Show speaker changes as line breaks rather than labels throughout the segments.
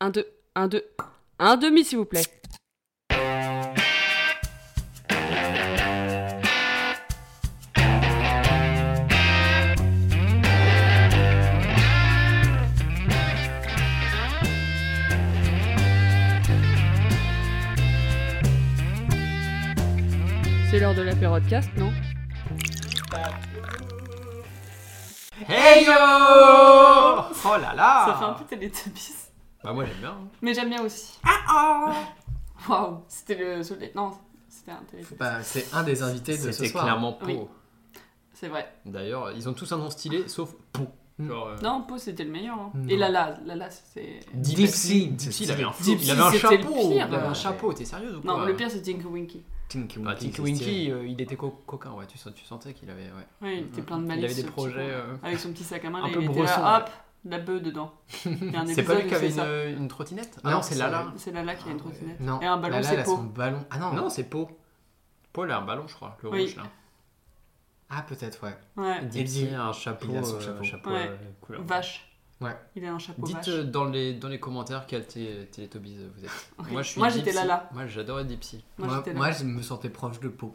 Un, deux, un, deux, un demi, s'il vous plaît. C'est l'heure de la podcast, non
Hey yo Oh là là
Ça fait un peu Teletubbies.
Bah moi j'aime bien. hein.
Mais j'aime bien aussi. Waouh, c'était le soldat. Non, c'était un Teletubbies.
Bah, c'est un des invités de ce
C'était
soir.
clairement Po.
Oui. C'est vrai.
D'ailleurs, ils ont tous un nom stylé sauf Po.
Mm.
Genre, euh,
Non, Po, c'était le meilleur. hein.
Non.
Et Lala, Lala, c'est.
Deep Sea.
Deep
Deep Sea,
Sea,
il avait un, fou-
Deep
il
Sea,
avait un
c'était le
chapeau.
pire.
il avait un
Ouais.
chapeau, t'es sérieux ou quoi
Non, le pire, c'est Tinky Winky.
Tinky
Bah,
Winky,
Tinky
c'est
Winky,
stylé.
euh, il était co- coquin, ouais, tu, sens- tu sentais qu'il avait. Ouais.
Ouais, il était
Mm,
plein de
mm.
malice.
Il avait
ce
des
petit
projets.
con.
euh,
Avec son petit sac à main,
un
là,
peu
il était
brosson,
là,
ouais.
hop, la bœuf dedans. Il y a un
C'est pas
épisode
lui qui
où
avait euh,
ça.
une, une trottinette
Non,
Ah non, c'est
c'est-
Lala.
C'est Lala qui a une
Ah,
trottinette.
Non,
Et un ballon,
là, là,
c'est
là,
Po.
son ballon. Ah non,
Non, c'est Po. Po, il a un ballon, je crois, le
Oui.
rouge là.
Ah, peut-être, ouais.
Ouais.
Deep
Deep
Sea a un chapeau.
Il a son
euh,
chapeau.
chapeau
Ouais.
euh, couleur.
Vache.
Ouais.
Il a un chapeau
Dites
vache.
euh, dans, les, dans les commentaires quel télé- Télétobies euh, vous êtes.
Oui.
Moi, je suis
Moi,
Deep
j'étais
Sea.
Lala.
Moi, j'adorais Dipsy.
Moi, j'étais Lala.
je me sentais proche de Po.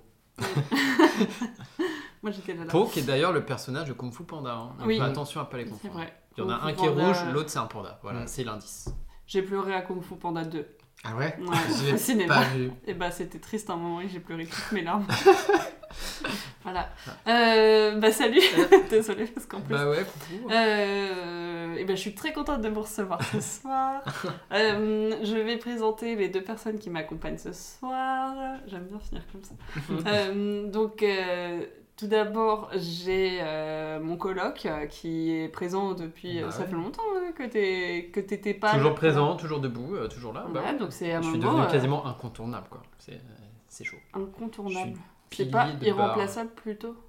Moi, j'étais Lala.
Po, qui est d'ailleurs le personnage de Kung Fu Panda. hein. Donc,
Oui.
fais attention à pas les
C'est
confondre.
vrai.
Il y en a
Kung Fu
un qui est
Panda.
rouge, l'autre c'est un panda. Voilà,
Mm.
c'est l'indice.
J'ai pleuré à Kung Fu Panda 2.
Ah ouais
Ouais, au
Je l'ai
cinéma.
pas vu.
Et bah c'était triste à un moment et j'ai pleuré toutes mes larmes. voilà. Euh, bah salut. Désolée parce qu'en plus.
Bah ouais, coucou.
Euh, et ben je suis très contente de vous recevoir ce soir. Euh, je vais présenter les deux personnes qui m'accompagnent ce soir. J'aime bien finir comme ça. Euh, donc euh, tout d'abord j'ai euh, mon coloc euh, qui est présent depuis.
Bah
ça
ouais.
fait longtemps hein, que t'es que t'étais pas.
toujours présent, toujours debout, euh, toujours là.
Ouais,
bah ouais.
donc c'est à un
je suis
moment
devenu
euh,
quasiment incontournable quoi. C'est euh, c'est chaud.
incontournable.
Je suis
C'est pas
pilier de
irremplaçable plutôt.
bar.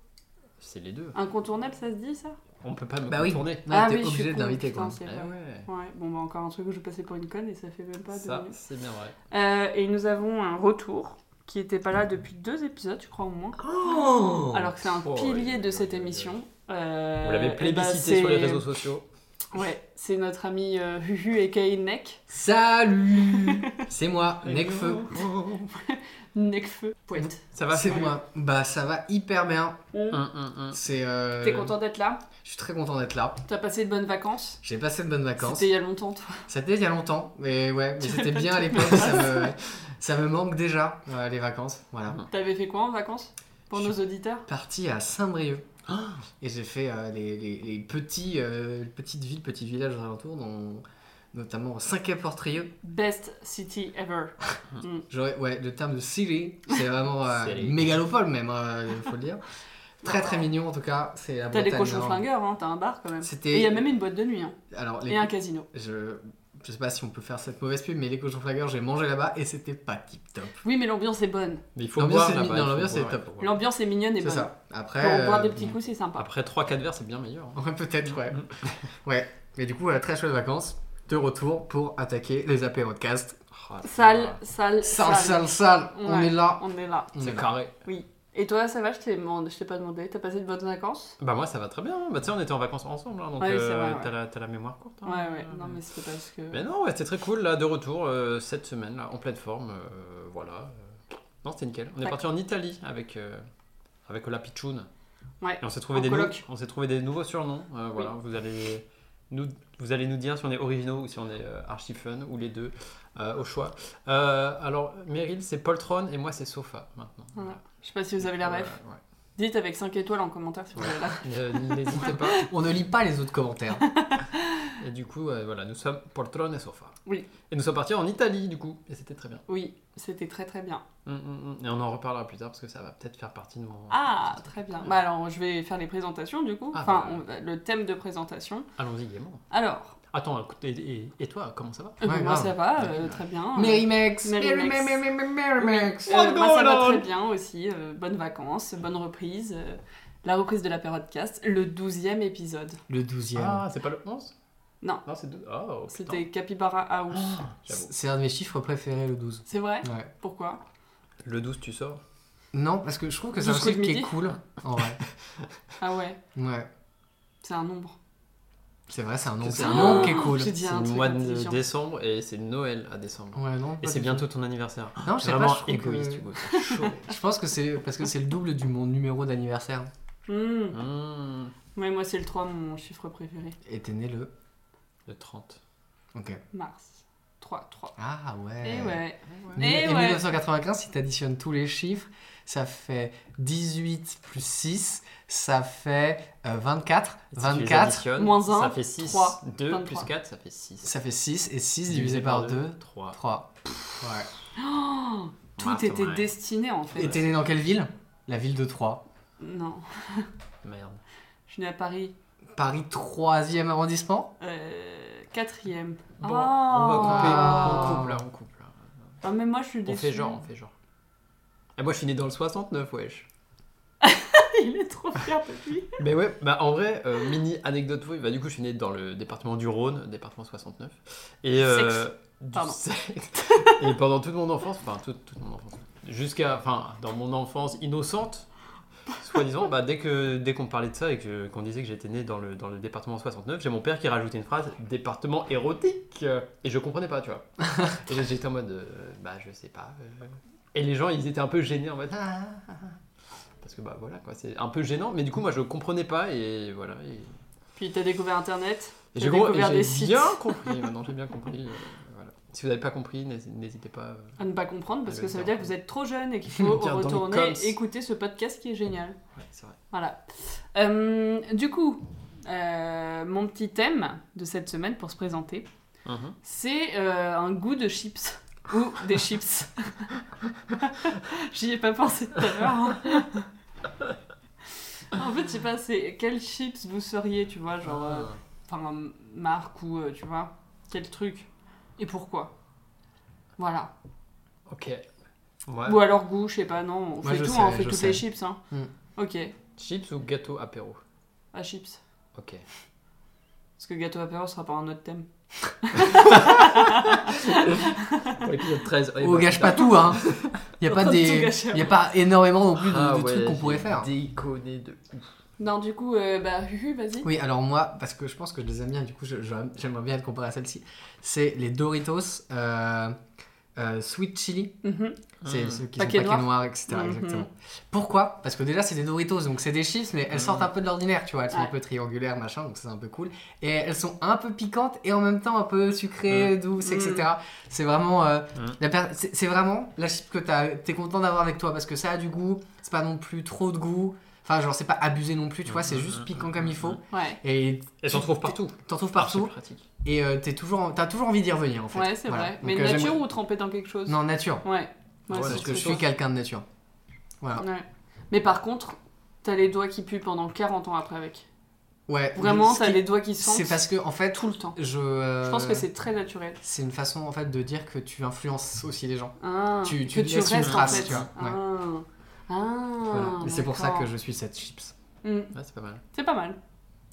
C'est les deux.
Incontournable, ça se dit ça
On peut pas me
Bah oui.
contourner.
Non, t'es
Ah je suis
obligé
con,
d'inviter
putain,
quoi.
c'est
Eh
vrai.
ouais.
Ouais, bon bah encore un truc où je passais pour une conne et ça fait même pas deux
Ça,
minutes.
c'est bien vrai.
Euh, et nous avons un retour qui était pas là depuis deux épisodes, je crois au moins.
Oh
alors que c'est un
Oh,
pilier
ouais,
de
ouais,
cette
ouais,
émission. Euh,
On l'avait
et
plébiscité
bah,
sur les
c'est-
réseaux sociaux.
Ouais, c'est notre ami euh, Huhu et Kay Neck.
Salut C'est moi, Necfeu.
oh,
Necfeu. Poète.
Ça va,
C'est moi. Bah, ça va hyper bien.
Hum.
Hum, hum, hum.
C'est. Hein. euh,
T'es content d'être là
Je suis très content d'être là.
T'as passé de bonnes vacances
J'ai passé de bonnes vacances.
C'était il y a longtemps, toi.
C'était il y a longtemps, mais ouais, mais
Tu
c'était
vas
bien
pas
à
te
l'époque. ça, me, ça me manque déjà, euh, les vacances. Voilà.
T'avais fait quoi en vacances Pour
Je-
nos auditeurs
Parti à Saint-Brieuc.
Ah.
Et j'ai fait euh, les, les- les petits, euh, petites villes, petits villages aux alentours, dont- notamment Saint-Quay-Portrieux.
Best city ever.
Ah, J'aurais- Ouais, le terme de Silly, c'est vraiment euh,
Silly.
mégalopole même, hein, il faut le dire. Très très mignon en tout cas, c'est la
T'as des
Bretagne
cochons
Nord.
flingueurs, hein, t'as un bar quand même. Et il y
C'était.
a même une boîte de nuit hein,
Alors, les-
et un casino.
je... je sais pas si on peut faire cette mauvaise pub, mais les cochons flagueurs, j'ai mangé là-bas et c'était pas tip top.
Oui, mais l'ambiance est bonne.
Mais il faut boire
L'ambiance est-
là-bas.
non,
il faut
l'ambiance est
boire,
top.
il faut boire.
L'ambiance est mignonne et
C'est
bonne.
ça. Après.
Pour boire des
euh,
petits coups, c'est sympa.
Après 3-4 verres, c'est bien meilleur. hein.
Ouais, peut-être, ouais.
Mm.
ouais. Mais du coup, euh, très chouette vacances. De retour pour attaquer les AP podcasts.
Oh, ça
Sale,
va.
sale,
Sale,
sale,
sale, sale. On
Ouais.
est là.
On est là.
On est
C'est
là.
carré.
Et toi, ça va, je t'ai demandé- je t'ai pas demandé. T'as passé de bonnes vacances
Bah moi ça va très bien. Bah tu sais on était en vacances ensemble hein, donc
Ouais, c'est
euh,
vrai, ouais.
t'as la, t'as la mémoire courte. hein.
Ouais, ouais. Non, mais c'était parce que.
Mais non ouais c'était très cool là de retour euh, cette semaine là en pleine forme euh, voilà. Non c'était nickel. On est
Tac.
parti en Italie avec euh, avec la Pichoun.
Ouais,
Et on s'est trouvé
en
des nou-
coloc.
on s'est trouvé des nouveaux surnoms. euh, voilà vous allez nous vous allez nous dire si on est originaux ou si on est euh, archi fun ou les deux euh, au choix. Euh, alors Meryl c'est Poltron et moi c'est Sofa maintenant.
Voilà. Je sais pas si vous avez la
Voilà,
ref.
ouais.
Dites avec 5 étoiles en commentaire si vous avez la ref.
Euh, N'hésitez pas.
On ne lit pas les autres commentaires.
Et du coup, euh, voilà, nous sommes Poltron et Sofa.
Oui.
Et nous sommes partis en Italie, du coup, et c'était très bien.
Oui, c'était très très bien.
Hum, hum, hum. Et on en reparlera plus tard parce que ça va peut-être faire partie de mon.
Ah, très bien. Bah alors, je vais faire les présentations du coup.
Ah,
Enfin,
bah.
on- le thème de présentation.
Allons-y gaiement.
Alors,
Attends, écoute, et, et- et toi, comment ça va
euh,
Ouais,
moi
grave.
ça va, euh, très bien.
Merimex.
Mary
Merimex.
Max.
Merimex.
Euh,
What's
moi, ça
going
va
on
très bien aussi. euh, bonnes vacances, bonne reprise. euh, la reprise de la période cast, le 12e épisode.
Le 12 e
Ah, c'est pas le 11
Non.
Non, c'est 12. Oh,
C'était Capybara House.
putain. J'avoue.
C'est un de mes chiffres préférés, le 12.
C'est vrai
Ouais.
Pourquoi
Le 12, tu sors
Non, parce que je trouve que c'est un
Douze coups de
chiffre qui est
midi.
cool. En vrai.
Ah ouais,
Ouais.
c'est un nombre.
C'est vrai, c'est un nom,
C'est
c'est un
ça.
nom qui est cool.
J'ai dit
C'est
un
le
truc
mois de
intelligent.
décembre et c'est Noël à décembre.
Ouais, non,
Et
pas
c'est
du
bientôt ton anniversaire.
Ah,
tout. Non, je sais pas,
Vraiment
je trouve que-
égoïste, Hugo. C'est chaud.
Je pense que c'est parce que c'est le double du mon numéro d'anniversaire.
Hmm.
Mmh.
Ouais, moi, c'est le 3, mon chiffre préféré.
Et t'es né le.
Le 30.
Ok.
Mars. 3, 3.
Ah
Eh.
ouais.
Et Eh ouais.
Mille-
Et
et
ouais.
1995, si tu additionnes tous les chiffres, ça fait 18 plus 6, ça fait euh,
Et
24.
si tu les
24,
additionnes,
Moins un,
Ça fait 6.
trois,
2
vingt-trois.
plus 4, ça fait 6.
ça fait 6, et 6 divisé par 2,
3.
3. Ouais.
Oh, tout
Mars,
était
ouais.
destiné, en
Et
fait.
t'es né dans quelle ville La ville de Troyes.
Non.
Merde.
Je suis née à Paris.
Paris 3e arrondissement
Euh, Quatrième.
Bon,
Oh.
on va couper.
Ah.
On coupe là, on coupe là.
Ah, mais moi, je suis
On
déçue.
fait genre, on fait genre. Et moi je suis né dans le 69, wesh.
Il est trop fier de lui.
Mais ouais, bah en vrai, euh, mini anecdote, oui, bah du coup je suis né dans le département du Rhône, département 69. Et euh, du
Pardon.
sexe. Et pendant toute mon enfance, enfin toute, toute mon enfance, jusqu'à, enfin dans mon enfance innocente, soi-disant, bah dès que dès qu'on parlait de ça et que qu'on disait que j'étais né dans le dans le département 69, j'ai mon père qui rajoutait une phrase département érotique et je comprenais pas, tu vois. et j'étais en mode euh, bah je sais pas. euh. Et les gens ils étaient un peu gênés en mode Ah, ah, ah. parce que bah voilà quoi, c'est un peu gênant, mais du coup moi je comprenais pas et voilà. et-
Puis t'as découvert Internet.
et
J'ai
j'ai com-
découvert des
et j'ai
sites.
bien compris, maintenant j'ai bien compris. euh, voilà. Si vous n'avez pas compris, n'hés- n'hésitez pas. euh.
À ne pas comprendre parce
Ah,
que
je
ça veut
vais
dire que vous êtes trop jeune et qu'il faut
Dire dans les
retourner
coms.
écouter ce podcast qui est génial.
Ouais, c'est vrai.
Voilà. Euh, du coup, euh, mon petit thème de cette semaine pour se présenter, c'est euh, un goût de chips ou des chips. J'y ai pas pensé tout à l'heure. hein. en fait, je sais pas, c'est quel chips vous seriez, tu vois, genre, euh,
Ah.
enfin, marque ou, euh, tu vois, quel truc et pourquoi. Voilà.
Ok. Ouais.
Ou alors goût, je sais pas, non, on
Moi,
fait
je
tout,
sais,
hein, on fait
je
toutes
sais.
les chips. Hein.
Hmm.
Ok,
Chips ou gâteau apéro
à chips.
Ok.
Parce que gâteau apéro sera pas un autre thème.
Pour l'épisode 13. allez,
Oh,
bah,
gâche
putain.
pas tout, hein Il n'y a,
En
pas
train de
des-
tout gâcher.
y a pas énormément non plus de,
Ah
de trucs
ouais,
qu'on pourrait
j'ai
faire.
Déconné de.
Non, du coup, euh, bah, Huhu, vas-y.
Oui, alors moi, parce que je pense que je les aime bien, du coup, je- je- j'aimerais bien être comparé à celle-ci. C'est les Doritos euh, euh, Sweet Chili.
Mhm.
C'est
Mm.
ceux qui
Paquet
sont
noir.
paquets noirs, etc.
Mhm.
Exactement. Pourquoi Parce que déjà, c'est des Doritos, donc c'est des chips, mais
Mmh.
elles sortent un peu de l'ordinaire, tu vois. Elles sont
Ouais.
un peu triangulaires, machin, donc c'est un peu cool. Et elles sont un peu piquantes et en même temps un peu
Mmh.
sucrées, douces, etc.
Mmh.
C'est vraiment, euh,
Mhm.
la per- c'est c'est vraiment la chip que t'as- t'es content d'avoir avec toi parce que ça a du goût. C'est pas non plus trop de goût. Enfin, genre, c'est pas abusé non plus, tu vois.
Mmh,
C'est juste piquant comme il faut.
Ouais,
Et
Et t'en trouves partout. Ah,
t'en trouves partout.
C'est pratique.
Et euh, t'es toujours, en- t'as toujours envie d'y revenir, en fait.
ouais c'est
Voilà.
vrai.
Donc,
Mais
euh,
nature
j'aimerais-
ou trempé dans quelque chose
Non, nature.
Ouais.
Ah
c'est
ouais,
parce
ce
que je
je
suis quelqu'un de nature. Voilà.
pense. Ouais. Mais par contre, t'as les doigts qui puent pendant 40 ans après avec.
Ouais.
Vraiment,
Euh, ce
t'as
qui-
les doigts qui sentent
C'est parce que en fait,
tout le temps.
je. euh,
Je pense que c'est très naturel.
C'est une façon en fait de dire que tu influences aussi les gens.
Ah,
Tu- tu
que tu
laisses une
restes
trace,
en fait.
tu vois, ouais.
Ah, Ah,
Voilà. Et c'est pour ça que
d'accord.
je suis cette chips.
Hmm.
Ouais, c'est pas mal.
C'est pas mal.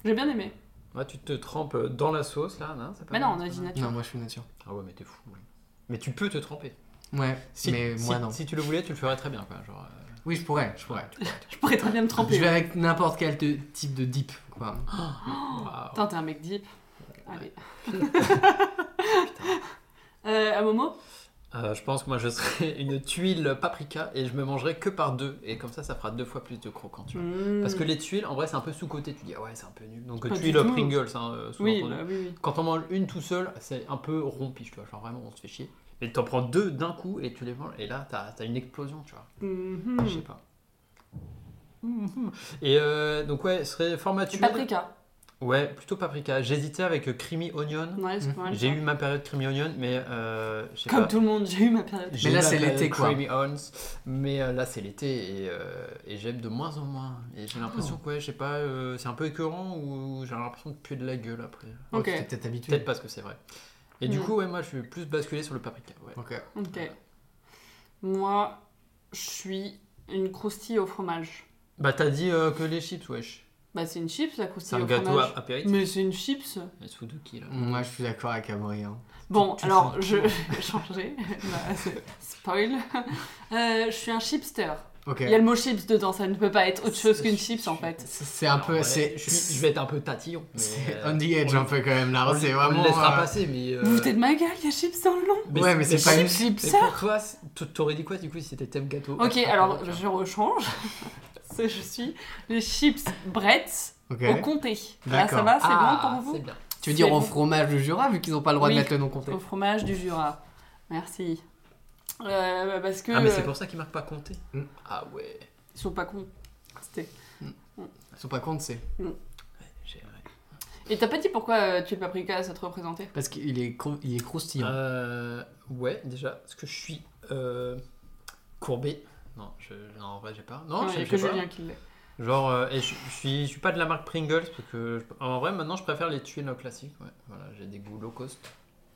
J'ai bien aimé.
Ouais, tu te trempes euh, dans la sauce là, non c'est pas
Mais
mal,
non, on a
c'est
dit
pas mal.
nature.
Non, moi je suis nature.
Ah ouais, mais t'es fou. oui. Mais tu peux te tremper.
Ouais,
Si,
mais
si-
moi non.
Si tu le voulais, tu le ferais très bien quoi. Genre, euh,
Oui, je pourrais, je pourrais.
Je pourrais très bien me
Je
tremper.
vais avec n'importe quel te- type de dip. Quoi.
Oh.
waouh.
Putain, t'es un mec deep. Allez.
Putain.
Euh, à Momo
Euh, je pense que moi je serais une tuile paprika et je me mangerai que par deux et comme ça ça fera deux fois plus de croquants tu vois. Parce que les tuiles en vrai c'est un peu sous-côté tu dis ah ouais c'est un peu nul donc
Mm. Pas du
tuile
tout.
Pringles hein, euh,
Oui,
sous-entendu.
bah oui, oui.
Quand on mange une tout seul c'est un peu rompiche tu vois genre vraiment on se fait chier mais t'en prends deux d'un coup et tu les manges et là t'as as une explosion tu vois
Mhm.
je sais pas. Mhm. Et euh, donc ouais ce serait format
Et
tuile
paprika.
ouais plutôt paprika j'hésitais avec euh, creamy onion
Ouais, c'est pas mal,
j'ai
ça.
eu ma période creamy onion mais euh, je sais
Comme
pas
tout le monde, j'ai eu ma période.
J'ai
là,
la
c'est
période
l'été, quoi.
Creamy Horns, mais euh, là, c'est l'été et, euh, et j'aime de moins en moins. Et j'ai l'impression que, ouais, je sais pas, euh, c'est un peu écœurant ou j'ai l'impression de puer de la gueule après.
Ok,
Ouais, t'es peut-être habitué.
Peut-être parce que c'est vrai. Et du
Mm.
coup, ouais, moi, je suis plus basculé sur le paprika. Ouais.
Ok.
ok. Moi, je suis une croustille au fromage.
Bah, t'as dit euh, que les chips, wesh.
Bah, c'est une chips, la croustille
C'est un
au
gâteau
fromage. Mm.
à- apéritif.
Mais c'est une chips.
Mais... Sous deux qui, là.
Moi je suis d'accord avec Amaury. hein.
Bon,
tu
alors,
fais
je vais changer. Bah, c'est- Spoil. Euh, Je suis un chipster.
Ok.
Il y a le mot chips dedans, ça ne peut pas être autre chose
C'est-
qu'une chips en fait.
C'est c'est un
Alors,
peu.
ouais,
c'est-
je, suis- je vais être un peu tatillon. mais,
C'est
euh,
on the edge
on-
un peu quand même là.
on le-
C'est
on le
vraiment.
laissera
euh,
passer, mais. euh,
Vous vous foutez de ma gueule, il y a chips dans le nom
Ouais, mais c'est pas une
Mais
chips.
pour toi, c'est- t- t'aurais dit quoi du coup si c'était thème gâteau
Ok,
Ah,
alors
tu vois.
je rechange. C'est- je suis les chips Bretz
Ok.
au comté. Là, ça
D'accord.
va, c'est
Ah,
bon pour
C'est
vous
bien.
Tu veux dire
c'est
au
bon.
fromage du Jura vu qu'ils ont pas le droit
Oui.
de mettre le nom compté.
Au fromage du Jura. Merci. Euh, bah, parce que
Ah, mais c'est
euh,
pour ça qu'il marque pas compter.
Mm.
Ah ouais.
ils sont pas cons. C'était-
Ils sont pas compte c'est
J'ai- ouais.
Et t'as pas dit pourquoi euh, tu le paprika ça te représentait
parce qu'il est crou- il est croustillant.
Euh, ouais, déjà, parce que je suis euh, courbé. Non, je, non, en vrai, j'ai pas. Non,
Ouais,
je,
il y a
je
que
sais pas.
Julien qui l'est.
Genre, euh, et je, je suis, je suis pas de la marque Pringles parce que, je- en vrai, maintenant, je préfère les tuiles classiques. Ouais, voilà, j'ai des goûts low cost.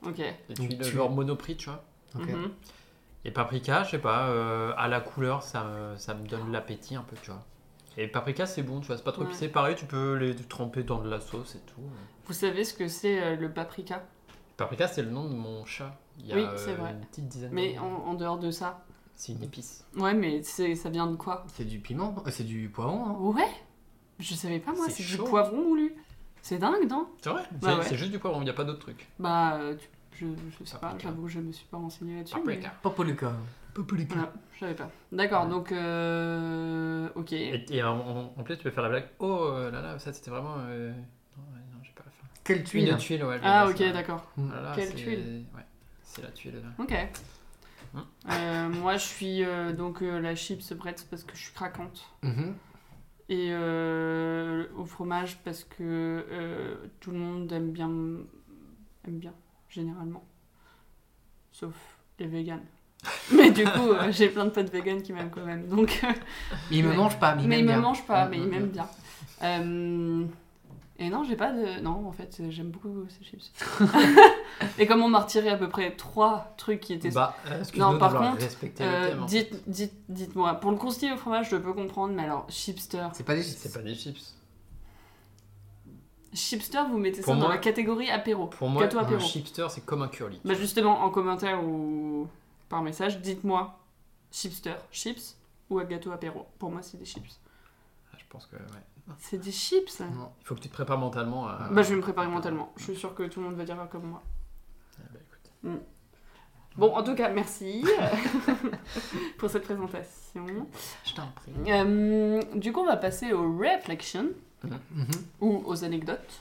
Ok.
Les
Donc,
tuiles
tu-
genre Monoprix, tu vois.
Ok.
Mhm.
Et paprika, je sais pas, euh, à la couleur, ça me, ça me donne l'appétit un peu, tu vois. Et paprika, c'est bon, tu vois, c'est pas trop
Ouais.
épicé. Pareil, tu peux les tremper dans de la sauce et tout.
Vous savez ce que c'est euh, le paprika
Paprika, c'est le nom de mon chat. Il y a
Oui, c'est
euh,
vrai.
une petite dizaine
Mais
d'années.
en, en dehors de ça.
C'est une épice.
Ouais, mais c'est- ça vient de quoi
C'est du piment, euh, c'est du poivron. hein.
Ouais Je savais pas moi,
C'est
c'est du
chaud.
poivron moulu. C'est dingue, non
C'est vrai C'est
ouais.
c'est juste du poivron, il n'y a pas d'autre truc.
Bah, euh, tu- je, je sais pas,
Paprika.
j'avoue, je me suis pas renseignée là-dessus. mais-
Paprika.
Paprika.
Voilà, je savais pas. D'accord, donc. euh, Ok.
Et, et en, en- en plus, tu peux faire la blague. Oh euh, là là, ça c'était vraiment. euh, Non, ouais, non, j'ai pas la fin.
Quelle
Une
tuile.
tuile, ouais. je
Ah,
vais
ok,
dire ça.
d'accord.
Oh là là,
Quelle
c'est-
tuile
Ouais, c'est la tuile là.
Ok.
Hmm.
Euh, moi, je suis euh, donc euh, la chips Bretz parce que je suis craquante.
Mhm.
Et euh, au fromage parce que euh, tout le monde aime bien. aime bien, généralement. Sauf les véganes. Mais du coup, euh, j'ai plein de potes véganes qui m'aiment quand même. Donc. euh,
Mais il me
Ouais.
mange pas. Mais il
mais
m'aime
il me
Ah, bien.
mange pas, mais il
Mhm.
m'aime bien. Euh, Et non, j'ai pas de. Non, en fait, euh, j'aime beaucoup ces chips. et comme on m'a retiré à peu près trois trucs qui étaient.
Bah, excuse-nous de
par
vouloir
contre,
respecter le hein.
Euh,
thème. en fait.
dites, dites, dites-moi, pour le consigné au fromage, je peux comprendre, mais alors, chipster.
C'est pas des
C'est pas des chips.
Chipster, vous mettez ça
Pour
dans
moi-
la catégorie apéro.
Pour moi,
Gâteau
un
apéro.
chipster, c'est comme un curly.
Bah, justement, en commentaire ou par message, dites-moi, chipster, chips ou gâteau apéro. Pour moi, c'est des chips.
Ah, Je pense que. ouais.
C'est des chips
Non.
Il faut que tu te prépares mentalement. à-
Bah, je vais me préparer mentalement. Je suis sûre que tout le monde va dire comme moi.
Ah, bah, écoute.
Bon, en tout cas, merci pour cette présentation.
Je t'en prie.
Euh, du coup, on va passer aux reflections
Mhm.
ou aux anecdotes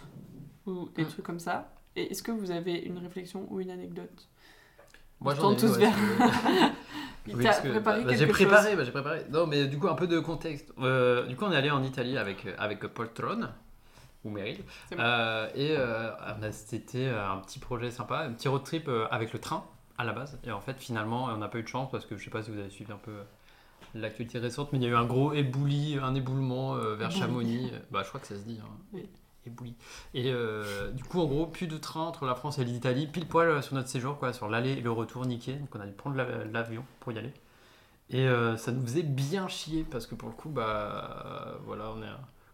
ou des
Mm.
trucs comme ça. Et est-ce que vous avez une réflexion ou une anecdote
Moi,
Ils
j'en ai
tournent tous
ouais,
vers-
c'est-
Il
Oui,
t'a
parce que,
préparé
bah, bah, J'ai
quelque
préparé, bah, j'ai préparé. Non, mais du coup, un peu de contexte. Euh, du coup, on est allé en Italie avec, euh, avec Paul Tron, ou Meryl.
C'est bon.
Euh, et euh, on a- c'était euh, un petit projet sympa, un petit road trip euh, avec le train à la base. Et en fait, finalement, on n'a pas eu de chance parce que je sais pas si vous avez suivi un peu euh, l'actualité récente, mais il y a eu un gros ébouli, un éboulement euh, vers
Ébouli.
Chamonix. Bah, je crois que ça se dit. hein.
Oui.
Ébouli. Et euh, du coup, en gros, plus de train entre la France et l'Italie, pile poil euh, sur notre séjour, quoi, sur l'aller et le retour niqué. Donc, on a dû prendre la- l'avion pour y aller. Et euh, ça nous faisait bien chier parce que pour le coup, bah euh, voilà, on est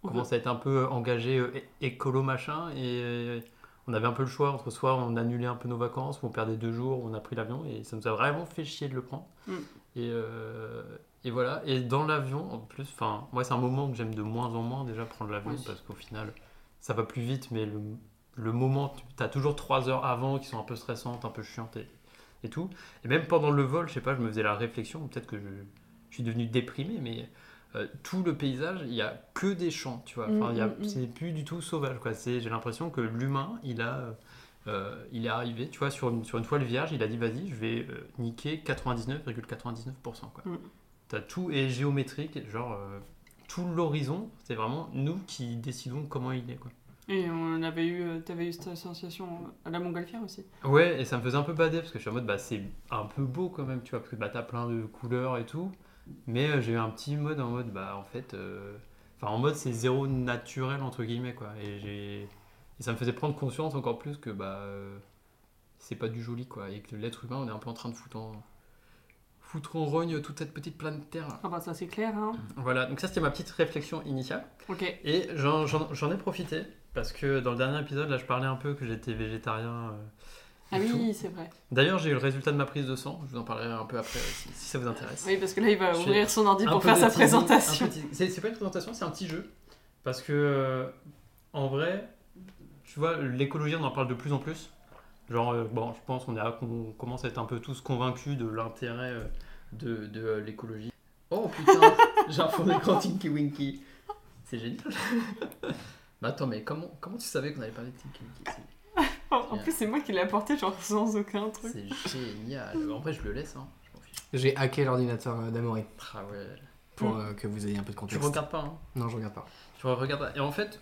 on commence à être un peu engagé euh, é- écolo machin et euh, on avait un peu le choix entre soit on annulait un peu nos vacances ou on perdait deux jours, on a pris l'avion et ça nous a vraiment fait chier de le prendre.
Mm.
Et, euh, et voilà, et dans l'avion en plus, enfin moi c'est un moment que j'aime de moins en moins déjà prendre l'avion
Moi aussi.
parce qu'au final ça va plus vite mais le, le moment, tu as toujours trois heures avant qui sont un peu stressantes, un peu chiantes et, et tout. Et même pendant le vol, je sais pas, je me faisais la réflexion, peut-être que je, je suis devenu déprimé mais euh, tout le paysage, il y a que des champs, tu vois. Enfin,
Mm,
il y a-
mm, mm.
c'est plus du tout sauvage, quoi. C'est, j'ai l'impression que l'humain, il a, euh, il est arrivé, tu vois, sur une, sur une toile vierge, il a dit, vas-y, je vais euh, niquer 99,99%, quoi.
Mm.
T'as tout est géométrique, genre euh, tout l'horizon, c'est vraiment nous qui décidons comment il est, quoi.
Et on avait eu, euh, t'avais eu cette sensation euh, à la montgolfière aussi.
Ouais, et ça me faisait un peu bader parce que je suis en mode bah c'est un peu beau quand même, tu vois, parce que bah t'as plein de couleurs et tout. Mais euh, j'ai eu un petit mode en mode bah en fait, euh, enfin en mode c'est zéro naturel entre guillemets quoi. Et j'ai et ça me faisait prendre conscience encore plus que bah euh, c'est pas du joli quoi et que l'être humain on est un peu en train de foutre en foutre en rogne toute cette petite planète Terre. là.
Ah bah ça c'est clair, hein.
Voilà, donc ça c'était ma petite réflexion initiale.
Ok.
Et j'en- j'en j'en ai profité parce que dans le dernier épisode, là, je parlais un peu que j'étais végétarien euh,
Ah
du tout.
oui, c'est vrai.
D'ailleurs, j'ai eu le résultat de ma prise de sang. Je vous en parlerai un peu après euh, si, si ça vous intéresse.
Oui, parce que là, il va
J'ai
ouvrir son ordi
Un
pour
peu
faire
de
sa
teasing,
présentation.
un peu de teasing. C'est c'est pas une présentation, c'est un petit jeu. Parce que, euh, en vrai, tu vois, l'écologie, on en parle de plus en plus. Genre, euh, bon, je pense qu'on est à- qu'on commence à être un peu tous convaincus de l'intérêt euh, de, de, euh, l'écologie. Oh putain, j'ai un fond d'écran Tinky Winky. C'est génial. bah attends, mais comment, comment tu savais qu'on allait parler de Tinky Winky
En plus, c'est moi qui l'ai apporté, genre sans aucun truc.
C'est- C'est génial. En vrai, je le laisse, hein. Je m'en fiche.
J'ai hacké l'ordinateur euh, d'Amaury
Ah ouais.
pour
Mm.
euh, que vous ayez un peu de
Tu
contexte.
regardes pas, hein.
Non, je regarde pas.
Je regarde. pas. Et en fait,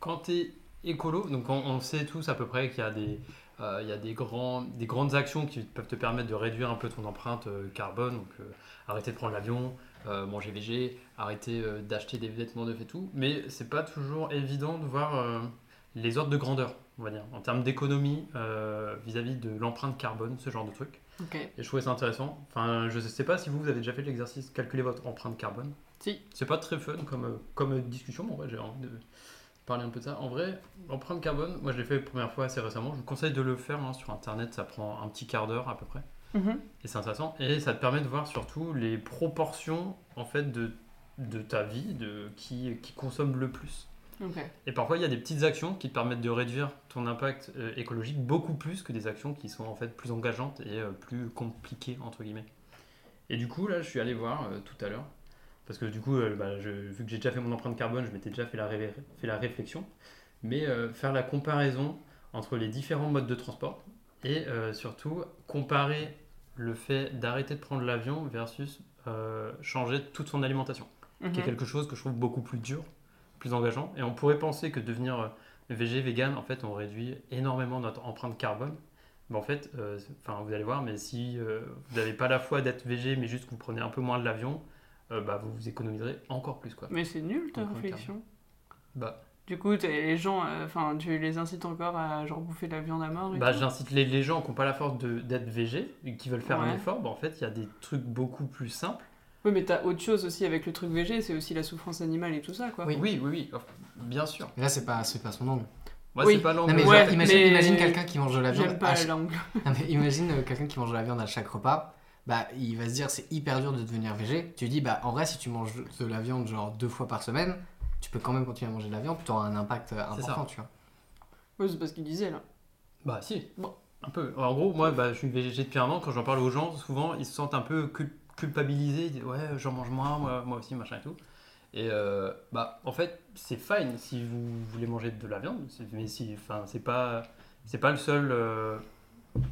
quand t'es écolo, donc on, on sait tous à peu près qu'il y a des euh, il y a des, grands, des grandes actions qui peuvent te permettre de réduire un peu ton empreinte euh, carbone. Donc, euh, arrêter de prendre l'avion, euh, manger végé, arrêter euh, d'acheter des vêtements neufs et tout. Mais c'est pas toujours évident de voir euh, les ordres de grandeur, on va dire, en termes d'économie euh, vis-à-vis de l'empreinte carbone, ce genre de truc.
Ok.
Et je trouvais ça intéressant. Enfin, je sais pas si vous, vous avez déjà fait l'exercice calculer votre empreinte carbone.
Si.
C'est pas très fun comme, euh, comme discussion, mais en vrai, j'ai envie de parler un peu de ça. En vrai, empreinte carbone, moi je l'ai fait la première fois assez récemment. Je vous conseille de le faire hein, sur internet, ça prend un petit quart d'heure à peu près.
Mhm.
Et c'est intéressant. Et ça te permet de voir surtout les proportions en fait de, de ta vie, de qui, qui consomme le plus.
Ok.
Et parfois, il y a des petites actions qui te permettent de réduire ton impact euh, écologique beaucoup plus que des actions qui sont en fait plus engageantes et euh, plus compliquées, entre guillemets. Et du coup, là, je suis allé voir euh, tout à l'heure, parce que du coup, euh, bah, je- vu que j'ai déjà fait mon empreinte carbone, je m'étais déjà fait la, ré- fait la réflexion, mais euh, faire la comparaison entre les différents modes de transport et euh, surtout comparer le fait d'arrêter de prendre l'avion versus euh, changer toute son alimentation qui est
Mhm.
quelque chose que je trouve beaucoup plus dur, plus engageant. Et on pourrait penser que devenir euh, VG, vegan, en fait, on réduit énormément notre empreinte carbone. Mais en fait, euh, c'est- enfin, vous allez voir, mais si euh, vous n'avez pas la foi d'être VG, mais juste que vous prenez un peu moins de l'avion, euh, bah, vous vous économiserez encore plus. Quoi.
Mais c'est nul ta
Donc, on le
réflexion.
Bah.
Du coup, t'as- les gens, euh, enfin, tu les incites encore à genre bouffer de la viande à mort et
Bah,
tout.
J'incite les, les gens qui n'ont pas la force de- d'être VG, et qui veulent faire un
Ouais.
effort, bah, en fait, il y a des trucs beaucoup plus simples.
Oui, mais t'as autre chose aussi avec le truc végé, c'est aussi la souffrance animale et tout ça, quoi.
Oui.
oui, oui, oui, bien sûr.
Mais là, c'est pas, c'est pas son angle.
Moi,
Oui.
c'est pas
Non,
l'angle.
mais
Ouais,
genre, imagine,
mais-
imagine quelqu'un qui mange de la viande.
J'aime pas
à
la
chaque-
langue.
Non, mais imagine euh, quelqu'un qui mange de la viande à chaque repas. Bah, il va se dire c'est hyper dur de devenir végé. Tu lui dis bah en vrai si tu manges de la viande genre deux fois par semaine, tu peux quand même continuer à manger de la viande, tu auras un impact euh,
C'est ça.
important, tu vois.
Oui, c'est parce qu'il disait là.
Bah si,
Bon.
un peu. En gros, moi, bah, je suis végé depuis un an. Quand j'en parle aux gens, souvent, ils se sentent un peu cul- culpabilisés. Ils disent, ouais, j'en mange moins, moi, moi aussi, machin et tout. Et euh, bah, en fait, c'est fine si vous voulez manger de la viande, c'est- mais si, enfin, c'est pas, c'est pas le seul euh,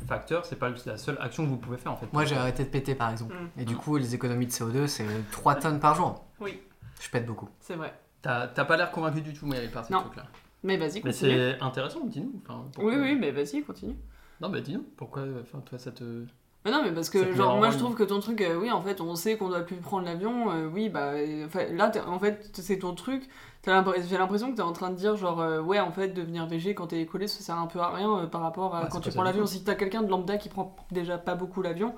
facteur, c'est pas la seule action que vous pouvez faire en fait.
Moi j'ai arrêté de péter par exemple.
Mm.
Et du coup les économies de CO2 c'est 3 tonnes par jour.
Oui.
Je pète beaucoup.
C'est vrai.
T'as t'as pas l'air convaincu du tout, mais elle est partie
Non.
ce truc-là.
Mais vas-y,
Mais
continue.
c'est intéressant, dis-nous. enfin, pourquoi-
Oui, oui, mais vas-y, continue.
Non, mais dis-nous pourquoi, enfin, toi, ça te.
Mais non, mais parce
Ça
que,
te met
genre,
en
moi je
rogne.
trouve que ton truc, euh, oui, en fait, on sait qu'on doit plus prendre l'avion, euh, oui, bah, euh, enfin, là, t'es- en fait, c'est ton truc. T'as l'impr- J'ai l'impression que t'es en train de dire, genre, euh, ouais, en fait, devenir végé quand t'es collé, ça sert un peu à rien euh, par rapport à
Ah, c'est
quand
pas
tu
ça
prends
du
l'avion.
tout.
Si t'as quelqu'un de lambda qui prend déjà pas beaucoup l'avion,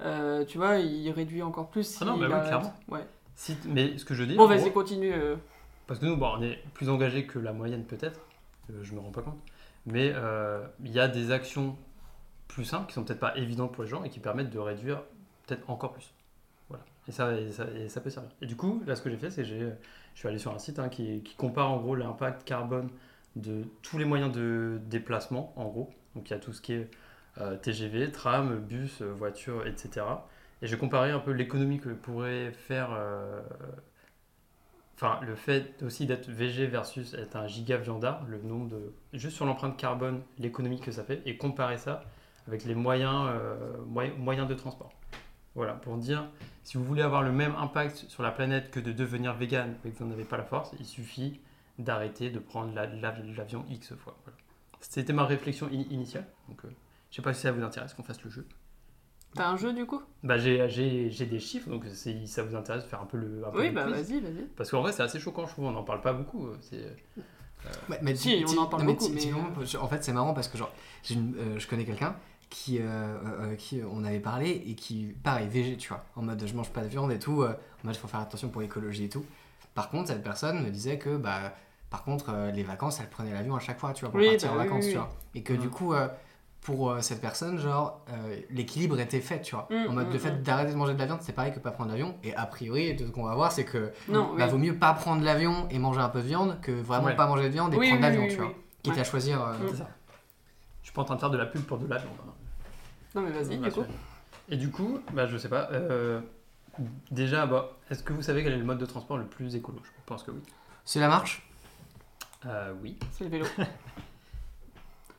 euh, tu vois, il réduit encore plus.
Ah non,
s'il
bah oui,
arrête.
clairement.
Ouais.
Si t- mais ce que je dis.
Bon,
en
vas-y,
gros,
continue. euh.
Parce que nous, bon, on est plus engagés que la moyenne peut-être, euh, je ne me rends pas compte, mais euh, il y a des actions plus simples qui sont peut-être pas évidentes pour les gens et qui permettent de réduire peut-être encore plus. Voilà. Et ça, et ça, et ça peut servir. Et du coup, là, ce que j'ai fait, c'est que j'ai- euh, je suis allé sur un site hein, qui, qui compare en gros l'impact carbone de tous les moyens de déplacement, en gros. Donc il y a tout ce qui est euh, TGV, tram, bus, euh, voiture, etc. Et j'ai comparé un peu l'économie que pourrait faire euh, enfin le fait aussi d'être VG versus être un giga viandard, le nombre de juste sur l'empreinte carbone, l'économie que ça fait, et comparer ça avec les moyens, euh, moy- moyens de transport. Voilà, pour dire, si vous voulez avoir le même impact sur la planète que de devenir vegan, mais que vous n'en avez pas la force, il suffit d'arrêter de prendre la- la- l'avion X fois. Voilà. C'était ma réflexion i- initiale, donc euh, je sais pas si ça vous intéresse qu'on fasse le jeu.
T'as un jeu du coup
Bah, j'ai- j'ai j'ai des chiffres, donc si ça vous intéresse de faire un peu le... un peu
Oui,
le
bah
quiz.
vas-y, vas-y.
Parce qu'en vrai, c'est assez choquant, je trouve. On n'en parle pas beaucoup. euh, C'est...
Ouais, mais
Si,
ty-
on
ty-
en parle
non, mais
beaucoup,
ty-
mais- euh,
typiquement, en fait, c'est marrant parce que genre, j'ai une- euh, je connais quelqu'un qui, euh, euh, euh, qui euh, on avait parlé et qui, pareil, végé, tu vois, en mode je mange pas de viande et tout, euh, en mode faut faire attention pour l'écologie et tout. Par contre, cette personne me disait que, bah, par contre, euh, les vacances, elle prenait l'avion à chaque fois, tu vois, pour
Oui,
partir
bah
en
oui, Mm.
vacances,
oui,
tu
oui.
vois. Et que
Mhm.
du coup, euh, pour euh, cette personne, genre, euh, l'équilibre était fait, tu vois.
Mm,
en mode,
mm,
le fait
mm.
d'arrêter de manger de la viande, c'est pareil que pas prendre l'avion. Et a priori, de ce qu'on va voir, c'est que
Non,
bah,
oui.
vaut mieux pas prendre l'avion et manger un peu de viande que vraiment
Ouais.
pas manger de viande et
Oui,
prendre
oui,
l'avion,
oui,
tu
oui.
vois. Quitte
Ouais.
à choisir. euh,
Mm.
C'est ça. Je suis pas en train de faire de la pub pour de la viande. hein.
Non, mais vas-y, du coup.
Et du coup, bah, je sais pas. euh, déjà, bah, est-ce que vous savez quel est le mode de transport le plus écolo Je pense que oui.
C'est la marche
Euh, oui.
C'est le vélo.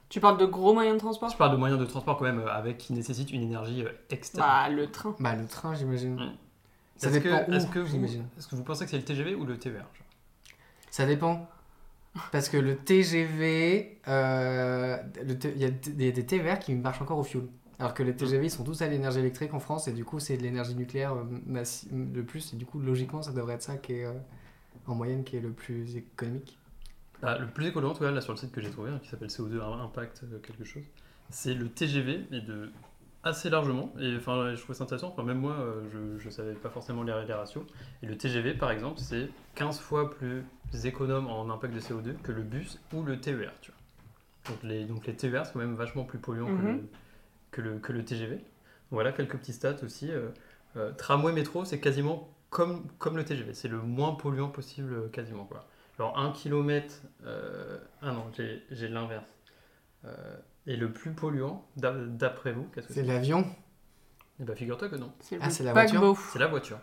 tu parles de gros moyens de transport
Je parle de moyens de transport quand même euh, avec qui nécessitent une énergie euh, externe.
Bah, le train.
Bah, le train, j'imagine.
Mm.
Ça
est-ce
dépend
que,
où,
est-ce que vous,
j'imagine.
est-ce que vous pensez que c'est le TGV ou le TVR genre
Ça dépend. Parce que le TGV, euh, le T- il y, a t- il y a des TVR qui marchent encore au fioul. Alors que les
Mm.
TGV, ils sont tous à l'énergie électrique en France, et du coup, c'est de l'énergie nucléaire euh, massi- le plus, et du coup, logiquement, ça devrait être ça qui est, euh, en moyenne, qui est le plus économique.
Bah, le plus écolo, en tout cas, là sur le site que j'ai trouvé, hein, qui s'appelle CO2 Impact euh, quelque chose, c'est le TGV, mais de assez largement. Et enfin, je trouve ça intéressant. Enfin, même moi, euh, je ne savais pas forcément les, les ratios. Et le TGV, par exemple, c'est 15 fois plus économe en impact de CO2 que le bus ou le TER. Tu vois. Donc, les, donc les TER, c'est quand même vachement plus polluant que le-
Mhm.
que, le, que, le, TGV. Voilà quelques petits stats aussi. euh, euh, Tramway-métro, c'est quasiment comme, comme le TGV. C'est le moins polluant possible, euh, quasiment. Quoi. Alors, un kilomètre. euh, ah non, j'ai j'ai l'inverse. Euh, et le plus polluant, d'a- d'après vous, qu'est-ce que
C'est
c'est
l'avion
Eh ben, figure-toi que non.
C'est le
Ah, c'est la
paquebot.
C'est la voiture.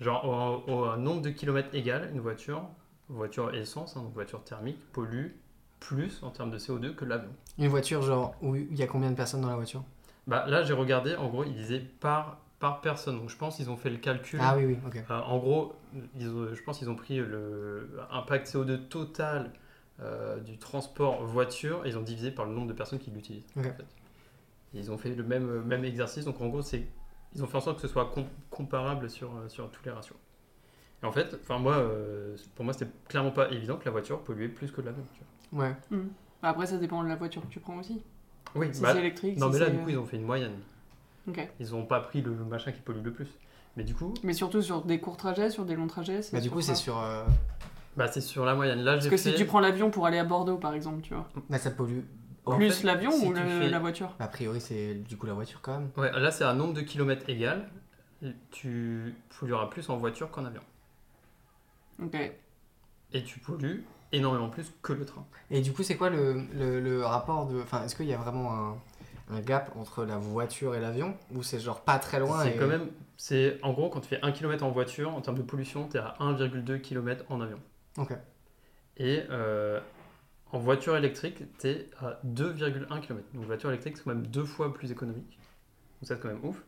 Genre, au, au- au nombre de kilomètres égal, une voiture, voiture essence, hein, donc voiture thermique, pollue plus en termes de CO2 que l'avion.
Une voiture, genre, où il y a combien de personnes dans la voiture
Bah, là, j'ai regardé, en gros, ils disaient par, par personne. Donc, je pense qu'ils ont fait le calcul.
Ah oui, oui, ok.
Euh, en gros, ils ont- je pense qu'ils ont pris le impact CO2 total euh, du transport voiture et ils ont divisé par le nombre de personnes qui l'utilisent.
Ok.
en fait. Et Ils ont fait le même, euh, même exercice, donc en gros, c'est, ils ont fait en sorte que ce soit com- comparable sur, euh, sur tous les ratios. Et en fait, enfin moi, euh, pour moi, c'était clairement pas évident que la voiture polluait plus que l'avion. tu
Ouais.
Bah, Après, ça dépend de la voiture que tu prends aussi.
vois. Oui,
Si
bah,
c'est électrique,
non
si
mais là,
c'est-
du coup, ils ont fait une moyenne.
Ok.
Ils ont pas pris le machin qui pollue le plus. Mais du coup,
Mais surtout sur des courts trajets, sur des longs trajets.
Bah, du coup, c'est
ça.
sur. euh,
bah, c'est sur la moyenne. Là,
Parce
j'ai
que
fait...
si tu prends l'avion pour aller à Bordeaux, par exemple, tu vois.
Bah, ça pollue.
En
Plus
fait,
l'avion
si
ou
tu
le-
fais-
la voiture
A priori, c'est du coup la voiture quand même.
Ouais, là c'est un nombre de kilomètres égal. Tu pollueras plus en voiture qu'en avion.
Ok.
Et tu pollues énormément plus que le train.
Et du coup, c'est quoi le, le- le rapport de. Enfin, est-ce qu'il y a vraiment un, un gap entre la voiture et l'avion Ou c'est genre pas très loin
c'est
et-
quand même. C'est en gros quand tu fais 1 km en voiture, en termes de pollution, t'es à 1,2 km en avion.
Ok.
Et euh, en voiture électrique, t'es à 2,1 km. Donc voiture électrique, c'est quand même deux fois plus économique. Donc ça c'est quand même ouf.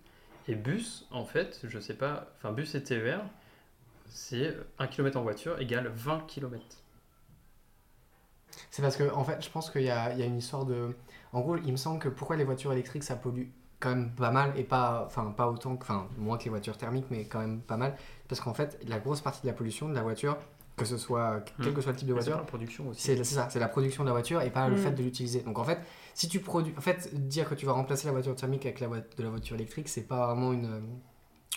Et bus, en fait, je sais pas. Enfin, bus et TER, c'est 1 km en voiture égale 20 km.
C'est parce que, en fait, je pense qu'il y a, il y a une histoire de. En gros, il me semble que pourquoi les voitures électriques ça pollue quand même pas mal et pas. Enfin, pas autant. que- Enfin, moins que les voitures thermiques, mais quand même pas mal. Parce qu'en fait, la grosse partie de la pollution de la voiture, que ce soit. Quel
Mm.
que soit le type de
Mais c'est pour
voiture,
la production aussi.
C'est c'est ça, c'est la production de la voiture et pas le
Mm.
fait de l'utiliser. Donc en fait, si tu produis, en fait, dire que tu vas remplacer la voiture thermique avec la voi- de la voiture électrique, c'est pas vraiment une, euh,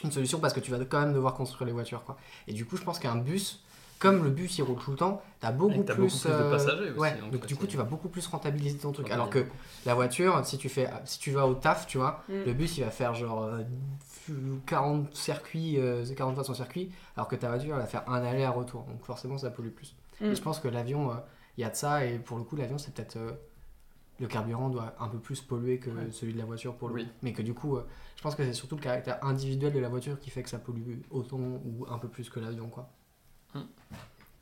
une solution parce que tu vas quand même devoir construire les voitures quoi. Et du coup, je pense qu'un bus, comme le bus il roule tout le temps, t'as beaucoup,
Et t'as beaucoup plus de
euh,
passagers aussi, hein,
ouais,
en
donc
fait,
du coup,
c'est-
tu vas beaucoup plus rentabiliser ton truc.
Rentabiliser.
Alors que la voiture, si tu fais, si tu vas au taf, tu vois,
Mm.
le bus il va faire genre euh, 40 circuits, euh, 40 fois son circuit, alors que ta voiture elle va faire un aller-retour. Donc forcément, ça pollue plus.
Mm.
Et je pense que l'avion, euh, il y a de ça, et pour le coup, l'avion, c'est peut-être. euh, le carburant doit un peu plus polluer que
Ouais.
celui de la voiture pour le
Oui.
coup. Mais que du coup, euh, je pense que c'est surtout le caractère individuel de la voiture qui fait que ça pollue autant ou un peu plus que l'avion, quoi.
Ouais.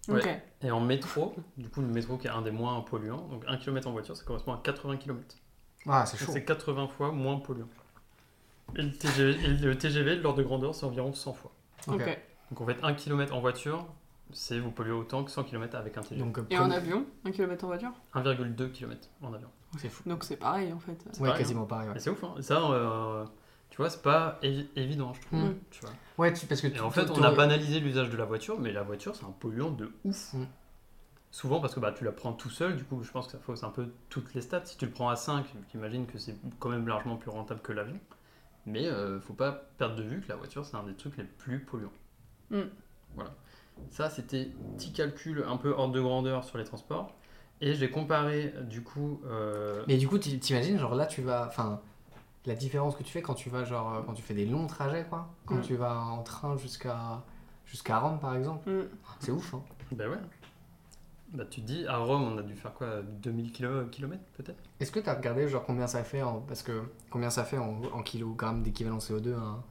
Ok.
Et en métro, du coup, le métro qui est un des moins polluants, donc 1 km en voiture, ça correspond à 80 km.
Ah, c'est chaud.
C'est 80 fois moins polluant. Et le TGV, et le TGV, l'ordre de grandeur, c'est environ 100 fois.
Ok.
Ok.
Donc en fait, 1 km en voiture, c'est vous polluez autant que 100 km avec un TGV.
Donc, euh,
Et en
premier-
avion, 1 km en voiture
1,2 km en avion.
C'est fou.
Donc c'est pareil en fait.
Ouais,
pareil,
quasiment pareil.
Mais
Ouais,
c'est ouf, hein. Ça, euh, tu vois, c'est pas évi- évident, je trouve.
Mm.
Tu vois.
Ouais, tu- parce que
Et
tu-
en fait,
tu-
on
tu-
a banalisé l'usage de la voiture, mais la voiture, c'est un polluant de ouf.
Mm.
Souvent parce que bah, tu la prends tout seul, du coup, je pense que ça fausse un peu toutes les stats. Si tu le prends à 5, j'imagine que c'est quand même largement plus rentable que l'avion. Mais euh, faut pas perdre de vue que la voiture, c'est un des trucs les plus polluants.
Mm.
Voilà. Ça, c'était petit calcul un peu hors de grandeur sur les transports. Et j'ai comparé, du coup. euh,
Mais du coup, t'i- t'imagines, genre là, tu vas. Enfin, la différence que tu fais quand tu vas, genre, euh, quand tu fais des longs trajets, quoi. Quand
Mm.
tu vas en train jusqu'à jusqu'à Rome, par exemple.
Mm.
C'est ouf, hein.
Bah ouais. Bah tu te dis, à Rome, on a dû faire quoi 2000 km peut-être
Est-ce que t'as regardé, genre, combien ça fait en. Parce que combien ça fait en, en kilogrammes d'équivalent CO2 un,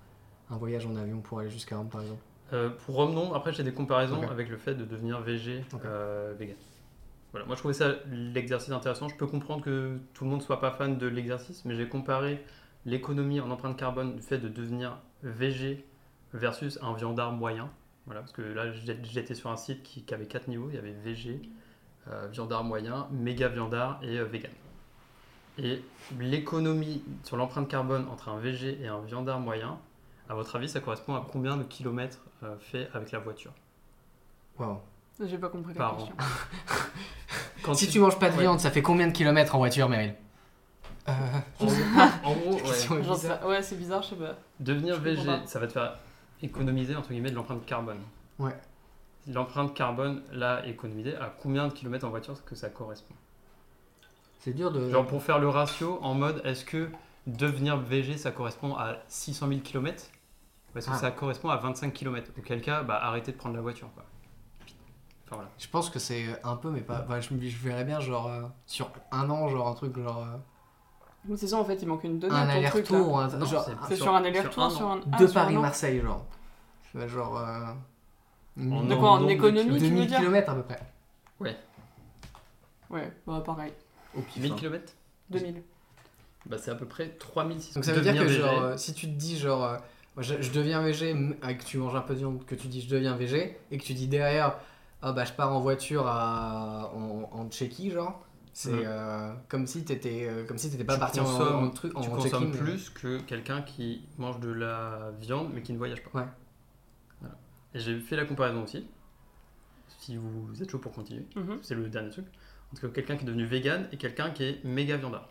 un voyage en avion pour aller jusqu'à Rome, par exemple
Euh, Pour Rome, non. Après, j'ai des comparaisons
Ok.
avec le fait de devenir VG
Ok.
euh, vegan. Voilà, moi je trouvais ça l'exercice intéressant. Je peux comprendre que tout le monde soit pas fan de l'exercice, mais j'ai comparé l'économie en empreinte carbone du fait de devenir VG versus un viandard moyen. Voilà, parce que là j'ai- j'étais sur un site qui, qui avait quatre niveaux. Il y avait VG, euh, viandard moyen, méga viandard et euh, vegan. Et l'économie sur l'empreinte carbone entre un VG et un viandard moyen, à votre avis, ça correspond à combien de kilomètres euh, fait avec la voiture
Waouh.
J'ai pas compris la
Par
question.
Quand
Si tu manges pas de
Ouais.
viande, ça fait combien de kilomètres en voiture, Meryl euh,
En gros, en gros, ouais.
question est
J'en sais
bizarre.
pas. Ouais, c'est bizarre, je sais pas.
devenir
Je
VG,
comprends pas.
ça va te faire économiser entre guillemets de l'empreinte carbone.
Ouais.
L'empreinte carbone, là, économisée, à combien de kilomètres en voiture que ça correspond
C'est dur de.
Genre pour faire le ratio, en mode, est-ce que devenir VG, ça correspond à 600 000 km Ou est-ce que
Ah.
ça correspond à 25 km Auquel cas, bah, arrêtez de prendre la voiture. Quoi. Enfin voilà.
Je pense que c'est un peu, mais pas. Enfin, je, je verrais bien, genre, euh, sur un an, genre, un truc, genre. euh,
Mais C'est ça, en fait, il manque une donnée.
un
à ton truc, là.
aller-retour, un-
Non,
genre,
C'est
Sur-
sur un
sur
aller-retour,
un
sur un. ah,
de
sur un an.
Paris-Marseille, genre. Tu vois, Genre. euh,
En
De
nombre-
quoi, en
nombre de
économie,
kilomètres.
tu veux
2000
dire
km à peu près.
Ouais, bah pareil.
Au pif,
1000
hein.
km
2000.
Bah, c'est à peu près 3600.
Donc ça veut dire que
Devenir VG.
genre, euh, si tu te dis genre euh, moi, je, je deviens végé, m- et que tu manges un peu de viande, que tu dis je deviens végé, et que tu dis derrière ah bah je pars en voiture à, en, en Tchéquie genre, c'est
Mhm.
euh, comme si t'étais euh, comme si t'étais pas
Tu
parti en,
consommes-
en truc en
tu
Tchéquie,
consommes
mais-
plus que quelqu'un qui mange de la viande mais qui ne voyage pas.
Ouais.
Voilà. Et j'ai fait la comparaison aussi. Si vous êtes chaud pour continuer,
Mhm.
c'est le dernier truc. Entre quelqu'un qui est devenu vegan et quelqu'un qui est méga viandard.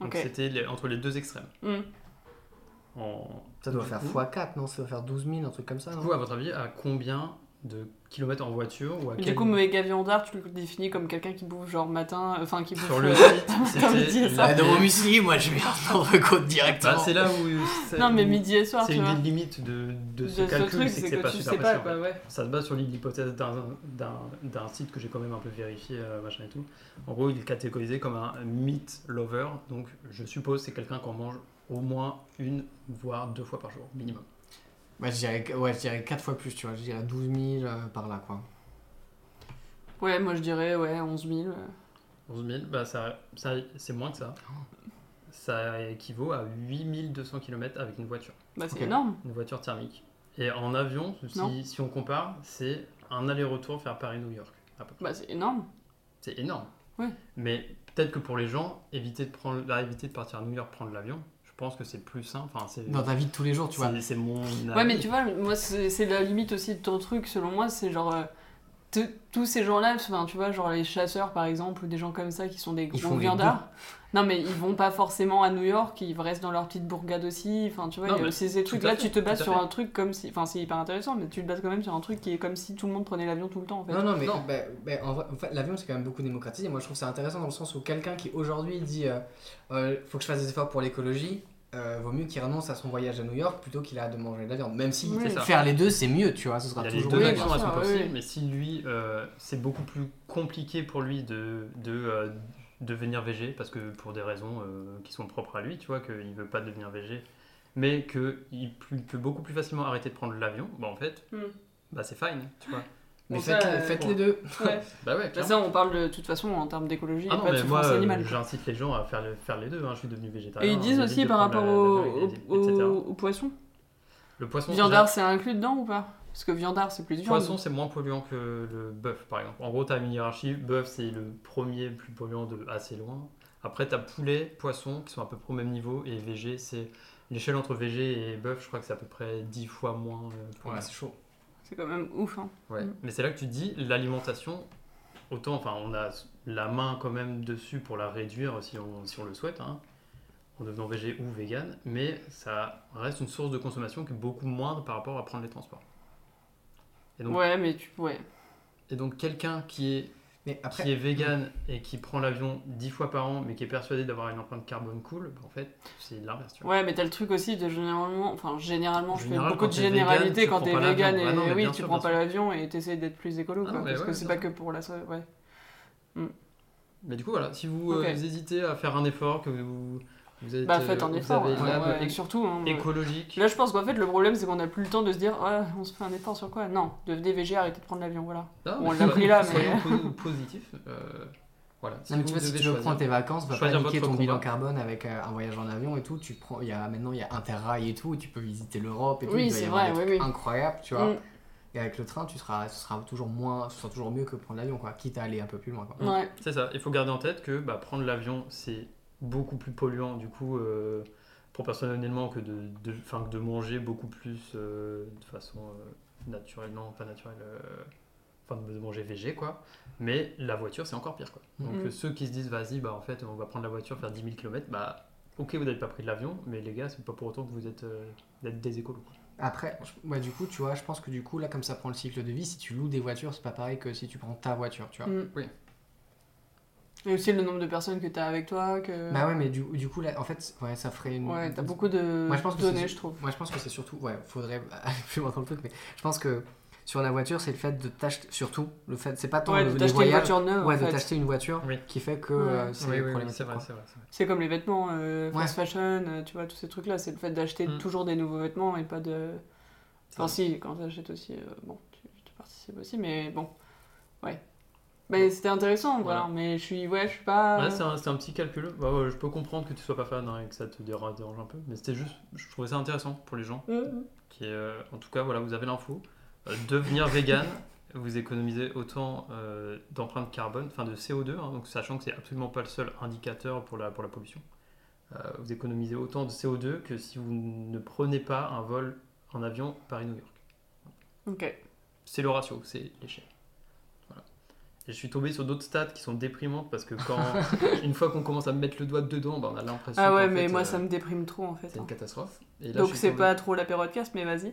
Donc
Ok.
c'était les- entre les deux extrêmes.
Mm.
En-
Ça doit
Du
faire
coup-
x4 non, ça doit faire 12 000 un truc comme ça.
Du
Non
coup, à votre avis, à combien de kilomètres en voiture ou à
Du
quel-
coup, méga viandard, tu le définis comme quelqu'un qui bouffe genre matin, euh, enfin qui bouffe.
sur le
euh,
site,
Attends, mais dis
c'était
ça.
Bah,
la-
muesli, moi je vais en entrecôte
Bah, c'est là où c'est-
Non, mais midi et soir,
c'est
tu
une
vois.
des limites de, de
De
ce calcul,
truc,
c'est que c'est pas
tu
super
sais
précis,
pas,
en fait.
quoi, ouais.
Ça se base sur l'hypothèse d'un- d'un d'un site que j'ai quand même un peu vérifié, euh, machin et tout. En gros, il est catégorisé comme un meat lover, donc je suppose c'est quelqu'un qu'on mange au moins une, voire deux fois par jour, minimum.
Bah, je dirais, ouais, je dirais 4 fois plus, tu vois, je dirais 12 000 euh, par là quoi.
Ouais, moi je dirais, ouais, 11 000. euh.
11 000, bah ça, ça- c'est moins que ça. Ça équivaut à 8200 km avec une voiture,
Bah, c'est
Ok.
énorme.
une voiture thermique. Et en avion,
Non.
si, si on compare, c'est un aller-retour faire Paris-New York, à peu près.
Bah, c'est énorme.
C'est énorme.
Ouais.
Mais peut-être que pour les gens, éviter de, prendre, là, éviter de partir à New York, prendre l'avion, je pense que c'est plus simple. Enfin, c'est,
Dans ta vie de tous les jours, tu vois.
c'est, c'est mon
Ouais,
avis.
mais tu vois, moi, c'est c'est la limite aussi de ton truc, selon moi, c'est genre. euh, t- Tous ces gens-là, enfin, tu vois, genre les chasseurs par exemple, ou des gens comme ça qui sont des
font
gros
des
viandards. Non, mais ils vont pas forcément à New York, ils restent dans leur petite bourgade aussi. Enfin, tu vois, il
Non,
y a
mais
aussi ces
à
trucs-là,
fait,
tu te bases
tout à
sur
fait.
un truc comme si. Enfin, c'est hyper intéressant, mais tu te bases quand même sur un truc qui est comme si tout le monde prenait l'avion tout le temps en fait.
Non, non, mais
Non.
bah, bah, en vrai- en fait, l'avion c'est quand même beaucoup démocratisé. Moi je trouve ça intéressant dans le sens où quelqu'un qui aujourd'hui dit euh, Euh, faut que je fasse des efforts pour l'écologie, euh, vaut mieux qu'il renonce à son voyage à New York plutôt qu'il a de manger de la viande. Même si
Oui.
C'est ça.
faire les deux c'est mieux, tu vois, ce
Il
sera
y a les
toujours
deux
Oui,
mieux.
actions
bien
à son
sûr,
possible,
oui, oui.
mais si lui, euh, c'est beaucoup plus compliqué pour lui de, de euh, devenir VG, parce que pour des raisons euh, qui sont propres à lui, tu vois, qu'il ne veut pas devenir VG, mais qu'il peut beaucoup plus facilement arrêter de prendre l'avion, bah en fait,
Hmm.
bah c'est fine, tu vois.
Mais
Bon,
faites,
ça, euh,
faites
ouais.
les deux.
Ouais.
Bah ouais,
Bah,
clairement.
ça, on parle de toute façon en termes d'écologie,
Ah
et
non,
pas de
mais moi,
souffrance
euh,
animale.
j'incite les gens à faire, le- faire les deux. hein. Je suis devenu végétarien.
Et ils disent
j'évite
aussi
de
par
prendre
rapport
la-
au,
l'avion, et-
au-
etc.
au poisson.
Le poisson,
Viandard, c'est inclus dedans ou pas Parce que viandard, c'est plus
le
viande.
poisson, c'est moins polluant que le bœuf, par exemple. En gros, tu as une hiérarchie. Bœuf, c'est le premier plus polluant de assez loin. Après, tu as poulet, poisson, qui sont à peu près au même niveau. Et VG, c'est l'échelle entre VG et bœuf, je crois que c'est à peu près 10 fois moins. euh, polluant.
Ouais, Ah, c'est chaud.
C'est quand même ouf. Hein.
Ouais.
Mm.
Mais c'est là que tu te dis l'alimentation, autant, enfin, on a la main quand même dessus pour la réduire si on, si on le souhaite, hein, en devenant végé ou vegan, mais ça reste une source de consommation qui est beaucoup moindre par rapport à prendre les transports. Et donc,
Ouais, mais tu. Ouais.
et donc quelqu'un qui est
Mais après,
qui est vegan
mm.
et qui prend l'avion 10 fois par an, mais qui est persuadé d'avoir une empreinte carbone cool, bah, en fait, c'est l'inverse. tu vois.
Ouais, mais t'as le truc aussi de généralement, enfin généralement, je
Général,
fais beaucoup
quand
de
t'es vegan,
généralités
tu
quand
prends
t'es
pas l'avion.
vegan et
Ouais, non, mais
oui,
bien
tu
sûr,
prends
bien
pas
sûr.
l'avion et t'essayes d'être plus écolo,
Ah
quoi,
non, mais
parce
ouais,
que c'est
bien
pas
sûr.
que pour la so- ouais.
Mais du coup, voilà, si vous, euh,
Ok.
vous hésitez à faire un effort, que vous, vous êtes
Bah faites un
euh, vous
effort,
avez
ouais,
l'âme
ouais, et
éco-
surtout. hein, ouais.
écologique,
Là, je pense qu'en fait, le problème, c'est qu'on n'a plus le temps de se dire, ouais, on se fait un effort sur quoi Non, devenez végé, arrêtez de prendre l'avion, voilà.
Non,
on
mais
l'a pris là,
soyons
mais-
po- positifs. euh, voilà.
non, mais tu
vous
vois, si
devez
tu veux
choisir-
prendre tes vacances, va pas
choisir
niquer ton
votre
bilan
combat.
carbone avec euh, un voyage en avion et tout. Tu prends, il y a, maintenant, il y a Interrail et tout, tu peux visiter l'Europe et tout.
Oui,
il doit y
c'est
avoir
vrai,
des
oui,
trucs
oui.
incroyables, tu vois.
Mm.
Et avec le train, tu seras, ce sera toujours moins, ce sera toujours mieux que prendre l'avion, quoi. Quitte à aller un peu plus loin, quoi.
Mm.
Ouais.
C'est ça. Il faut garder en tête que bah, prendre l'avion, c'est beaucoup plus polluant, du coup, euh, proportionnellement, que de, de, 'fin, que de manger beaucoup plus euh, de façon euh, naturellement, pas naturelle, euh, enfin, de manger végé, quoi. Mais la voiture, c'est encore pire, quoi.
Mm.
Donc,
Mhm.
euh, ceux qui se disent, vas-y, bah, en fait, on va prendre la voiture, faire 10 000 km, bah, ok, vous n'avez pas pris de l'avion, mais les gars, c'est pas pour autant que vous êtes, euh, d'être des écolos, quoi.
Après, je- ouais, du coup, tu vois, je pense que du coup, là, comme ça prend le cycle de vie, si tu loues des voitures, c'est pas pareil que si tu prends ta voiture, tu vois.
Mm.
Oui.
Et aussi le nombre de personnes que t'as avec toi, que.
Bah ouais, mais du, du coup, là, en fait, ouais, ça ferait une.
Mm. Ouais, t'as beaucoup de
Moi, je pense que
données,
c'est-
je trouve.
Moi, je pense que c'est surtout. Ouais, faudrait aller plus loin dans le truc, mais je pense que sur la voiture, c'est le fait de t'acheter. Surtout, le fait. C'est pas tant
Ouais,
le,
de
les
t'acheter une
voyages.
voiture neuve,
ouais,
en
de
fait.
t'acheter une voiture
Ah, Oui.
qui fait que
Ouais.
euh, c'est problématique,
c'est vrai,
quoi.
c'est vrai, c'est vrai.
C'est comme les vêtements, euh,
Ouais.
fast fashion, euh, tu vois, tous ces trucs-là. C'est le fait d'acheter
Mm.
toujours des nouveaux vêtements et pas de. Enfin,
vrai.
si, quand t'achètes aussi, euh, bon, tu, tu participes aussi, mais bon. Ouais. Mais c'était intéressant, voilà.
Mm. Voilà.
Mais je suis. Ouais, je suis pas.
Ouais, c'est un, c'est un petit calcul. Bah, ouais, je peux comprendre que tu sois pas fan hein, et que ça te déra- dérange un peu, mais c'était juste, je trouvais ça intéressant pour les gens.
Mm.
Qui, euh, en tout cas, voilà, vous avez l'info. Euh, devenir vegan, vous économisez autant euh, d'empreintes carbone, enfin de CO2, hein, donc sachant que c'est absolument pas le seul indicateur pour la, pour la pollution. Euh, vous économisez autant de CO2 que si vous ne prenez pas un vol en avion Paris-New York.
Ok.
C'est le ratio, c'est l'échelle. Voilà. Et je suis tombé sur d'autres stats qui sont déprimantes parce que quand une fois qu'on commence à mettre le doigt dedans, bah, on a l'impression
Ah ouais,
qu'en
mais
fait,
moi,
euh,
ça me déprime trop, en fait.
c'est
hein.
une catastrophe. Et là, je
Donc,
suis
c'est
tombé-
pas trop la période casse, mais vas-y.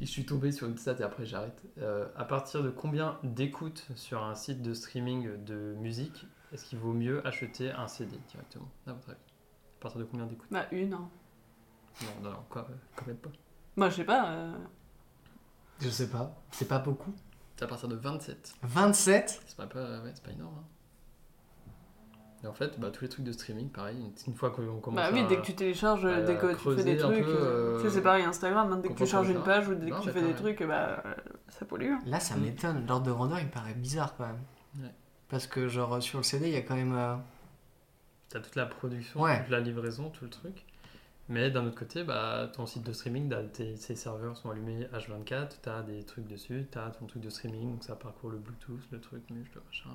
Je suis tombé sur une stat et après j'arrête. Euh, à partir de combien d'écoutes sur un site de streaming de musique est-ce qu'il vaut mieux acheter un CD directement À votre avis À partir de combien d'écoutes
Bah, une. hein.
Non, non, non, quoi, euh, quand même pas.
Moi, je sais pas. euh,
Je sais pas, c'est pas beaucoup.
C'est à partir de 27.
27
C'est pas, pas- ouais, c'est pas énorme. hein. Et en fait, bah, tous les trucs de streaming, pareil, une, une fois qu'on commence
Bah oui,
à-
dès que tu télécharges,
à
dès que tu fais
creuser
des
un
trucs.
peu,
euh, Tu sais, c'est
euh,
pareil, Instagram, hein, dès que tu
comprendre
charges une
ça.
page ou dès
Non,
que tu
mais
fais des
pareil.
trucs, bah, euh, ça pollue. hein.
Là, ça
Mm.
m'étonne. L'ordre de grandeur, il me paraît bizarre quand même.
Ouais.
Parce que, genre, sur le CD, il y a quand même. euh,
T'as toute la production,
Ouais.
toute la livraison, tout le truc. Mais d'un autre côté, bah, ton site de streaming, t'as- tes, ses serveurs sont allumés H24, t'as des trucs dessus, t'as ton truc de streaming, donc ça parcourt le Bluetooth, le truc, le machin.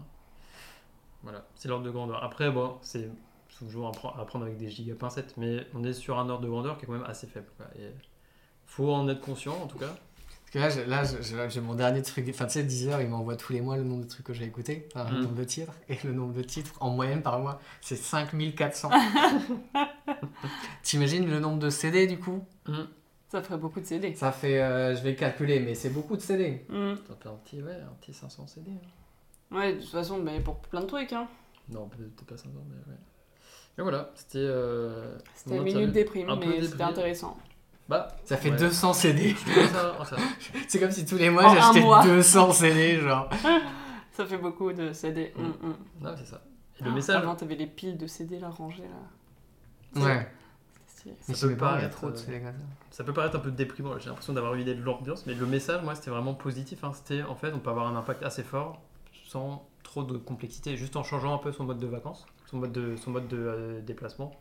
Voilà, c'est l'ordre de grandeur. Après, bon, c'est toujours à, pre- à prendre avec des giga pincettes, mais on est sur un ordre de grandeur qui est quand même assez faible. quoi. Et faut en être conscient, en tout cas.
Parce que là, j'ai- là, j'ai- j'ai j'ai mon dernier truc. Enfin, tu sais, Deezer, il m'envoie tous les mois le nombre de trucs que j'ai écoutés, enfin, le
Mm.
nombre de titres. Et le nombre de titres, en moyenne par mois, c'est 5400. T'imagines le nombre de CD du coup
Ça ferait beaucoup de CD.
Ça fait. euh, je vais calculer, mais c'est beaucoup de CD.
Mm.
T'as t'as un petit, ouais, un petit 500 CD. hein.
Ouais, de toute façon, mais pour plein de trucs. Hein.
Non, peut-être pas 500, mais ouais. Et voilà, c'était. euh,
C'était
mon
minute
interview.
déprime,
Un peu
mais c'était
déprime.
intéressant.
Bah,
Ça fait
Ouais.
200 CD.
Ça, ça.
C'est comme si tous les
En
mois
un
j'achetais
mois.
200 CD, genre.
Ça fait beaucoup de CD.
Mm.
Mm, mm.
Non, c'est ça. Et le
Ah,
message,
Avant, t'avais les piles de CD là rangées là.
Ouais.
C'était stylé.
Ça peut
mes parents, il y a
paraître,
trop de
euh,
CD comme ça.
ça peut paraître un peu déprimant. J'ai l'impression d'avoir eu l'idée de l'ambiance, mais le message, moi, c'était vraiment positif. hein. C'était en fait, on peut avoir un impact assez fort sans trop de complexité, juste en changeant un peu son mode de vacances, son mode de, son mode de euh, déplacement.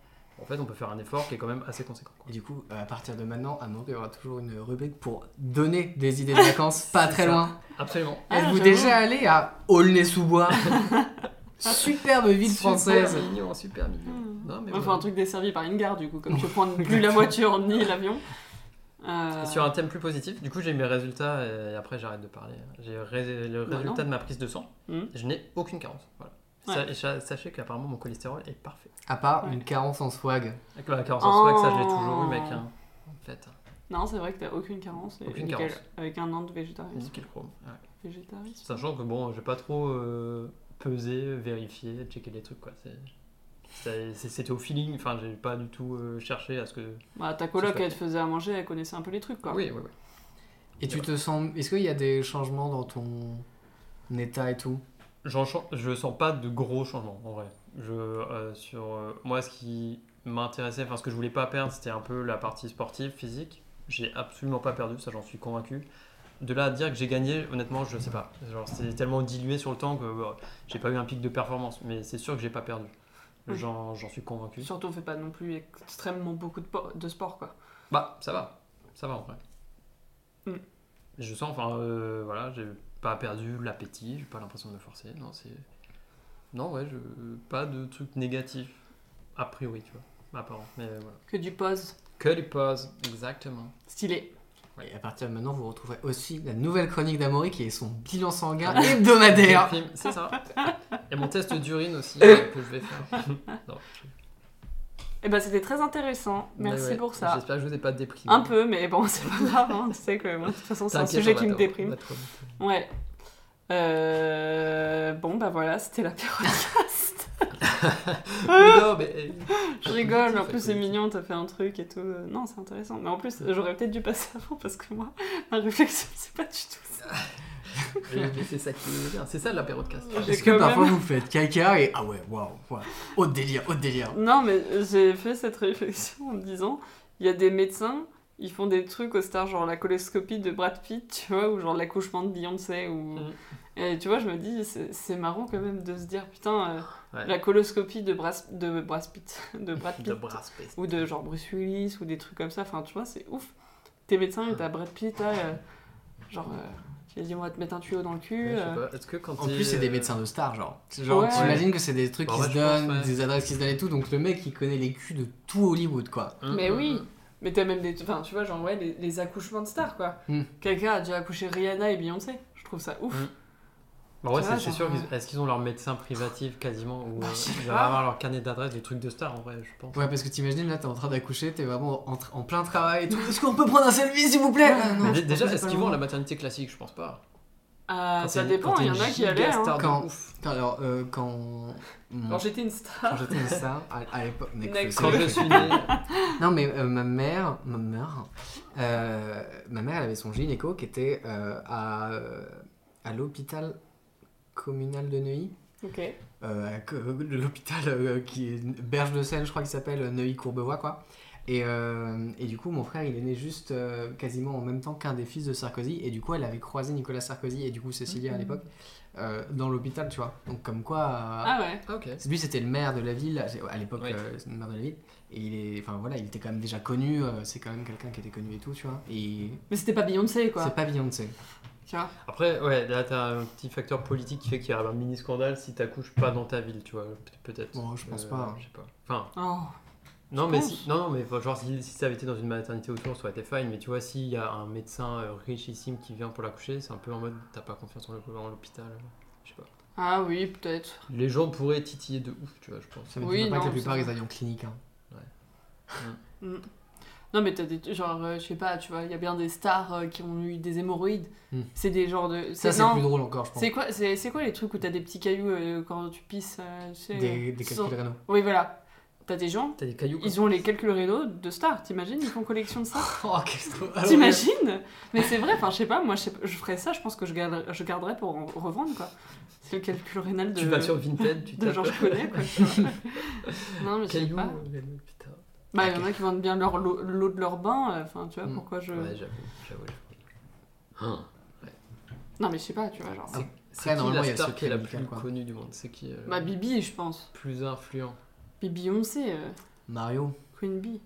En fait, on peut faire un effort qui est quand même assez conséquent. quoi.
Et du coup, à partir de maintenant, à Nantes, il y aura toujours une rubrique pour donner des idées de vacances pas
C'est
très
ça.
loin.
Absolument.
Ah,
Êtes-vous
j'avoue.
déjà allé à Aulnay-sous-Bois Superbe ville
Super
française.
mignon, super mignon.
Mm.
Non, mais
Enfin,
voilà.
un truc desservi par une gare du coup, comme tu prends plus la voiture ni l'avion. Euh,
Et Sur un thème plus positif, du coup j'ai mes résultats et après j'arrête de parler. J'ai ré- le
Bah
résultat
non.
de ma prise de sang.
Mhm.
Je n'ai aucune carence. Voilà. Ça- et sa- sachez qu'apparemment mon cholestérol est parfait.
À part
Ouais.
une carence en swag.
Avec la carence en swag, ça je l'ai toujours eu,
Oh.
mec. hein. En fait,
Non, c'est vrai que t'as aucune carence. et
Aucune
nickel.
carence. Mmh.
Avec un an de végétarisme.
nickel chrome. ouais.
végétarisme.
Sachant que bon, j'ai pas trop euh, pesé, vérifié, checké les trucs quoi. C'est- c'est- c'est- C'était au feeling, enfin j'ai pas du tout euh, cherché à ce que.
Bah, ta coloc,
C'est ça.
elle te faisait à manger, elle connaissait un peu les trucs, quoi.
Oui, oui, oui.
Et tu te sens. Est-ce qu'il y a des changements dans ton état et tout
J'en chan- Je sens pas de gros changements en vrai. Je, euh, sur, euh, moi, ce qui m'intéressait, enfin ce que je voulais pas perdre, c'était un peu la partie sportive, physique. J'ai absolument pas perdu, ça j'en suis convaincu. De là à dire que j'ai gagné, honnêtement, je sais pas. Genre, c'était tellement dilué sur le temps que euh, j'ai pas eu un pic de performance, mais c'est sûr que j'ai pas perdu.
Oui.
J'en j'en suis convaincu.
Surtout, on fait pas non plus extrêmement beaucoup de, po- de sport, quoi.
Bah, ça va, ça va en vrai.
Mm.
Je sens, enfin, euh, voilà, j'ai pas perdu l'appétit, j'ai pas l'impression de me forcer. Non, c'est. Non, ouais, je... pas de truc négatif, a priori, tu vois, apparent. Mais euh, voilà.
Que du pause.
Que les pauses, exactement.
Stylé.
Et à partir de maintenant, vous retrouverez aussi la nouvelle chronique d'Amaury qui est son bilan sanguin hebdomadaire.
Film, C'est ça. Et mon test d'urine aussi, euh, que je vais faire. Non, je-
Et ben, c'était très intéressant. Merci
Mais ouais,
pour ça.
J'espère que je vous ai pas déprimé.
Un peu, mais bon, c'est pas grave. hein. Tu sais que moi, de toute façon, c'est un
T'inquiète,
sujet
on
qui
va
me
te- on
déprime.
va te remonter.
Ouais. Euh, Bon, bah voilà, c'était la pire podcast.
Mais non, mais. eh,
Je rigole, mais en
c'est
plus c'est
positif.
mignon, t'as fait un truc et tout. Euh, Non, c'est intéressant. Mais en plus, j'aurais peut-être dû passer avant parce que moi, ma réflexion, c'est pas du tout ça.
Mais mais eh, c'est ça qui est bien, c'est ça l'apéro de casse.
J'ai
Est-ce que
quand
parfois
même-
vous faites caca et. Ah ouais, waouh, waouh. Haut délire, haut délire.
Non, mais j'ai fait cette réflexion en me disant il y a des médecins, ils font des trucs aux stars, genre la coloscopie de Brad Pitt, tu vois, ou genre l'accouchement de Beyoncé. Ou...
Mm.
Et tu vois, je me dis, c'est c'est marrant quand même de se dire putain, euh,
Ouais.
la coloscopie de, Bras... de Brad Pitt. De Brad Pitt.
De brasse peste.
ou de genre Bruce Willis ou des trucs comme ça. Enfin, tu vois, c'est ouf. T'es médecin et t'as Brad Pitt, là, euh, genre, euh, tu lui dis, on va te mettre un tuyau dans le cul.
Ouais, je sais
euh.
pas. Est-ce que quand
En
t'es,
plus, c'est des
euh,
médecins de stars, genre. C'est Genre,
Ouais.
t'imagines que c'est des trucs
Bah
qui
ouais,
se
je pense,
donnent,
ouais.
des adresses qui se donnent et tout. Donc le mec, il connaît les culs de tout Hollywood, quoi.
hum,
Mais
hum,
oui.
hum.
Mais t'as même des. Enfin, tu vois, genre, ouais, les, les accouchements de stars, quoi.
Hmm.
Quelqu'un a déjà accouché Rihanna et Beyoncé. Je trouve ça ouf.
Hmm. Bah ouais,
Tu vois,
c'est, c'est
genre,
sûr. qu'ils-
euh,
Est-ce qu'ils ont leur médecin privatif quasiment ou
Bah,
euh,
je sais
ils doivent
pas.
avoir leur carnet d'adresse, des trucs de star en vrai, je pense.
Ouais, parce que t'imagines, là, t'es en train d'accoucher, t'es vraiment en, tra- en plein travail et tout. Est-ce qu'on peut prendre un selfie, s'il vous plaît Ah, non,
Mais
je
dé-
pense
déjà,
que c'est
est-ce
pas
qu'ils
le
vont à
moment.
la maternité classique Je pense pas.
Euh,
Quand
ça
t'es-
dépend,
quand t'es
il y en a
une
qui allaient.
giga
Hein.
star de
Quand-
ouf.
Putain, Alors, euh, quand.
Quand j'étais une star.
Quand j'étais une star, à, à l'époque. on est que-
Next.
c'est
Quand
vrai
je
que-
suis né,
Non, mais euh, ma mère, ma mère, euh, ma mère, elle avait son gynéco qui était euh, à, à l'hôpital communal de Neuilly.
Ok.
euh, à co- l'hôpital euh, qui est Berge de Seine, je crois qu'il s'appelle euh, Neuilly-Courbevoie, quoi. Et, euh, et du coup, mon frère, il est né juste euh, quasiment en même temps qu'un des fils de Sarkozy. Et du coup, elle avait croisé Nicolas Sarkozy et du coup Cécilia à
Mhm.
l'époque euh, dans l'hôpital, tu vois. Donc, comme quoi. euh,
Ah ouais.
Ah, ok.
lui, c'était le maire de la ville, c'est- à l'époque,
Oui.
euh, c'est le maire de la ville. Et il, est, enfin, voilà, il était quand même déjà connu, euh, c'est quand même quelqu'un qui était connu et tout, tu vois. Et
Mais c'était pas Beyoncé, quoi.
c'est pas Beyoncé.
Tu vois.
Après, ouais, là t'as un petit facteur politique qui fait qu'il y a un mini scandale si t'accouches pas dans ta ville, tu vois, peut- peut-être. Euh,
Bon, je
Euh,
pense pas. hein.
Je sais pas. Enfin,
Oh.
Non mais,
penses
si- non, non, mais enfin, genre si, si ça avait été dans une maternité autour, ça aurait été fine. Mais tu vois, s'il y a un médecin euh, richissime qui vient pour l'accoucher, c'est un peu en mode t'as pas confiance en le- en l'hôpital. Je sais pas.
Ah oui, peut-être.
Les gens pourraient titiller de ouf, tu vois, je pense.
Ça me
Oui,
pas que
non,
la plupart,
ça-
ils aillent en clinique. hein.
Non, mais t'as des. Genre, euh, je sais pas, tu vois, il y a bien des stars euh, qui ont eu des hémorroïdes.
Hmm.
C'est des genres de.
Ça, c'est
non,
plus drôle encore, je pense.
C'est quoi, c'est, c'est quoi les trucs où t'as des petits cailloux euh, quand tu pisses euh, tu sais,
Des,
euh,
des
sans-
calculs rénaux.
Oui, voilà. T'as des gens,
T'as des cailloux. quoi.
ils ont les calculs rénaux de stars, t'imagines Ils font collection de stars.
Oh, qu'est-ce
Ah
que.
t'imagines Mais c'est vrai, enfin, je sais pas, moi, je, sais pas, je ferais ça, je pense que je, garderais, je garderais pour en revendre, quoi. C'est le calcul rénal de,
Tu vas sur Vinted, tu
de
tapes
gens que je connais, quoi. tu vois. non, mais je sais
cailloux.
pas.
euh, Putain.
Bah, il y en a qui vendent bien leur, l'eau, l'eau de leur bain, euh, enfin, tu vois,
Hmm.
pourquoi je.
Ouais, j'avoue, j'avoue. j'avoue.
Non, mais je sais pas, tu vois, genre.
C'est
Ah, Hein. Après,
qui
normalement, il y a
la
le
star
secret
qui est la
médical,
plus
quoi.
connue du monde C'est qui euh,
Bah, Bibi, je pense.
plus influent
Puis Beyoncé, euh,
Mario.
Queen Bee.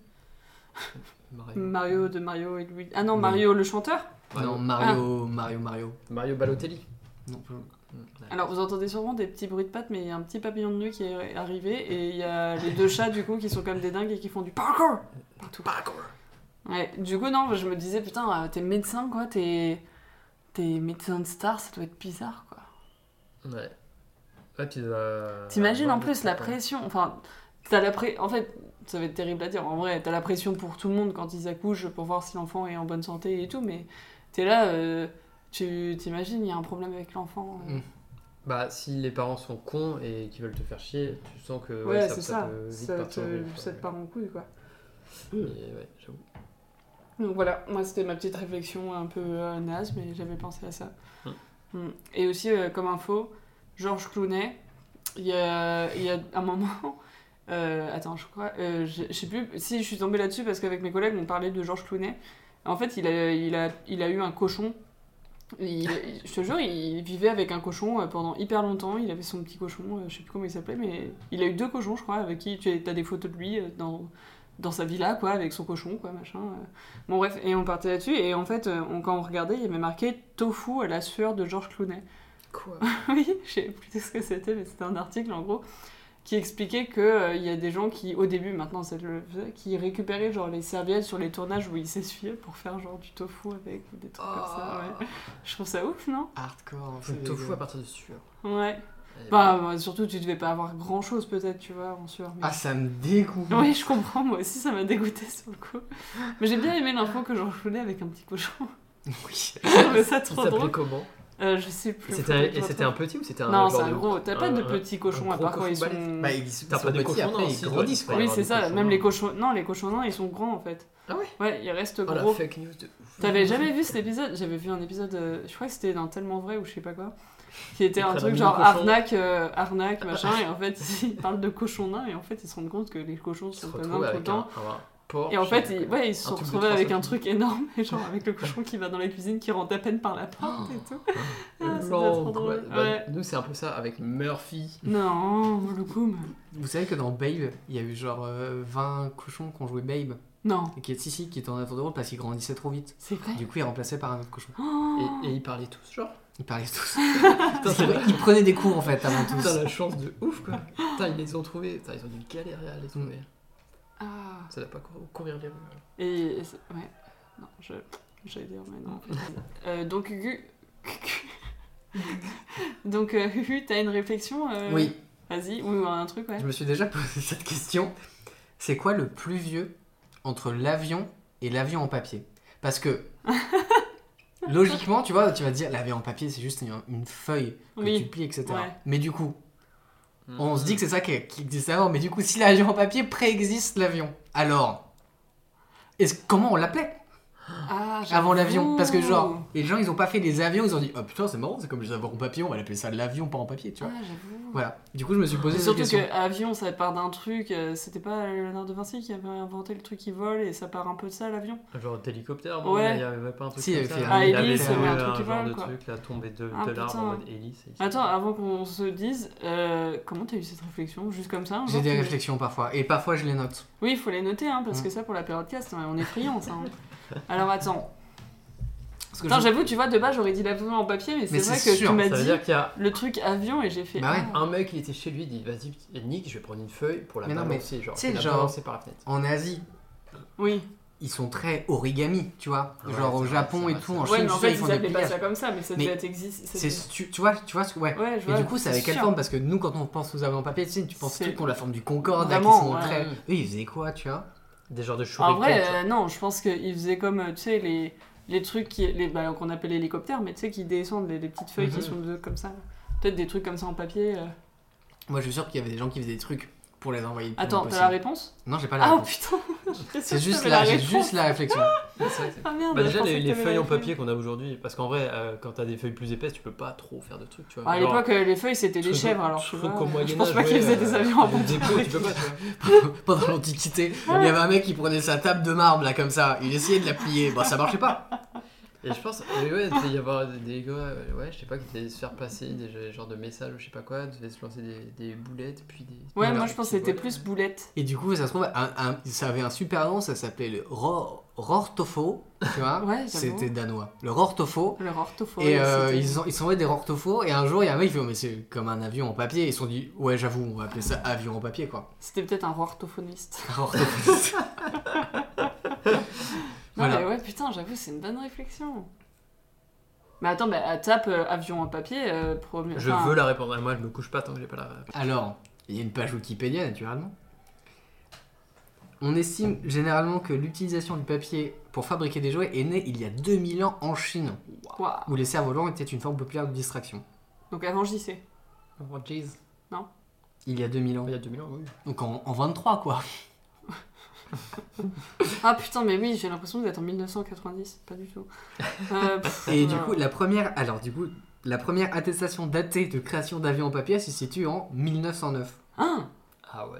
Mario.
Mario de Mario et Luigi. Ah non,
Oui.
Mario le chanteur
Mario.
Non, Mario, Mario, Mario.
Mario Balotelli.
Non, plus.
Mm, ouais.
Alors vous entendez sûrement des petits bruits de pattes, mais il y a un petit papillon de nuit qui est arrivé et il y a les deux chats du coup qui sont comme des dingues et qui font du parkour partout.
Parkour.
Ouais, du coup non, je me disais putain, euh, t'es médecin quoi, t'es t'es médecin de star, ça doit être bizarre quoi.
Ouais. Ouais, tu dois.
T'imagines
Ouais,
en plus la
ouais.
pression, enfin t'as la pré... en fait ça va être terrible à dire, en vrai t'as la pression pour tout le monde quand ils accouchent pour voir si l'enfant est en bonne santé et tout, mais t'es là, euh, tu Tu t'imagines, il y a un problème avec l'enfant. euh.
Mm. Bah, si les parents sont cons et qu'ils veulent te faire chier, tu sens que
Ouais,
ouais,
c'est ça.
peut euh, vite
Ça
partir en
te,
vrille, quoi.
ça te part en couille, quoi.
Et ouais, j'avoue.
Donc voilà, moi c'était ma petite réflexion un peu euh, naze, mais j'avais pensé à ça.
Mm.
Mm. Et aussi, euh, comme info, Georges Clooney, il y a, il y a un moment. euh, attends, je crois. euh, je je sais plus si je suis tombée là-dessus parce qu'avec mes collègues, on parlait de Georges Clooney. En fait, il a, il a, il a eu un cochon. Il- il- je te jure, il vivait avec un cochon euh, pendant hyper longtemps. Il avait son petit cochon, euh, je sais plus comment il s'appelait, mais il a eu deux cochons, je crois, avec qui tu as des photos de lui euh, dans, dans sa villa, quoi, avec son cochon, quoi, machin. euh. Bon bref, et on partait là-dessus, et en fait, euh, on- quand on regardait, il y avait marqué « Tofu à la sueur de Georges Clooney
Quoi ».
oui, je sais plus ce que c'était, mais c'était un article, en gros, qui expliquait qu'il y a des gens qui, au début, maintenant, ça le faisait, qui récupéraient, genre, les serviettes sur les tournages où ils s'essuyaient pour faire, genre, du tofu avec, ou des trucs comme ça,
Oh.
ouais. Je trouve ça ouf, non
Hardcore. en
Faut
fait,
le
les
tofu
gars.
à partir de sueur.
Ouais.
Et
Bah, ouais, surtout, tu devais pas avoir grand-chose, peut-être, tu vois, en sueur. mais-
Ah, ça me dégoûte.
Ah,
Oui, je comprends, moi aussi, ça m'a dégoûté sur le coup. Mais j'ai bien aimé l'info que Georges Clooney avec un petit cochon.
Oui.
Je trouvais ça
Il
trop drôle.
s'appelait comment
Euh, je sais plus.
C'était un-
faudrait que
Et
je
c'était un
retrouve.
petit ou c'était un.
Non,
genre
c'est un
de-
gros. T'as pas
un-
de
un-
petits cochons
un
à part
gros
quand ils
cochon
sont.
Bah, ils sont
T'as pas des
petits,
cochons,
après,
non,
ils
si,
grandissent,
ouais.
quoi.
oui,
avoir
c'est
des
ça.
cochons,
Même
hein.
les cochons. Non, les cochons nains, ils sont grands en fait.
Ah ouais
Ouais, ils restent
Oh la
gros.
fake news de ouf.
T'avais jamais vu cet épisode J'avais vu un épisode. euh, je crois que c'était dans Tellement Vrai ou je sais pas quoi. Qui était
Ils
un
prennent
truc
un
genre
mini cochon.
arnaque, euh, arnaque, machin. et en fait, ils parlent de cochons nains. Et en fait, ils se rendent compte que les cochons
Ils se
sont pas nains
retrouvent
tout le
avec un
temps.
un porc.
Et en fait,
je sais
ils,
pas quoi.
ouais, ils se
Un
sont
truc de
retrouvés avec
300.
un truc énorme. Et genre avec le cochon qui va dans la cuisine, qui rentre à peine par la porte et tout. Ah, c'était trop drôle.
L'angoisse. Bah,
Ouais.
Nous, c'est un peu ça avec Murphy.
Non, le coup.
Vous savez que dans Babe, il y a eu genre euh, 20 cochons qui ont joué Babe.
Non,
Et qui est ici, qui était en attente de rôle parce qu'ils grandissaient trop vite.
c'est vrai.
Du coup, ils remplaçaient par un autre cochon.
Oh. Ah,
Et, et ils parlaient tous, genre.
Ils parlaient tous.
Putain, c'est vrai.
ils prenaient des cours en fait avant tous.
Putain, la chance de ouf, quoi. Putain, ils les ont trouvés. Putain, ils ont dû galérer à les trouver.
Ah.
Ça n'a pas couru- courir les rues. hein.
Et. et c'est- Ouais. Non, je. J'allais dire, mais non. en fait, c'est- Euh, donc, Gugu. donc, euh, Gugu, t'as une réflexion euh,
Oui,
Vas-y, ou un truc, ouais.
je me suis déjà posé cette question. C'est quoi le plus vieux entre l'avion et l'avion en papier Parce que logiquement, tu vois, tu vas te dire l'avion en papier, c'est juste une, une feuille que
Oui.
tu plies, etc.
Ouais.
Mais du coup,
Mm.
on se dit que c'est ça qui, qui existe avant. Mais du coup, si l'avion en papier préexiste l'avion, alors est-ce comment on l'appelait
Ah, j'avoue.
avant l'avion Parce que genre, et les gens, ils ont pas fait les avions, ils ont dit oh putain, c'est marrant, c'est comme les avions en papier, on va l'appeler ça l'avion pas en papier, tu
Ah,
vois.
j'avoue.
Voilà. Du coup, je me suis posé
Mais
cette
surtout
question.
que avion, ça part d'un truc. euh, C'était pas Léonard de Vinci qui avait inventé le truc qui vole et ça part un peu de ça, l'avion
Genre d'hélicoptère,
non, Ouais. il
y avait pas un truc
Si, comme il y avait ça. fait euh,
Ah,
il
hélice,
avait
il y avait un
fait
truc qui
genre
vole,
de
quoi.
truc, là, tombé de,
Ah,
de l'arbre en
putain.
mode hélice. et-
Attends, euh, avant qu'on se dise, euh, comment t'as eu cette réflexion Juste comme ça un
J'ai
jour,
des
tu-
réflexions parfois, et parfois je les note.
Oui, il faut les noter, hein, parce
Mm.
que ça, pour la période cast, hein, on est friands, ça. hein. Alors attends.
Parce que
Putain,
je-
j'avoue, tu vois, de base, j'aurais dit l'avion en papier, mais c'est
Mais
vrai
c'est
que
sûr,
tu m'as
Ça veut
dit
dire qu'il y a
le truc avion et j'ai fait.
Bah ouais.
ah.
un mec, il était chez lui, il dit vas-y, petit- Nick, je vais prendre une feuille pour la
Mais non, mais
balancer. Genre,
tu sais,
il l'a
genre-
balancé par la fenêtre.
En Asie,
Oui.
ils sont très origami, tu vois.
Ouais,
Genre au
c'est vrai,
Japon
c'est
et
vrai,
tout,
c'est
en
vrai.
Ouais,
Chine,
mais en
tu sais,
fait,
ils font
ils
des
appelaient pas
pliages.
ça comme ça, mais ça
Mais
devait être existe. ça
C'est,
devait-
tu, tu vois, tu vois, ce que- ouais.
Ouais, je
Mais
vois.
du coup, c'est avec quelle
sûr.
forme Parce que nous, quand on pense aux avions en papier, tu, sais, tu penses
C'est-
trucs qui ont la forme du Concorde, là, qui
Vraiment,
sont
ouais.
très. Eux, ils faisaient quoi, tu vois
Des genres de
En
shurikens.
vrai,
genre.
euh, non, je pense qu'ils faisaient comme, euh, tu sais, les, les trucs qui- les, bah, qu'on appelle hélicoptères, mais tu sais, qui descendent, les, les petites feuilles
Mhm.
qui sont de- comme ça. Peut-être des trucs comme ça en papier. euh.
Moi, je suis sûr qu'il y avait des gens qui faisaient des trucs pour les envoyer. le plus
Attends,
loin
t'as la
possible.
réponse
Non, j'ai pas la
Ah,
réponse.
putain J'étais sûre
C'est
que
juste
t'avais
la, j'ai
réponse.
juste la réflexion.
Ah merde,
Bah,
je
déjà,
pensais
les,
que
les
t'avais
feuilles en
la réponse.
papier qu'on a aujourd'hui, parce qu'en vrai, euh, quand t'as des feuilles plus épaisses, tu peux pas trop faire de trucs, tu vois.
À
Genre,
l'époque, euh, les feuilles c'était des
truc-
chèvres, alors tu
truc
vois,
au
euh,
Moyen
je pense
Âge,
pas qu'ils
ouais,
faisaient des
euh,
avions en
des dépôts,
papier.
tu peux pas, tu vois.
Pendant l'Antiquité, il y avait un mec qui prenait sa table de marbre, là, comme ça. Il essayait de la plier. Bah, ça marchait pas.
Et je pense, mais ouais, il devait y avoir des- des gars, euh, ouais, je sais pas, qui devaient se faire passer des ge- genres de messages ou je sais pas quoi, devaient se lancer des, des boulettes, puis des.
Ouais,
des
moi
trucs
je pense que
qui
c'était
volent.
plus boulette.
Et du coup, ça se trouve, un- un- ça avait un super nom, ça s'appelait le Ro- Rortofo, tu vois
Ouais, j'avoue.
C'était danois. Le Rortofo.
Leur orthophone.
et euh, ils, ont, ils sont envoyés des Rortofo, et un jour, il y a un mec qui fait, oh, mais c'est comme un avion en papier. Ils se sont dit, ouais, j'avoue, on va appeler ça avion en papier, quoi.
C'était peut-être un orthophoniste.
Rortofo.
Non,
Voilà.
mais ouais, putain, j'avoue, c'est une bonne réflexion. Mais attends, bah, à tape euh, avion en papier, euh, premier.
Je
enfin,
veux la répondre, à moi, je me couche pas tant que j'ai pas la réponse.
Alors, il y a une page Wikipédia, naturellement. On estime généralement que l'utilisation du papier pour fabriquer des jouets est né il y a 2000 ans en Chine,
Quoi
où les cerfs-volants étaient une forme populaire de distraction.
Donc avant JC.
Oh, jeez.
Il y a 2000 ans.
Oh, Il y a 2000 ans, oui.
Donc en, en 23, quoi.
Ah putain, mais oui, j'ai l'impression que vous êtes en 1990. Pas du tout. Euh, pff,
Et du
non.
coup, la première, alors du coup, la première attestation datée de création d'avions en papier se situe en 1909.
Ah
Ah ouais.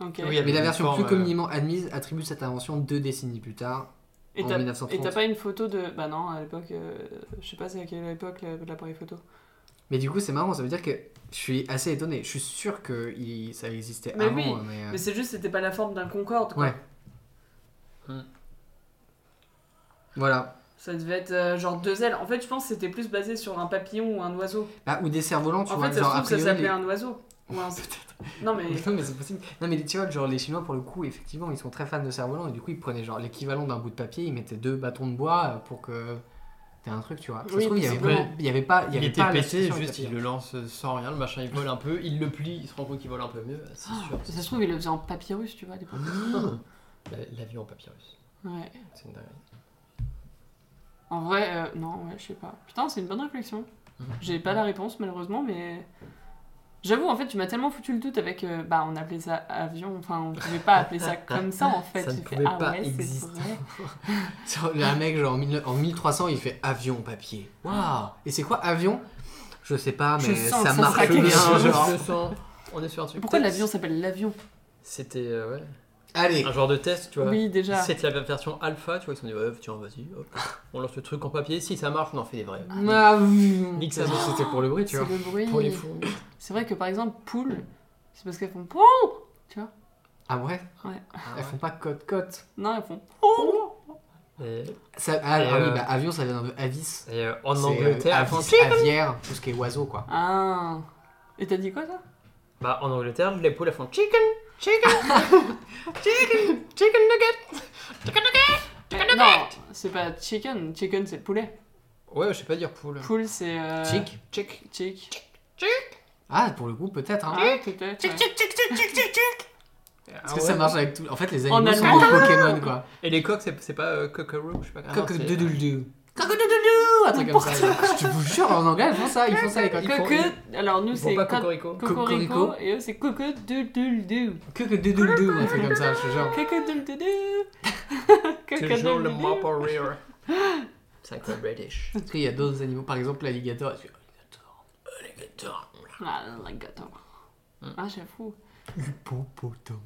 Ok.
Oui, il y avait
Mais la
une
version
forme,
plus
euh,
communément admise attribue cette invention deux décennies plus tard,
Et
en
t'as-
1930.
et t'as pas une photo de. Bah non, à l'époque, euh, je sais pas c'est à quelle époque la- de l'appareil photo.
Euh. Mais du coup, c'est marrant, ça veut dire que je suis assez étonné. Je suis sûr que il- ça existait
Mais
avant,
oui,
euh, mais, euh,
Mais c'est juste, c'était pas la forme d'un Concorde.
Ouais. voilà.
Ça devait être euh, genre deux ailes. En fait, je pense que c'était plus basé sur un papillon ou un oiseau.
Bah, ou des cerfs-volants, tu
en
vois.
fait, ça se
genre, a
trouve, ça
priori,
s'appelait un
les-
oiseau. Ou un... non, mais.
Non, mais c'est possible. Non, mais tu vois, genre, les Chinois, pour le coup, effectivement, ils sont très fans de cerfs-volants et du coup, ils prenaient genre l'équivalent d'un bout de papier, ils mettaient deux bâtons de bois euh, pour que t'aies un truc, tu vois. Ça
Oui,
se trouve, il y avait,
c'est vrai.
vraiment- il y avait pas.
Il,
y avait
était
pas
pété,
l'association avec
juste
le
il
papier.
le lance sans rien, le machin il vole un peu, il le plie, il se rend compte qu'il vole un peu mieux, c'est sûr.
Ça se trouve, il le faisait en papyrus, tu vois, à l'époque.
La- L'avion en papyrus,
Ouais.
c'est une dinguerie.
En vrai, euh, non, ouais, je sais pas. Putain, c'est une bonne réflexion. J'ai pas la réponse, malheureusement, mais. J'avoue, en fait, tu m'as tellement foutu le doute avec. euh, bah, on appelait ça avion, enfin, on pouvait pas appeler ça comme ça, en fait.
Ça ne
J'ai fait,
pouvait
ah
pas
ouais, c'est
exister.
vrai.
Genre, là, un mec, genre, en, 1900 en 1300, il fait avion en papier. Waouh Et c'est quoi, avion Je sais pas,
Je
mais
sens
ça
que ça
marche
sera
bien,
quelque chose.
genre.
Je sens, on est sur un truc.
Pourquoi
Peut-être
l'avion s'appelle l'avion
C'était euh, ouais,
Allez
un genre de test, tu vois.
Oui, déjà.
C'était la version alpha, tu vois, ils se sont dit, ouais, tiens, vas-y, hop, on lance le truc en papier, si ça marche, on en fait des vrais.
Ah,
Nique
Nique
sa mère.
C'était pour le bruit, tu
C'est
vois.
le bruit.
Pour les fous.
C'est vrai que par exemple, poule, c'est parce qu'elles font pou
Ah ouais
Ah ouais.
Elles font pas cote-cote.
Non, elles font.
Et,
Ça- Ah,
Et,
ah
euh,
oui, bah avion, ça vient de avis.
et, euh, en
C'est, euh,
Angleterre,
avis, aviaire, tout ce qui est oiseau, quoi.
Ah Et t'as dit quoi, ça
bah, en Angleterre, les poules elles font chicken, chicken, chicken, chicken nugget.
Eh, Non, c'est pas chicken. Chicken, c'est poulet.
Ouais, je sais pas dire poule.
Poule, c'est. euh,
Chick
Chick.
Chick.
Ah, pour le coup, peut-être. Hein.
Ah, peut-être. ouais.
Ah
Parce que ça marche avec tout. En fait, les
En
animaux sont
allemand.
des Pokémon, quoi.
Et les coqs, c'est c'est pas euh, cockeroo, je sais pas. Ah non,
cock
c'est-
doodle un truc comme ça. Je vous jure, en anglais, ils font ça. Ils font ça, les coqs.
font-
Bah, Coco. Alors, nous,
Ils font
c'est
pas
co-
cocorico.
Cocorico.
Cocorico.
Et eux, c'est Coco du du du.
Cock doodle un truc comme ça, je te jure.
Coco du du du.
Toujours le mop rear. Sacré British.
Parce qu'il y a d'autres animaux, par exemple, l'alligator. Alligator.
Alligator.
Ah, l'alligator.
Hmm.
Ah, j'avoue.
Hippopotame.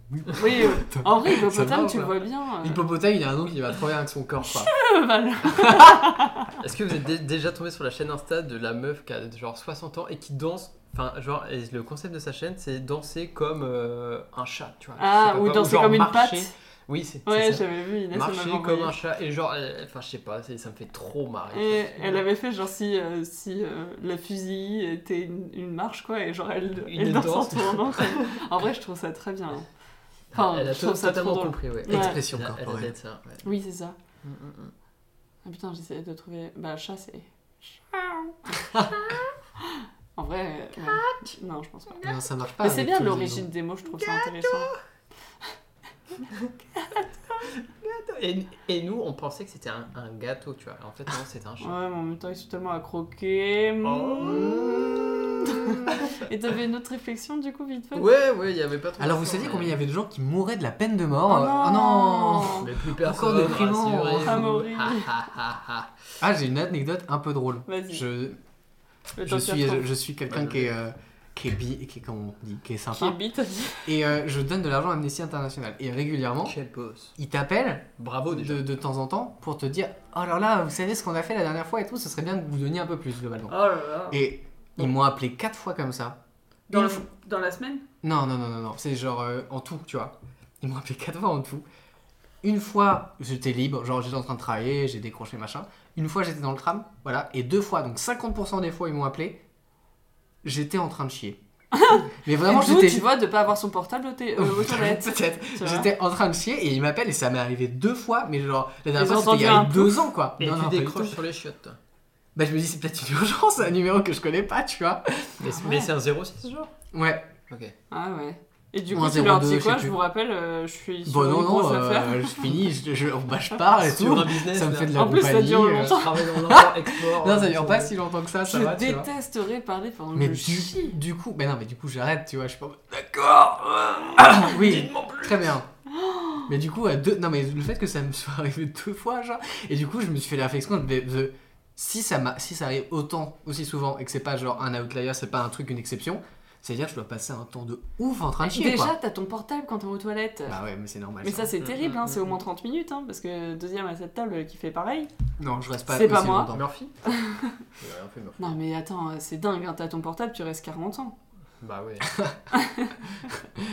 Oui, euh, en vrai, hippopotame,
marche,
tu le
hein.
vois bien. euh,
Hippopotame, il a un nom qui va trop bien avec son corps, quoi.
voilà.
Est-ce que vous êtes dé- déjà tombé sur la chaîne Insta de la meuf qui a genre 60 ans et qui danse Enfin, genre, et le concept de sa chaîne, c'est danser comme euh, un chat, tu vois. Je
Ah,
sais pas
ou
quoi,
danser
genre
comme une
marcher.
patte.
Oui, c'est c'est
Ouais,
ça.
j'avais vu Inès. elle
Marcher
m'avait
comme
envoyé.
un chat. Et genre, elle- enfin, je sais pas, c'est- ça me fait trop marrer.
Et elle avait fait genre si, euh, si euh, la fusille était une, une marche quoi et genre elle,
Une
elle danse en
danse.
tournant. quoi. en vrai je trouve ça très bien. hein. Enfin,
elle a
je trouve ça trop
totalement
drôle.
compris, ouais.
Ouais.
Expression
Elle a- elle a
corporelle.
fait ça, ouais.
Oui c'est ça.
Mm, mm, mm.
Ah putain j'essayais de trouver... Bah chat c'est... en vrai... euh, ouais. Non je pense pas.
Non, ça marche pas.
Mais c'est
avec
bien
tous les
l'origine des mots je trouve ça intéressant.
Et, et nous, on pensait que c'était un, un gâteau, tu vois. En fait, non, c'était un
Ouais mais
chat.
en même temps ils sont tellement à croquer.
Oh.
Et t'avais une autre réflexion du coup vite fait
Ouais, ouais, il y avait pas trop.
Alors vous
de
saviez
sang,
combien il
mais-
y avait de gens qui mouraient de la peine de mort
Oh
euh,
non.
non
Mais plus personne.
Encore déprimant.
rassurez-vous.
Amaury.
Ha, ha, ha, ha.
Ah j'ai une anecdote un peu drôle.
Vas-y.
Je,
Le
je
temps qu'il
suis
retrouve.
je, je suis quelqu'un
Ouais,
qui est euh, qui est bi qui est comment on dit qui est
Qui est
sympa
bite.
et euh, je donne de l'argent à Amnesty International et régulièrement
Quelle boss.
ils t'appellent
Oh,
Bravo déjà.
de, de temps en temps pour te dire oh là là vous savez ce qu'on a fait la dernière fois et tout ce serait bien que vous donniez un peu plus globalement.
Oh là là.
Et ils m'ont appelé quatre fois comme ça.
Dans,
Une
le-
fois-
dans la semaine
Non, non, non, non, non. C'est genre euh, en tout, tu vois. Ils m'ont appelé quatre fois en tout. Une fois, j'étais libre, genre j'étais en train de travailler, j'ai décroché machin. Une fois, j'étais dans le tram, voilà. Et deux fois, donc 50% des fois, ils m'ont appelé, j'étais en train de chier. Mais vraiment,
Et d'où,
j'étais.
tu vois, de pas avoir son portable au thé- euh, aux toilettes.
Peut-être.
Tu vois.
J'étais en train de chier et ils m'appellent et ça m'est arrivé deux fois, mais genre la
Ils ont
dernière fois, c'était il y a
entendu un
deux ans quoi.
Et
Non,
tu
non, pas du
décroches
tout.
sur les chiottes. toi.
Bah, je me dis, c'est peut-être une urgence, un numéro que je connais pas, tu vois.
Mais, c'est- mais c'est un 06 genre
Ouais.
Ok.
Ah ouais. Et du coup,
Moins
tu leur
0,2,
dis
je
quoi
sais
Je
plus.
vous rappelle, euh, je suis sur
Bon, non,
une grosse
non, euh,
affaire.
je finis, je, je- bah, je parle et tout.
un business.
Ça me fait de
là.
la
En plus, ça
compagnie,
dure
euh,
longtemps.
Je travaille dans l'import-export.
Non, ça dure pas si longtemps que ça, ça
je
va, tu vois.
détesterais parler pendant
Mais
que je
du,
chie.
du coup, mais non, mais du coup, j'arrête, tu vois, je suis pas.
D'accord.
oui, très bien. Mais du coup, à deux. Non, mais le fait que ça me soit arrivé deux fois, genre. Et du coup, je me suis fait la réflexion de. de- si, ça m'a- si ça arrive autant, aussi souvent, et que c'est pas genre un outlier, c'est pas un truc, une exception, c'est-à-dire que je dois passer un temps de ouf en train de chier,
Déjà,
quoi.
t'as ton portable quand t'es aux toilettes.
Bah ouais, mais c'est normal.
Mais
ça.
ça, c'est
Mm,
terrible,
mm,
hein,
mm,
c'est au
mm.
moins 30 minutes, hein, parce que deuxième à cette table qui fait pareil.
Non, je reste pas.
C'est
aussi
pas moi.
longtemps.
Murphy Il a rien fait, Murphy.
Non, mais attends, euh, c'est dingue, hein, t'as ton portable, tu restes 40 ans.
Bah ouais.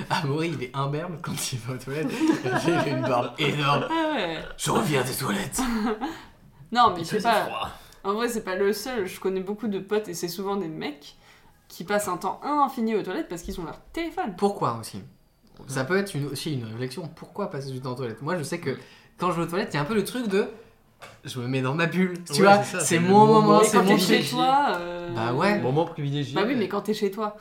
Amaury, Ah, il est imberbe quand il va aux toilettes. J'ai une barbe énorme.
Ah ouais.
Je reviens des toilettes.
Non, mais je sais
Il
pas.
fait froid.
En vrai, c'est pas le seul. Je connais beaucoup de potes et c'est souvent des mecs qui passent un temps infini aux toilettes parce qu'ils ont leur téléphone.
Pourquoi aussi Ça peut être une- aussi une réflexion. Pourquoi passer du temps aux toilettes Moi, je sais que quand je vais aux toilettes, il y a un peu le truc de je me mets dans ma bulle. Tu
Ouais,
vois,
c'est ça, Oh, c'est
c'est
le
mon
moment.
moment,
Mais
c'est
quand
mon
t'es
truc.
chez
truc.
toi. euh,
Bah ouais.
Moment privilégié.
Bah oui, mais quand t'es chez toi,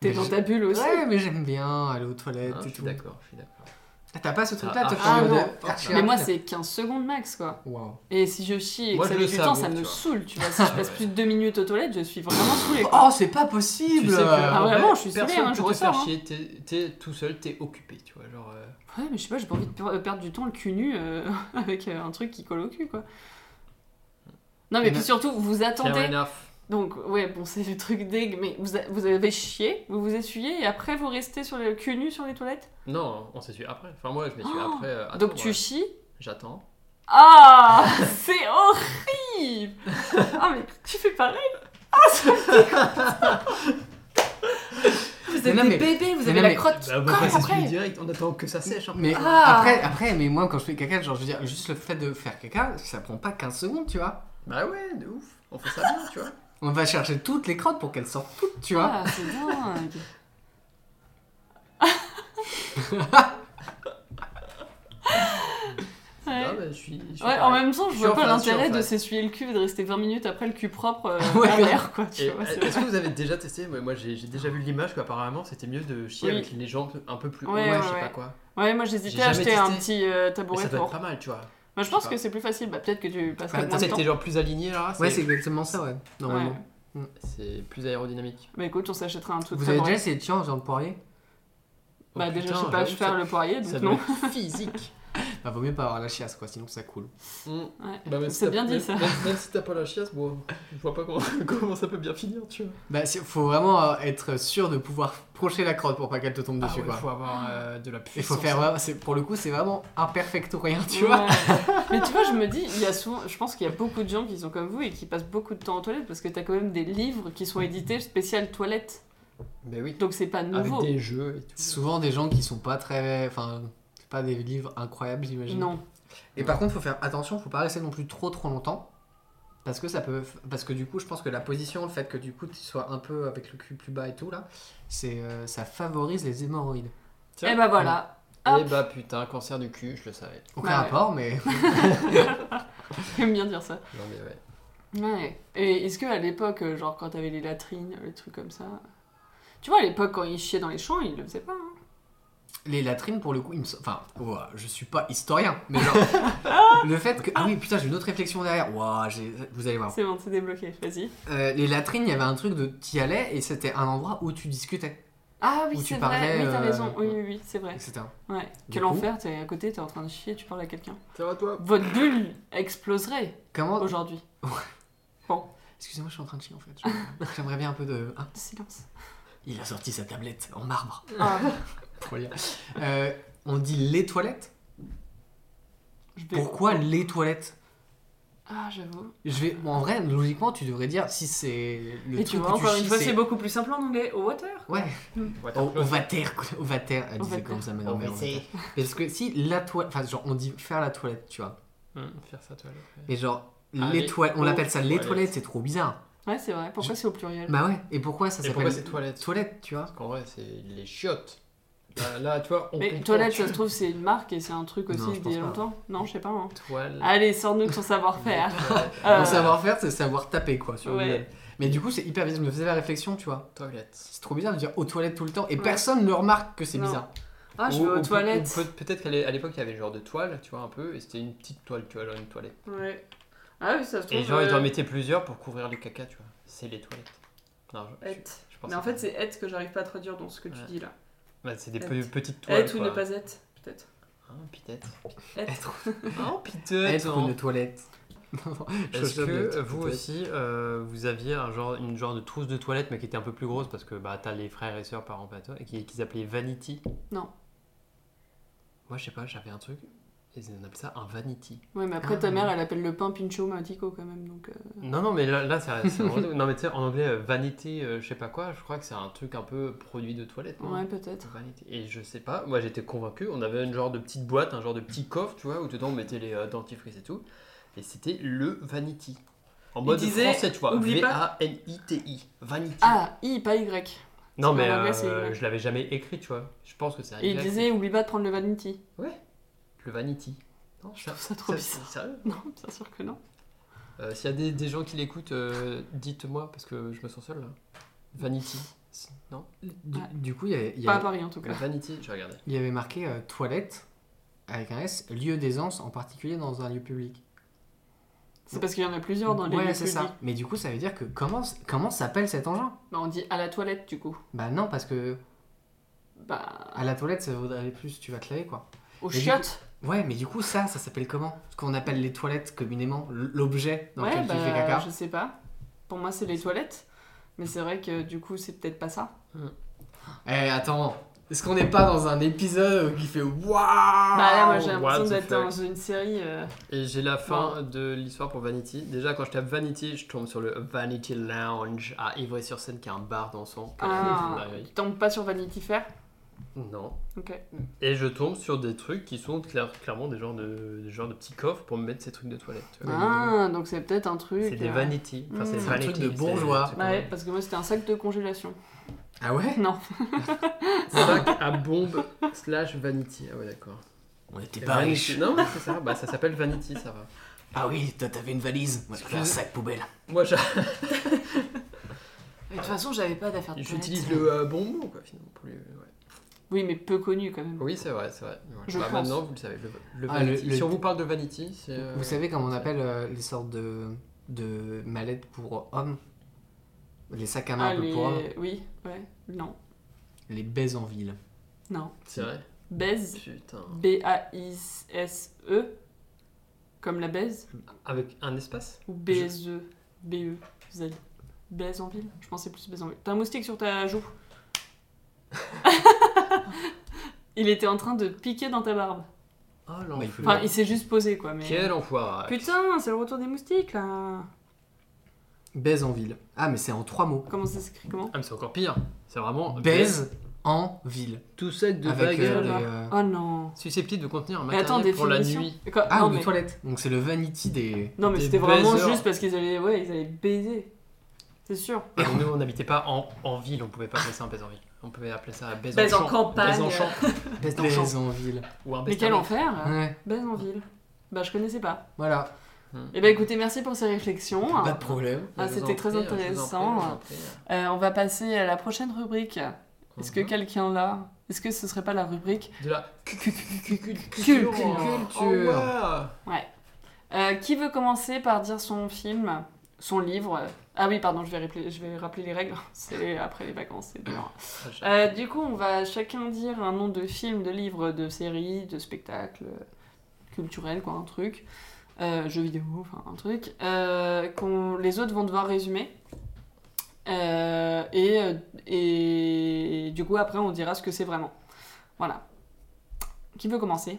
t'es
Mais
dans
je-
ta bulle aussi.
Ouais, mais j'aime bien aller aux toilettes
Ah,
et
je suis
tout.
d'accord, je suis d'accord.
T'as pas ce truc-là,
Ah,
toi,
ah,
t'as
non.
archi
Mais moi,
rapide.
c'est 15 secondes max, quoi.
Waouh.
Et si je chie et
Moi,
que ça
je
met
le
du temps, ça
savoure,
me
tu vois.
saoule, tu vois. Bah, Si je passe
ouais.
plus de 2 minutes aux toilettes, je suis vraiment saoulée. quoi.
Oh, c'est pas possible.
Tu sais que,
Ah,
en vrai,
vraiment, je suis
personne
saoulée, hein,
peut
je
te
ressors,
faire
hein.
chier, t'es- T'es tout seul, t'es occupé, tu vois. Genre. euh,
Ouais, mais je sais pas, j'ai pas envie de per- euh, perdre du temps le cul nu euh, avec euh, un truc qui colle au cul, quoi. Non, mais
Mais
puis
non.
surtout, vous attendez.
fair enough.
Donc, ouais, bon, c'est le truc dégue, mais vous, a- vous avez chié, vous vous essuyez et après vous restez sur le cul nu sur les toilettes
Non, on s'est su après. Enfin, moi, je m'ai su
Oh
après. euh, attends,
Donc tu
ouais.
chies
J'attends.
Ah C'est horrible Ah, mais tu fais pareil Ah, ça me dégoûte. Vous
Mais
avez
non,
des
mais-
bébés, vous
mais
avez
non,
la
mais-
crotte
Bah, on
Quoi,
va passer
après
celui direct, on attend que ça sèche. hein.
Mais
Ah.
après, après, mais moi quand je fais caca, genre je veux dire, juste le fait de faire caca, ça prend pas 15 secondes, tu vois.
Bah ouais, de ouf. On fait ça bien, tu vois.
On va chercher toutes les crottes pour qu'elles sortent toutes, tu vois.
Ah, c'est dingue Ouais.
Non, mais je suis. je suis
Ouais, en
pareil.
même temps, je
Je
vois
suis
pas
en phase,
l'intérêt
je suis en
de
phase.
s'essuyer le cul et de rester 20 minutes après le cul propre euh,
Ouais,
derrière, quoi. Tu
Et, euh,
vois, c'est-
Est-ce que vous avez déjà testé Moi, moi, j'ai j'ai déjà vu l'image qu'apparemment c'était mieux de chier
Oui.
avec les jambes un peu plus
Ouais,
haut,
ouais,
je sais
ouais.
pas quoi.
Ouais, moi
J'ai
j'hésitais à
jamais
acheter un
testé.
petit euh,
Mais
tabouret
ça doit être
pour.
pas mal, tu vois.
Moi je
je
pense
sais
que
pas.
c'est plus facile, bah peut-être que tu passes
Bah,
moins de
Peut-être
temps.
que t'es genre plus aligné là.
Ouais, c'est exactement ça, ouais, normalement.
Ouais.
c'est plus aérodynamique.
Bah écoute, on s'achètera un tout
Vous avez
tabouret.
déjà essayé de chier en faisant le poirier
Oh,
Bah déjà,
putain,
je sais pas
j'avoue,
je faire le poirier,
ça
donc
doit
non.
être physique.
Bah vaut mieux pas avoir la chiasse quoi, sinon ça coule.
Mm.
Ouais.
Bah, même si
C'est
t'as-
bien dit,
même-
ça.
Même, même si t'as pas la chiasse, bon, je vois pas comment, comment ça peut bien finir, tu vois.
Bah c'est- faut vraiment euh, être sûr de pouvoir procher la crotte pour pas qu'elle te
Ah
tombe dessus quoi.
Ah faut avoir euh, de la
Il
puissance.
faut faire, vraiment- c'est- pour le coup c'est vraiment imperfect ou rien, tu vois.
Ouais. Mais tu vois, je me dis, il y a souvent, je pense qu'il y a beaucoup de gens qui sont comme vous et qui passent beaucoup de temps aux toilettes parce que t'as quand même des livres qui sont édités spécial toilette.
Mais oui.
Donc c'est pas
Avec
nouveau.
des jeux et
C'est
tout.
souvent des gens qui sont pas très, enfin, c'est pas des livres incroyables j'imagine.
Non.
Et par contre, faut faire attention, faut pas rester non plus trop trop longtemps. Parce que ça peut. Parce que du coup, je pense que la position, le fait que du coup tu sois un peu avec le cul plus bas et tout là, c'est euh, ça favorise les hémorroïdes.
Tiens.
Et bah voilà.
Eh
Hop.
bah putain, cancer du cul, je le savais.
Bah
Aucun
ouais.
rapport, mais.
J'aime bien dire ça.
Non mais ouais.
Ouais. Et est-ce que à l'époque, euh, genre quand t'avais les latrines, les trucs comme ça. Tu vois, à l'époque, quand ils chiaient dans les champs, ils le faisaient pas. hein.
Les latrines, pour le coup, ils me... sont- enfin, ouah, je suis pas historien, mais genre. le fait que. Ah oui, putain, j'ai une autre réflexion derrière. Ouah, j'ai- vous allez voir.
C'est bon, c'est débloqué, vas-y.
Euh, les latrines, il y avait un truc de. T'y allais et c'était un endroit où tu discutais,
Ah oui,
Où tu
c'est vrai,
parlais,
oui, t'as
euh,
raison. Oui, oui, oui, c'est vrai.
etc.
Ouais.
Du
Quel
coup-
enfer, t'es à côté, t'es en train de chier, tu parles à quelqu'un.
Ça va toi
Votre bulle exploserait
Comment.
aujourd'hui.
Excusez-moi, je suis en train de chier en fait. Je- J'aimerais bien un peu de. Ah,
Silence.
il a sorti sa tablette en marbre.
Ah,
Trop bien. Euh, on dit les toilettes
je vais-
Pourquoi les toilettes
Ah, j'avoue.
je vais... bon, En vrai, logiquement, tu devrais dire si c'est le
Et tu
truc
vois,
où tu
encore une
chies,
fois,
c'est-
c'est beaucoup plus simple en anglais. Water
Ouais, Oh,
Ouais,
au, au vater, quoi. au vater, elle
Au
disait
vater.
comme ça, mais non, mais au vater. Parce que si la toilette, enfin, genre, on dit faire la toilette, tu vois,
Hum.
Hum, Faire ça toi.
et genre,
Allez,
les toilettes, on
aux
l'appelle ça les
Ah, toilettes.
toilettes, c'est trop bizarre.
Ouais, c'est vrai. Pourquoi c'est au pluriel
Bah ouais, et pourquoi ça
Et pourquoi c'est
s'appelle
toilette
toilette, tu vois
Parce qu'en vrai, c'est les chiottes. Là, là, tu vois, on
Mais
comprend.
toilette, ça se trouve, c'est une marque et c'est un truc
Non,
aussi
je pense
d'il y a
pas.
longtemps. Non, je sais pas. hein.
Toile.
Allez, sors-nous ton savoir-faire.
Ouais.
Euh,
Mon savoir-faire, c'est savoir taper, quoi, sur
Ouais.
Google. Mais du coup, c'est hyper bizarre. Je me faisais la réflexion, tu vois.
Toilette.
C'est trop bizarre de dire aux toilettes tout le temps et
Ouais.
personne ne remarque que c'est
Non.
bizarre.
Ah, je vais aux toilettes.
Peut-être qu'à l'é- à l'époque, il y avait le genre de toile, tu vois, un peu, et c'était une petite toile, tu vois, genre une toilette.
Ouais. Ah oui, ça se trouve.
Et genre, ils en
euh,
mettaient plusieurs pour couvrir les caca, tu vois. C'est les toilettes. Non, je, je-
être.
je pense
Mais en
que-
fait, c'est être que j'arrive pas à traduire dans ce que tu
Ouais.
dis là.
Bah, c'est des
être.
pe- petites toiles.
Être ou
quoi.
ne pas être, peut-être.
Ah, peut-être.
Être.
Ah,
Être
peut-être.
une toilette.
Est-ce que vous aussi, euh, vous aviez un genre, une genre de trousse de toilette, mais qui était un peu plus grosse parce que bah, t'as les frères et sœurs parents à toi, et qui- qu'ils appelaient Vanity
Non.
Moi, je sais pas, j'avais un truc, ils appelaient ça un Vanity.
Ouais, mais
Ah.
après, ta mère, elle appelle le pain pincho matico quand même, donc. euh,
Non, non, mais là, là c'est c'est vraiment- Non, mais tu sais, en anglais, euh, Vanity, euh, je sais pas quoi, je crois que c'est un truc un peu produit de toilette. non
Ouais, peut-être.
Vanity. Et je sais pas, moi j'étais convaincu, on avait une genre de petite boîte, un genre de petit coffre, tu vois, où dedans on mettait les euh, dentifrices et tout. Et c'était le Vanity. En
Il
mode
disait,
français, tu vois.
oublie pas-
V-A-N-I-T-I. Vanity.
Ah, I, pas Y.
non,
c'est
mais
en anglais, c'est
euh,
Y.
je l'avais jamais écrit, tu vois. Je pense que c'est un
Et il
Y.
disait, oublie pas de prendre le vanity.
Le Vanity. Non, je
trouve ça trop bizarre.
Sérieux
Non, bien sûr que non.
Euh, S'il y a des, des gens qui l'écoutent, euh, dites-moi, parce que je me sens seul là. Vanity. C'est- Non
Du,
Ouais.
du coup, il y avait, il
Ah.
y
Pas à
avait-
Paris en tout cas.
Vanity, je regardais.
il y avait marqué euh, toilette avec un S, lieu d'aisance, en particulier dans un lieu public.
C'est parce qu'il y en a plusieurs dans les
ouais,
lieux
c'est ça.
publics.
Mais du coup, ça veut dire que comment, comment s'appelle cet engin
Bah, on dit à la toilette du coup.
Bah non, parce que
Bah,
à la toilette, ça vaudrait plus, tu vas te laver quoi.
au
Mais du
chiottes.
Ouais, mais du coup, ça, ça s'appelle comment Ce qu'on appelle les toilettes communément, l- l'objet dans
Ouais,
lequel tu fais
bah,
caca.
je sais pas. Pour moi, c'est les toilettes. Mais c'est vrai que du coup, c'est peut-être pas ça.
Eh, attends, est-ce qu'on n'est pas dans un épisode qui fait waouh
bah, là, moi, j'ai
what
l'impression
the
d'être
fuck.
dans une série. euh,
Et j'ai la fin de l'histoire pour Vanity. Déjà, quand je tape Vanity, je tombe sur le Vanity Lounge à Ivry-sur-Seine, qui est un bar dansant. que
Ah,
la-
tu tombes pas sur Vanity Fair
Non.
Ok.
Et je tombe sur des trucs qui sont clair- clairement des genres, de, des genres de petits coffres pour me mettre ces trucs de toilette. tu vois.
Ah, donc c'est peut-être un truc.
C'est des
euh,
Vanity. Enfin, c'est
Mm.
des
C'est un
truc
Vanity,
de
c'est-
bourgeois.
c'est
bah ouais,
comme-
parce que moi, c'était un sac de congélation.
Ah ouais
Non.
Sac à bombe slash Vanity. Ah ouais, d'accord.
On était
Et Vanity- Non, mais c'est ça. Bah, ça s'appelle Vanity, ça va.
Ah oui, toi t'avais une valise. Moi j'avais un sac poubelle.
Moi, j'a-
Mais de toute façon, j'avais pas d'affaire de
j'utilise
toilette.
le euh, bon mot, quoi, finalement. Pour euh, les- ouais.
Oui, mais peu connu quand même.
Oui, c'est vrai, c'est vrai. Ouais.
Je
Bah,
pense.
Maintenant, vous le savez. Le, le
Ah,
vanity.
le- le-
Si on vous parle de vanity, c'est. euh,
Vous savez comment on appelle euh, les sortes de, de mallettes pour hommes Les sacs à main
Ah,
un peu
les-
pour hommes
Oui, ouais. Non.
Les baises en ville.
Non.
C'est vrai.
Baise.
Putain.
B-A-I-S-E, E, comme la baise,
Avec un espace
ou B-S-E, B-E, E Z. Baise en ville Je pensais plus baise en ville. T'as un moustique sur ta joue. il était en train de piquer dans ta barbe.
Oh
Bah, il faut
Enfin, il s'est juste posé, quoi. Mais...
Quel enfoiré
Putain, c'est le retour des moustiques, là
Baise en ville. Ah, mais c'est en trois mots.
Comment ça s'écrit Comment
Ah, mais c'est encore pire. C'est vraiment.
Baise en ville.
tout sec de
Avec
baguette.
euh,
gueule.
les, euh,
Oh non
Susceptible de contenir un
Mais attends,
matériel pour la
définition.
nuit.
Quoi
Ah,
non,
ou de
mais...
toilette. Donc c'est le vanity des.
non, mais
Des
c'était vraiment
baiseurs.
juste parce qu'ils allaient... Ouais, ils allaient baiser. C'est sûr.
Et nous, on n'habitait pas en, en ville, on pouvait pas appeler ça un baise en ville. On pouvait appeler ça un baise en
Baise en
champ.
campagne.
Baise en champ. Baise en champ.
Baise en ville.
Ou un
Mais
baise
quel
en-
enfer
Ouais,
Baise en ville. Bah, je connaissais pas.
voilà.
Hmm.
Eh ben écoutez, merci pour ces réflexions.
Pas de problème.
Ah,
Je vous en
c'était très
prie, je vous en prie,
intéressant.
je vous en prie.
Euh, on va passer à la prochaine rubrique. Est-ce que
Mhm.
quelqu'un là Est-ce que ce serait pas la rubrique
De la
Cul-
culture.
culture.
Oh, ouais.
Euh, Qui veut commencer par dire son film, son livre Ah oui, pardon, je vais, rappeler- je vais rappeler les règles. C'est après les vacances, c'est dur.
Ah, j'ai-
Euh, du coup, on va chacun dire un nom de film, de livre, de série, de spectacle euh, culturel, quoi, un truc. Euh, jeu vidéo, enfin un truc. Euh, qu'on- les autres vont devoir résumer. Euh, et, euh, et du coup, après, on dira ce que c'est vraiment. Voilà. Qui veut commencer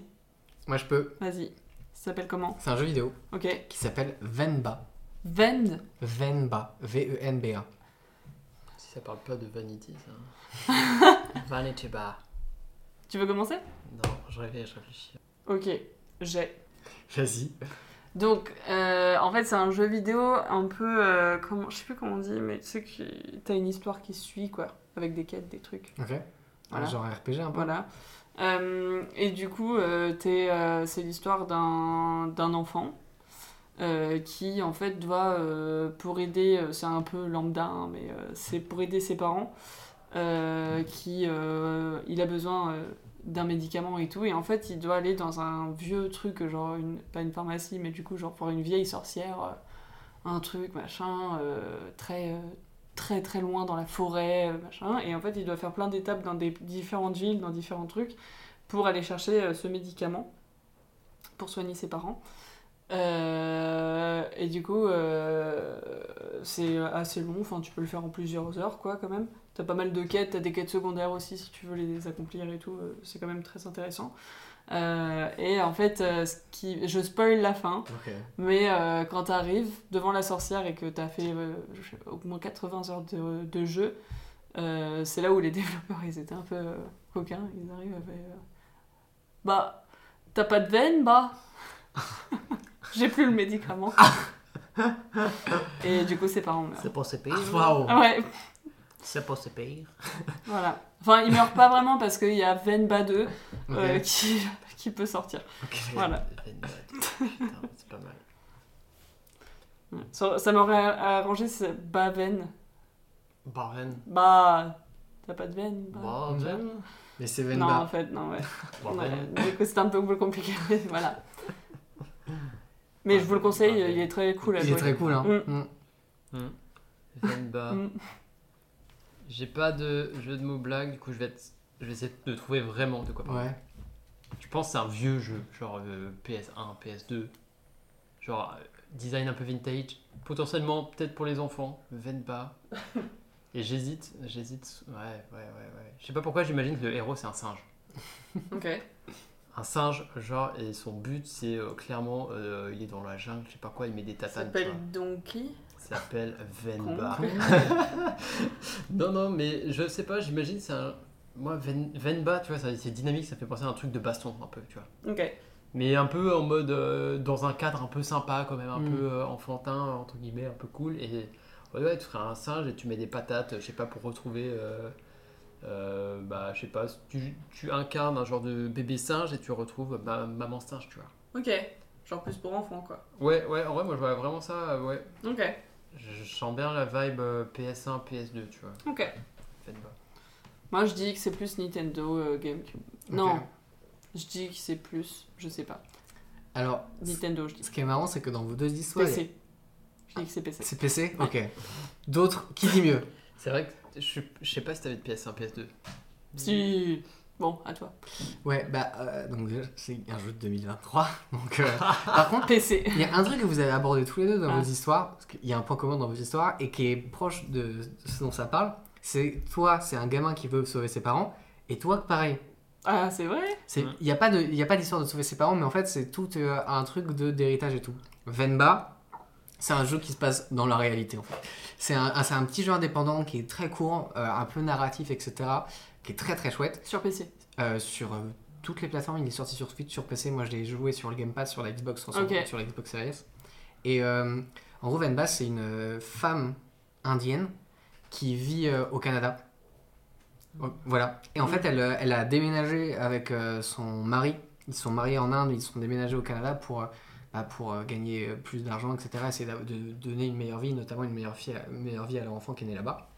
Moi je peux.
Vas-y. Ça s'appelle comment
C'est un jeu vidéo
Ok.
qui s'appelle Venba.
Vend
Venba. E V-E-N-B-A.
Si ça parle pas de vanity, ça. vanity bar.
Tu veux commencer
Non, je réfléchis, je réfléchis.
Ok. J'ai.
Vas-y.
Donc, euh, en fait, c'est un jeu vidéo un peu. euh, comment, je sais plus comment on dit, mais tu sais que t'as une histoire qui suit, quoi. Avec des quêtes, des trucs.
Ok.
Voilà.
Un Genre RPG un peu.
Voilà. Euh, et du coup, euh, t'es, euh, c'est l'histoire d'un, d'un enfant euh, qui en fait doit, euh, pour aider, euh, c'est un peu lambda, hein, mais euh, c'est pour aider ses parents, euh, qui euh, il a besoin euh, d'un médicament et tout, et en fait il doit aller dans un vieux truc, genre une, pas une pharmacie, mais du coup genre pour une vieille sorcière, euh, un truc machin, euh, très euh, très très loin dans la forêt, euh, machin, et en fait il doit faire plein d'étapes dans des différentes villes, dans différents trucs, pour aller chercher euh, ce médicament pour soigner ses parents. Euh, et du coup, euh, c'est assez long, enfin tu peux le faire en plusieurs heures quoi quand même. T'as pas mal de quêtes, t'as des quêtes secondaires aussi si tu veux les accomplir et tout, euh, c'est quand même très intéressant. Euh, et en fait, euh, ce qui... je spoil la fin,
Ok.
mais euh, quand t'arrives devant la sorcière et que t'as fait euh, je sais pas, au moins 80 heures de, de jeu, euh, c'est là où les développeurs ils étaient un peu euh, coquins, ils arrivent avec. euh, bah, t'as pas de veine, bah J'ai plus le médicament. et du coup, ses parents meurent.
C'est pas si pire.
Waouh.
Ah Ouais,
C'est pas si pire.
voilà. Enfin, ils meurent pas vraiment parce qu'il y a Venba 2
Ok.
euh, qui, qui peut sortir.
Ok.
Voilà.
Putain, c'est pas mal.
Ça, ça m'aurait arrangé ce Baven.
Barren.
Bah, t'as pas de veine bah.
Barren.
Mais c'est
Non, en
Venba.
fait, non, ouais. Ouais,
Barren.
du coup, c'était un peu plus compliqué, mais voilà. Mais je vous le conseille, il est très cool à
Il est
jouer.
très cool, hein.
Mm.
Mm.
Venba.
Mm.
J'ai pas de jeu de mots blague, du coup je vais, être- je vais essayer de trouver vraiment de quoi parler.
Ouais.
Je pense que c'est un vieux jeu, genre euh, PS1, PS2. Genre euh, design un peu vintage, potentiellement peut-être pour les enfants, Venba. Et j'hésite, j'hésite. Ouais, ouais, ouais, ouais. Je sais pas pourquoi j'imagine que le héros c'est un singe.
Ok.
Un singe, genre, et son but c'est euh, clairement, euh, il est dans la jungle, je sais pas quoi, il met des
Ça
tatanes. tu vois.
s'appelle Donkey.
Ça s'appelle Venba.
Con.
non, non, mais je sais pas, j'imagine c'est un. Moi, Ven- Venba, tu vois, ça- c'est dynamique, ça fait penser à un truc de baston un peu, tu vois.
Ok.
Mais un peu en mode euh, dans un cadre un peu sympa, quand même, un
Mm.
peu euh, enfantin, entre guillemets, un peu cool. Et ouais, ouais, tu ferais un singe et tu mets des patates, je sais pas, pour retrouver. euh, euh, bah, je sais pas, tu, tu incarnes un genre de bébé singe et tu retrouves ma- maman singe, tu vois.
Ok. Genre plus pour enfants, quoi.
Ouais, ouais, en vrai, moi je vois vraiment ça, euh, ouais.
Ok.
Je, je sens bien la vibe euh, PS1, PS2, tu vois.
Ok.
Faites pas.
Moi, je dis que c'est plus Nintendo euh, GameCube. Non,
Ok.
je dis que c'est plus, je sais pas.
Alors,
Nintendo, je dis.
ce qui est marrant, c'est que dans vos deux histoires, il y a-
PC. Je dis que c'est PC.
c'est PC. Ok. D'autres, qui dit mieux
C'est vrai que je, je sais pas si t'avais de PS1, PS2.
Ah.
Si. Bon, à toi.
Ouais, bah, euh, donc déjà, c'est un jeu de 2023. Donc, euh, par contre,
PC.
il y a un truc que vous avez abordé tous les deux dans
Ah.
vos histoires, parce qu'il y a un point commun dans vos histoires et qui est proche de de ce dont ça parle. C'est toi, c'est un gamin qui veut sauver ses parents, et toi, pareil.
Ah, c'est vrai
C'est-
Ouais.
Il n'y a pas de- il y a pas d'histoire de sauver ses parents, mais en fait, c'est tout euh, un truc de d'héritage et tout. Venba, c'est un jeu qui se passe dans la réalité, en fait. C'est un, un- c'est un petit jeu indépendant qui est très court, euh, un peu narratif, etc., qui est très très chouette.
Sur PC.
Euh, sur euh, toutes les plateformes. Il est sorti sur Switch, sur PC. Moi, je l'ai joué sur le Game Pass, sur la Xbox 360,
Ok.
sur la Xbox Series. S. Et euh, en gros, Venba, c'est une euh, femme indienne qui vit euh, au Canada. Oh, Voilà. Et en fait, elle, euh, elle a déménagé avec euh, son mari. Ils sont mariés en Inde, ils sont déménagés au Canada pour, euh, bah, pour euh, gagner euh, plus d'argent, etc. Essayer d'a- de donner une meilleure vie, notamment une meilleure, fille à- une meilleure vie à leur enfant qui est né là-bas.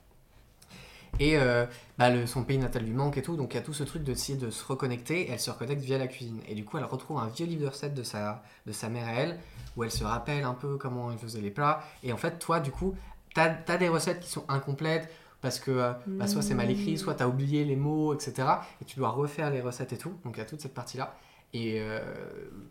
Et euh, bah, le- son pays natal lui manque et tout, donc il y a tout ce truc d'essayer de se reconnecter. Elle se reconnecte via la cuisine. Et du coup, elle retrouve un vieux livre de recettes de sa, de sa mère à elle, où elle se rappelle un peu comment elle faisait les plats. Et en fait, toi, du coup, t'as as des recettes qui sont incomplètes, parce que euh, bah, soit c'est mal écrit, soit t'as oublié les mots, etc. Et tu dois refaire les recettes et tout. Donc il y a toute cette partie-là. Et euh,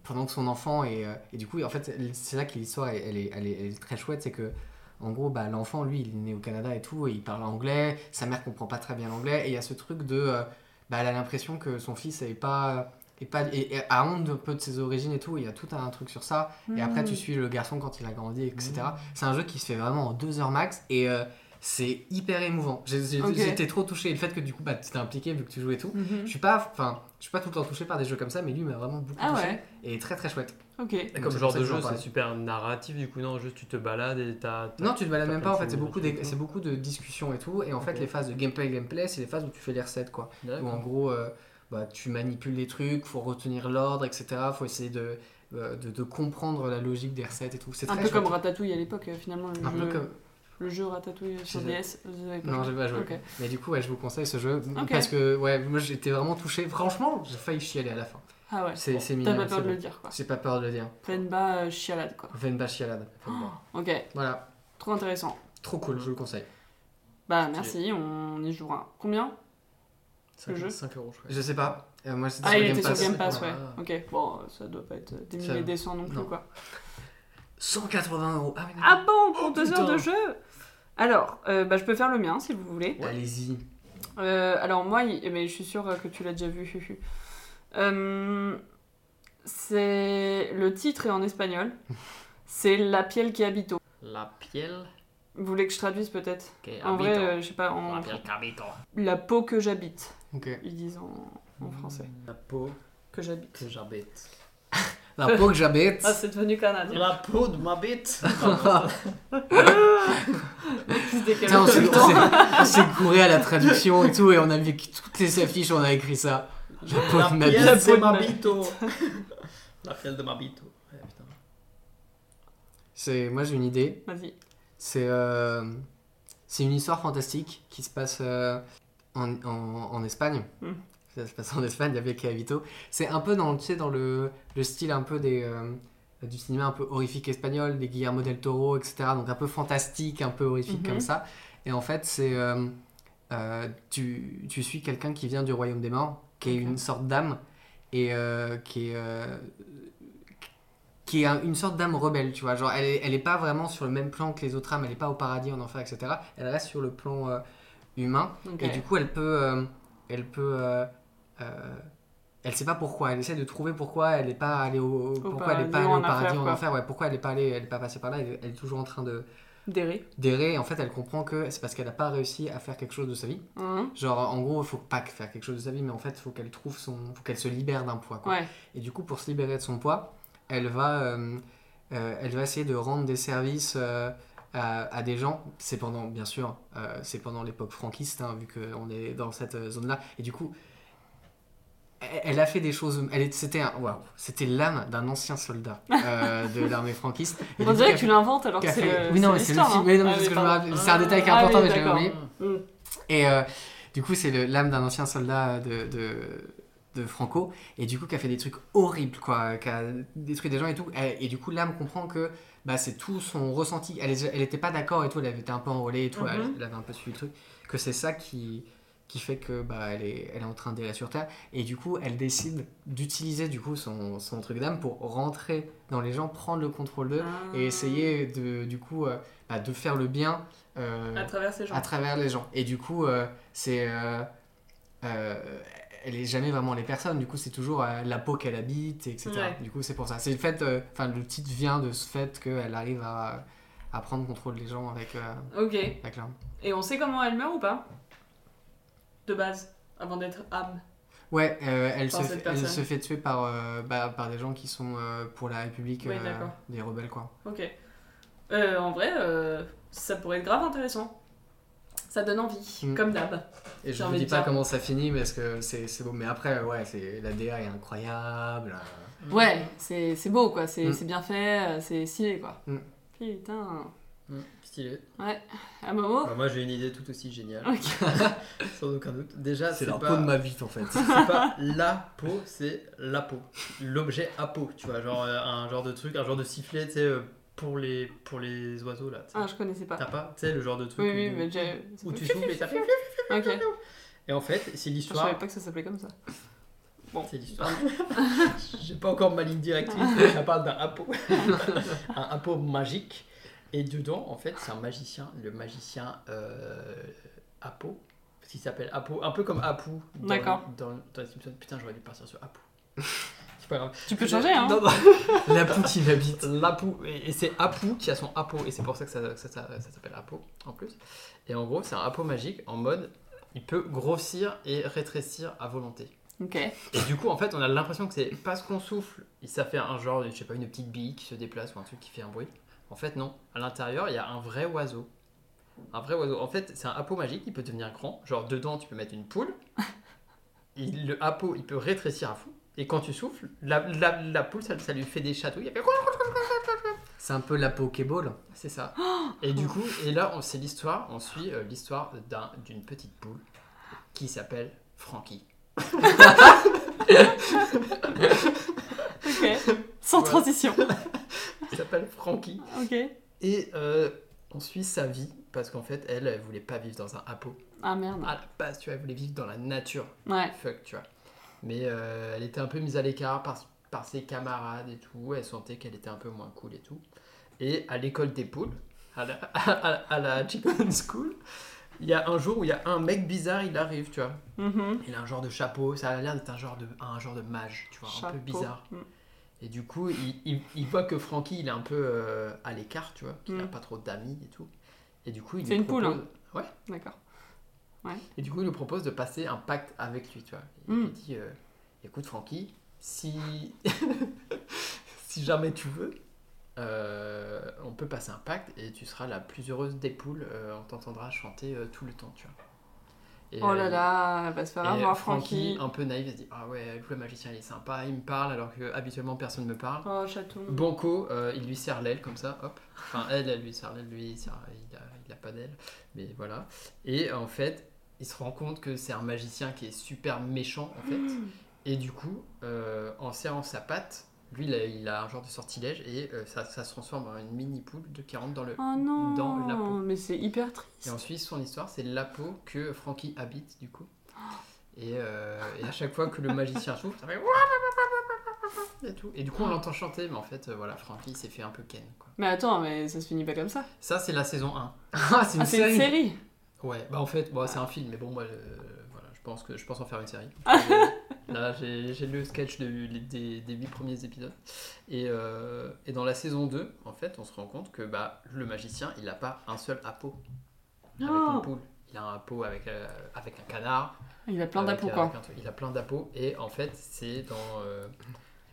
pendant que son enfant est. euh, et du coup, en fait, c'est là que l'histoire, elle, est- elle est- elle est très chouette, c'est que en gros, bah, l'enfant, lui, il est né au Canada et tout, et il parle anglais, sa mère comprend pas très bien l'anglais, et il y a ce truc de... euh, bah, elle a l'impression que son fils est pas... Est pas et, et a honte un peu de ses origines et tout, il y a tout un truc sur ça, et après
Hmm. Mm.
tu suis le garçon quand il a grandi, etc. C'est un jeu qui se fait vraiment en deux heures max, et euh, c'est hyper émouvant. J'ai- j'ai-
Ok. Mm.
J'étais trop touché, et le fait que du coup, bah, tu t'es impliqué vu que tu joues et tout.
Mhm.
Je suis pas, enfin, je suis pas tout le temps touché par des jeux comme ça, mais lui il m'a vraiment beaucoup
Ah
touché,
ouais
et très très chouette.
Ok.
Et
Donc,
comme
c'est
genre
pour ça
de
que j'en
jeu, c'est
parle.
super narratif, du coup, non, juste tu te balades et t'as. t'as-
Non, tu te balades
T'as
même
plein
pas, en
de
fait, c'est
choses,
beaucoup,
des
des-
trucs.
c'est beaucoup de discussions et tout. Et en fait,
Ok.
les phases de gameplay, gameplay, c'est les phases où tu fais les recettes, quoi. Où en
D'accord.
gros, euh, bah, bah, tu manipules les trucs, faut retenir l'ordre, etc. Faut essayer de, euh, de, de comprendre la logique des recettes et tout. C'est
Un
très
peu
chouette.
comme Ratatouille à l'époque, euh, finalement. Le,
Un peu
jeu,
comme-
le jeu Ratatouille sur
Je-
DS, vous avez pas
Non,
joué
j'ai pas joué.
Ok.
Mais du coup, ouais, je vous conseille ce jeu
Ok.
parce que ouais, moi j'étais vraiment touché. Franchement, j'ai failli chialer à la fin.
Ah ouais.
C'est c'est
T'as
mignon.
pas peur
c'est
de le
beau.
dire, quoi.
J'ai pas peur de le dire.
Venba euh, chialade, quoi.
Venba chialade.
Ok,
Voilà,
trop intéressant.
trop cool, je vous le conseille.
Bah, merci, on y jouera. Combien Le jeu
5 euros, je crois.
Je sais pas. Euh, moi, c'était
Ah,
sur
il
Game
était
Pass.
sur Game Pass, ouais.
Ah.
Ok, bon, euh, ça doit pas être des
Ça-
milliers des cents non plus,
non.
quoi.
180 euros. Ah, oui,
Ah bon, pour
Oh,
deux heures de
putain.
jeu Alors, euh, bah, je peux faire le mien si vous voulez.
d'accord. Allez-y.
Euh, alors moi, il- mais je suis sûre que tu l'as déjà vu. Fufu. Euh, c'est le titre est en espagnol. C'est La piel qui habito.
La piel
Vous voulez que je traduise peut-être
que
En
habito.
vrai, euh, je sais pas. En...
La piel que habito.
La peau que j'habite.
Ok.
Ils disent en, en français
La peau
que j'habite.
que j'habite.
La peau que j'habite.
Ah, c'est devenu canadien.
La peau de ma bite
Qui se décale
Putain, on
tout
s'est-
le
on
temps.
s'est- on s'est couré à la traduction et tout, et on a vu que toutes les affiches, on a écrit ça. La peau
La
de ma bite.
La
piel
peau
de
de ma
ma bito La piel de ma bito. Ouais, putain.
C'est- Moi, j'ai une idée.
Vas-y.
C'est euh, c'est une histoire fantastique qui se passe euh, en, en- en Espagne.
Mm.
Ça se passe en Espagne, la Vieille Cavito. e C'est un peu dans, le- tu sais, dans le, le style un peu des, euh, du cinéma un peu horrifique espagnol, des Guillermo del Toro, etc. Donc un peu fantastique, un peu horrifique
Mhm.
comme ça. Et en fait, c'est euh, euh, tu, tu suis quelqu'un qui vient du royaume des morts, qui est
Ok.
une sorte d'âme, et euh, qui est, euh, qui est un- une sorte d'âme rebelle, tu vois. Genre, elle est, elle est pas vraiment sur le même plan que les autres âmes, elle est pas au paradis, en enfer, etc. Elle reste sur le plan euh, humain,
Ok.
et du coup, elle peut. euh, elle peut. euh, euh, elle sait pas pourquoi, elle essaie de trouver pourquoi elle n'est pas allée au, pourquoi elle
paradis
est pas allée
ou en
au paradis
enfer,
en
quoi.
enfer, ouais, pourquoi elle est pas allée, elle est pas passée par là, elle, elle est toujours en train de
Derry.
d'errer. Et En fait, elle comprend que c'est parce qu'elle n'a pas réussi à faire quelque chose de sa vie.
Hein
Genre, en gros, il faut pas faire quelque chose de sa vie, mais en fait, il faut qu'elle trouve son. faut qu'elle se libère d'un poids. quoi.
ouais.
Et du coup, pour se libérer de son poids, elle va, euh, euh, elle va essayer de rendre des services euh, à, à des gens. C'est pendant, bien sûr, euh, c'est pendant l'époque franquiste, hein, vu qu'on est dans cette euh, zone-là. Et du coup, elle- elle a fait des choses. Elle est- c'était un- waouh, c'était l'âme d'un ancien soldat euh, de l'armée franquiste. Et du
On
coup,
dirait
elle-
que tu l'inventes alors que
qu'elle
c'est.
fait-
euh,
Oui, non, mais
c'est
c'est le
l'histoire,
film.
hein.
mais non, mais
Ah
c'est
oui,
parce que je me
pardon.
rappelle- c'est un détail qui est
Ah oui,
important, mais je l'avais
d'accord.
oublié.
Mm.
Et euh, du coup, c'est le- l'âme d'un ancien soldat de, de, de Franco, et du coup, qui a fait des trucs horribles, quoi, qui a détruit des gens et tout. Et, et du coup, l'âme comprend que bah, c'est tout son ressenti. Elle n'était pas d'accord et tout, elle avait été un peu enrôlée et tout,
Mm-hmm.
elle, elle avait un peu suivi le truc. Que c'est ça qui, qui fait que bah, elle, est, elle est en train d'errer sur Terre. Et du coup, elle décide d'utiliser du coup son, son truc d'âme pour rentrer dans les gens, prendre le contrôle d'eux
Ah.
et essayer de, du coup euh, bah, de faire le bien. euh,
à travers ces gens.
à travers les gens. Et du coup, euh, c'est. euh, euh, elle est jamais vraiment les personnes, du coup, c'est toujours euh, la peau qu'elle habite, etc.
Ouais.
Du coup, c'est pour ça. C'est le fait. euh, Enfin, le titre vient de ce fait qu'elle arrive à, à prendre contrôle des gens avec, euh,
Ok.
avec l'arme.
Et on sait comment elle meurt ou pas De base, avant d'être âme.
Ouais, euh, elle,
Par
se
cette
fait, elle
personne.
se fait tuer par, euh, bah, par des gens qui sont euh, pour la République
Ouais,
euh,
d'accord.
des rebelles, quoi.
Ok. Euh, en vrai, euh, ça pourrait être grave intéressant. Ça donne envie,
Mm.
comme d'hab.
Et je
J'ai
vous
envie
dis
de
pas
dire.
comment ça finit parce que c'est c'est beau. Mais après, ouais, c'est- la DA est incroyable.
Ouais, c'est c'est beau quoi, c'est
Mm.
c'est bien fait, euh, c'est stylé quoi.
Mm.
Putain.
Mmh, Stylé.
À Momo
Bah, moi j'ai une idée tout aussi géniale,
Oh. Ok.
sans aucun doute. Déjà,
C'est
c'est
la
pas...
peau de ma vie, en fait.
c'est pas la peau, c'est la peau. L'objet à peau, tu vois, genre euh, un genre de truc, un genre de sifflet, tu sais, euh, pour les, pour les oiseaux là. tu sais.
Ah, je connaissais pas.
T'as pas, tu sais, le genre de truc
Oui,
où,
oui, mais j'ai.
où tu souffles et ça fait. flou.
Ok.
Et en fait, c'est
Je savais
l'histoire.
pas que Ah, ça s'appelait comme ça.
C'est l'histoire. J'ai pas encore ma ligne directrice, mais ça parle d'un hapeau. un hapeau magique. Et dedans, en fait, c'est un magicien, le magicien euh, hapeau. Parce qu'il s'appelle hapeau, un peu comme Apu. dans-
D'accord.
Dans, dans les Simpsons. Putain, j'aurais dû partir sur hapeau. C'est pas grave.
Tu peux changer, hein
Non, non.
la peau qui m'habite.
L'Apu, et et c'est Apu qui a son Apo, et c'est pour ça que ça, que ça- ça- ça s'appelle Apo en plus. Et en gros, c'est un Apo magique en mode il peut grossir et rétrécir à volonté.
Ok.
Et du coup, en fait, on a l'impression que c'est parce qu'on souffle, et ça fait un genre, de- je sais pas, une petite bille qui se déplace ou un truc qui fait un bruit. En fait, non. À l'intérieur, il y a un vrai oiseau. Un vrai oiseau. En fait, c'est un Apo magique, il peut devenir grand. Genre, dedans, tu peux mettre une poule. il- le hapeau, il peut rétrécir à fond. Et quand tu souffles, la, la- la poule, ça, ça lui fait des chatouilles. Elle fait
C'est un peu la Pokéball.
C'est ça. Et du coup, et là, on- c'est l'histoire, on suit euh, l'histoire d'un- d'une petite poule qui s'appelle Frankie.
Ok. Sans
Ouais.
transition.
Elle s'appelle Frankie.
Ok.
Et euh, on suit sa vie, parce qu'en fait, elle, elle voulait pas vivre dans un hapeau.
Ah merde.
À la base, tu vois, elle voulait vivre dans la nature.
Ouais.
Fuck, tu vois. Mais euh, elle était un peu mise à l'écart par, par ses camarades et tout. Elle sentait qu'elle était un peu moins cool et tout. Et à l'école des poules, à la, à, à- à la Chicken School, il y a un jour où il y a un mec bizarre, il arrive, tu vois.
Mhm.
Il a un genre de chapeau, ça a l'air d'être un genre de un genre de mage, tu vois, un
Chapeau.
peu bizarre.
Mm.
Et du coup, il, il- il voit que Frankie, il est un peu euh, à l'écart, tu vois, qu'il n'a
Mm.
pas trop d'amis et tout. Et du coup, il
C'est
lui
une poule,
propose-
D'accord.
Et du coup, il lui propose de passer un pacte avec lui, tu vois. Il
Mm.
lui dit, euh, écoute Frankie, si si jamais tu veux, euh, on peut passer un pacte et tu seras la plus heureuse des poules. euh, on t'entendra chanter euh, tout le temps, tu vois. Et,
Oh là
euh,
là, elle va se faire
et euh,
avoir, Francky.
Frankie, un peu naïf, il se dit Ah ouais, le magicien il est sympa, il me parle alors que habituellement personne ne me parle.
Oh, chaton.
Banco, euh, il lui serre l'aile comme ça, hop. Enfin, elle, elle lui serre l'aile, lui, il, serre- il, a, il a pas d'aile, mais voilà. Et en fait, il se rend compte que c'est un magicien qui est super méchant en fait.
Hmm.
Et du coup, euh, en serrant sa patte, lui il a, il a un genre de sortilège et euh, ça, ça se transforme en une mini poule de- qui rentre dans le.
Oh non.
Dans la peau.
Mais c'est hyper
Et
triste.
ensuite, son histoire, c'est la peau que Frankie habite, du coup. Et, euh, et à chaque fois que le magicien souffle, ça fait. Et, tout. et du coup, on l'entend chanter, mais en fait, euh, voilà, Frankie s'est fait un peu ken. Quoi.
Mais attends, mais ça se finit pas comme ça.
Ça, c'est la saison 1. ah,
Ah, c'est une série.
Ouais, bah en fait, bon, c'est un film, mais bon, moi, euh, voilà, je pense, que, je pense en faire une série. Là, j'ai j'ai lu le sketch de- des, des 8 premiers épisodes. Et, euh, et dans la saison 2, en fait, on se rend compte que bah, le magicien, il n'a pas un seul appo avec
Non.
une poule. Il a un appo avec, euh, avec un canard.
Il a plein
avec,
d'appos,
euh,
quoi.
avec un truc. Il a plein d'appos. Et en fait, c'est dans euh,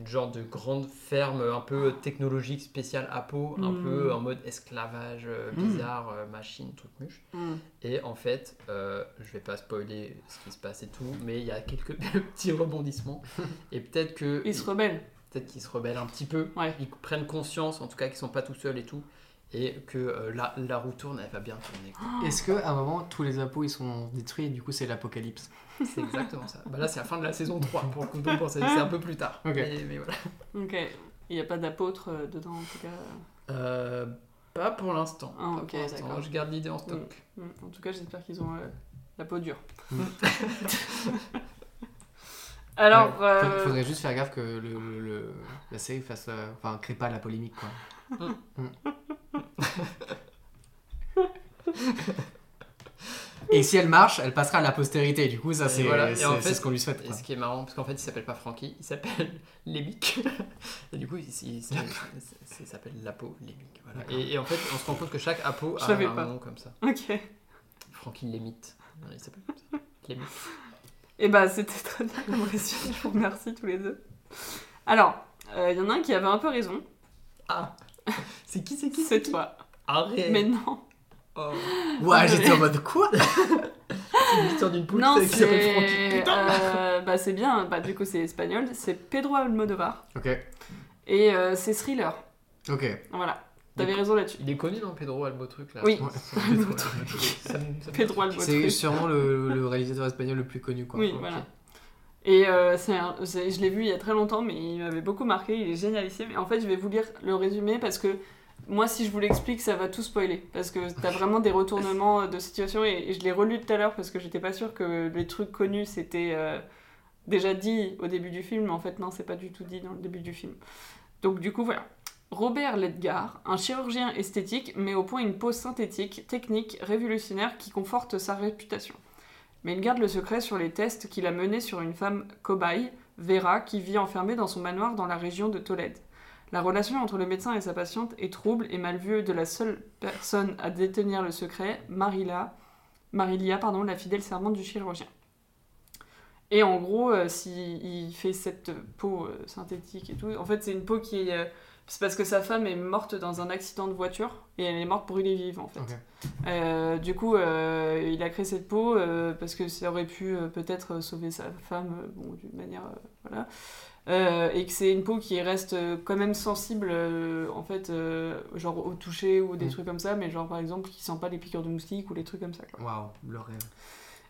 une genre de grande ferme un peu technologique spéciale appo, un
Mm.
peu en mode esclavage euh,
Mm.
bizarre, euh, machine, truc mûche.
Mm.
Et en fait, euh, je vais pas spoiler ce qui se passe et tout, mais il y a quelques petits rebondissements. Et peut-être que
Il se rebelle.
peut-être qu'ils se rebellent un petit peu,
Ouais.
ils prennent conscience, en tout cas qu'ils sont pas tout seuls et tout, et que euh, la, la roue tourne, elle va bien tourner. quoi.
Est-ce que à un moment tous les apos ils sont détruits et du coup c'est l'apocalypse
C'est exactement ça. Bah là, c'est la fin de la saison 3 pour le coup, donc bon, c'est c'est un peu plus tard.
Ok.
Mais- mais voilà.
Ok. Il n'y a pas d'apôtre euh, dedans, en tout cas.
Euh, pas pour l'instant.
Ah,
Pas
ok,
pour l'instant.
d'accord.
Je garde l'idée en stock.
Mm. En tout cas, j'espère qu'ils ont euh, la peau dure.
Mm.
Alors,
Fa-
euh,
Faudrait juste faire gaffe que le, le- le- la série fasse, euh, enfin crée pas la polémique quoi. Mm. et si elle marche, elle passera à la postérité. Du coup ça
Et
c'est
voilà. Et
c'est-
en fait-
c'est ce qu'on lui souhaite.
Et
quoi.
ce qui est marrant, parce qu'en fait, il s'appelle pas Frankie, il s'appelle Lémic. Et du coup, il, il- il- il s'appelle Lapo Lémic. Voilà.
D'accord.
Et, et en fait, on se rend compte que chaque Apo
Je
a
savais
un
pas.
nom comme ça.
ok.
Frankie Lémite. Voilà, il s'appelle comme ça. Lémic.
Et bah, c'était très bien comme résumé. Je vous remercie tous les deux. Alors, euh, il y en a un qui avait un peu raison.
Ah C'est qui, c'est qui
C'est toi.
Arrête
Mais non.
Oh,
Ouais j'étais en mode quoi
C'est l'histoire d'une poule
Non,
qui s'appelle Frankie.
c'est.
Putain
euh, bah, c'est bien. Bah, du coup, c'est espagnol. C'est Pedro Almodovar.
Ok
Et euh, c'est thriller.
ok.
Voilà. T'avais raison là-dessus.
Il est connu dans Pedro Albotruc là.
Oui.
Ouais. Ça me- ça me-
Pedro
C'est
Almodovar.
sûrement le, le réalisateur espagnol le plus connu quoi.
Oui,
Ok.
voilà. Et euh, c'est un- c'est- je l'ai vu il y a très longtemps, mais il m'avait beaucoup marqué, il est génialissime. Et en fait, je vais vous lire le résumé parce que moi, si je vous l'explique, ça va tout spoiler. Parce que t'as vraiment des retournements euh, de situation. Et, et je l'ai relu tout à l'heure parce que j'étais pas sûre que les trucs connus, c'était euh, déjà dit au début du film. Mais en fait, non, c'est pas du tout dit dans le début du film. Donc, du coup, voilà. Robert Ledgar, un chirurgien esthétique, met au point une pose synthétique, technique, révolutionnaire qui conforte sa réputation mais il garde le secret sur les tests qu'il a menés sur une femme cobaye, Vera, qui vit enfermée dans son manoir dans la région de Tolède. La relation entre le médecin et sa patiente est trouble et mal vue de la seule personne à détenir le secret, Marilla, Marilia, pardon, la fidèle servante du chirurgien. Et en gros, s'il fait cette peau euh, synthétique et tout, en fait, c'est une peau qui est... euh, C'est parce que sa femme est morte dans un accident de voiture et elle est morte brûlée vive en fait.
Ok.
Euh, du coup, euh, il a créé cette peau euh, parce que ça aurait pu euh, peut-être sauver sa femme, euh, bon, d'une manière. euh, voilà. Euh, et que c'est une peau qui reste euh, quand même sensible, euh, en fait, euh, genre au toucher ou des
Mm.
trucs comme ça, mais genre par exemple qui sent pas les piqûres de moustiques ou les trucs comme ça. quoi.
Waouh, le rêve.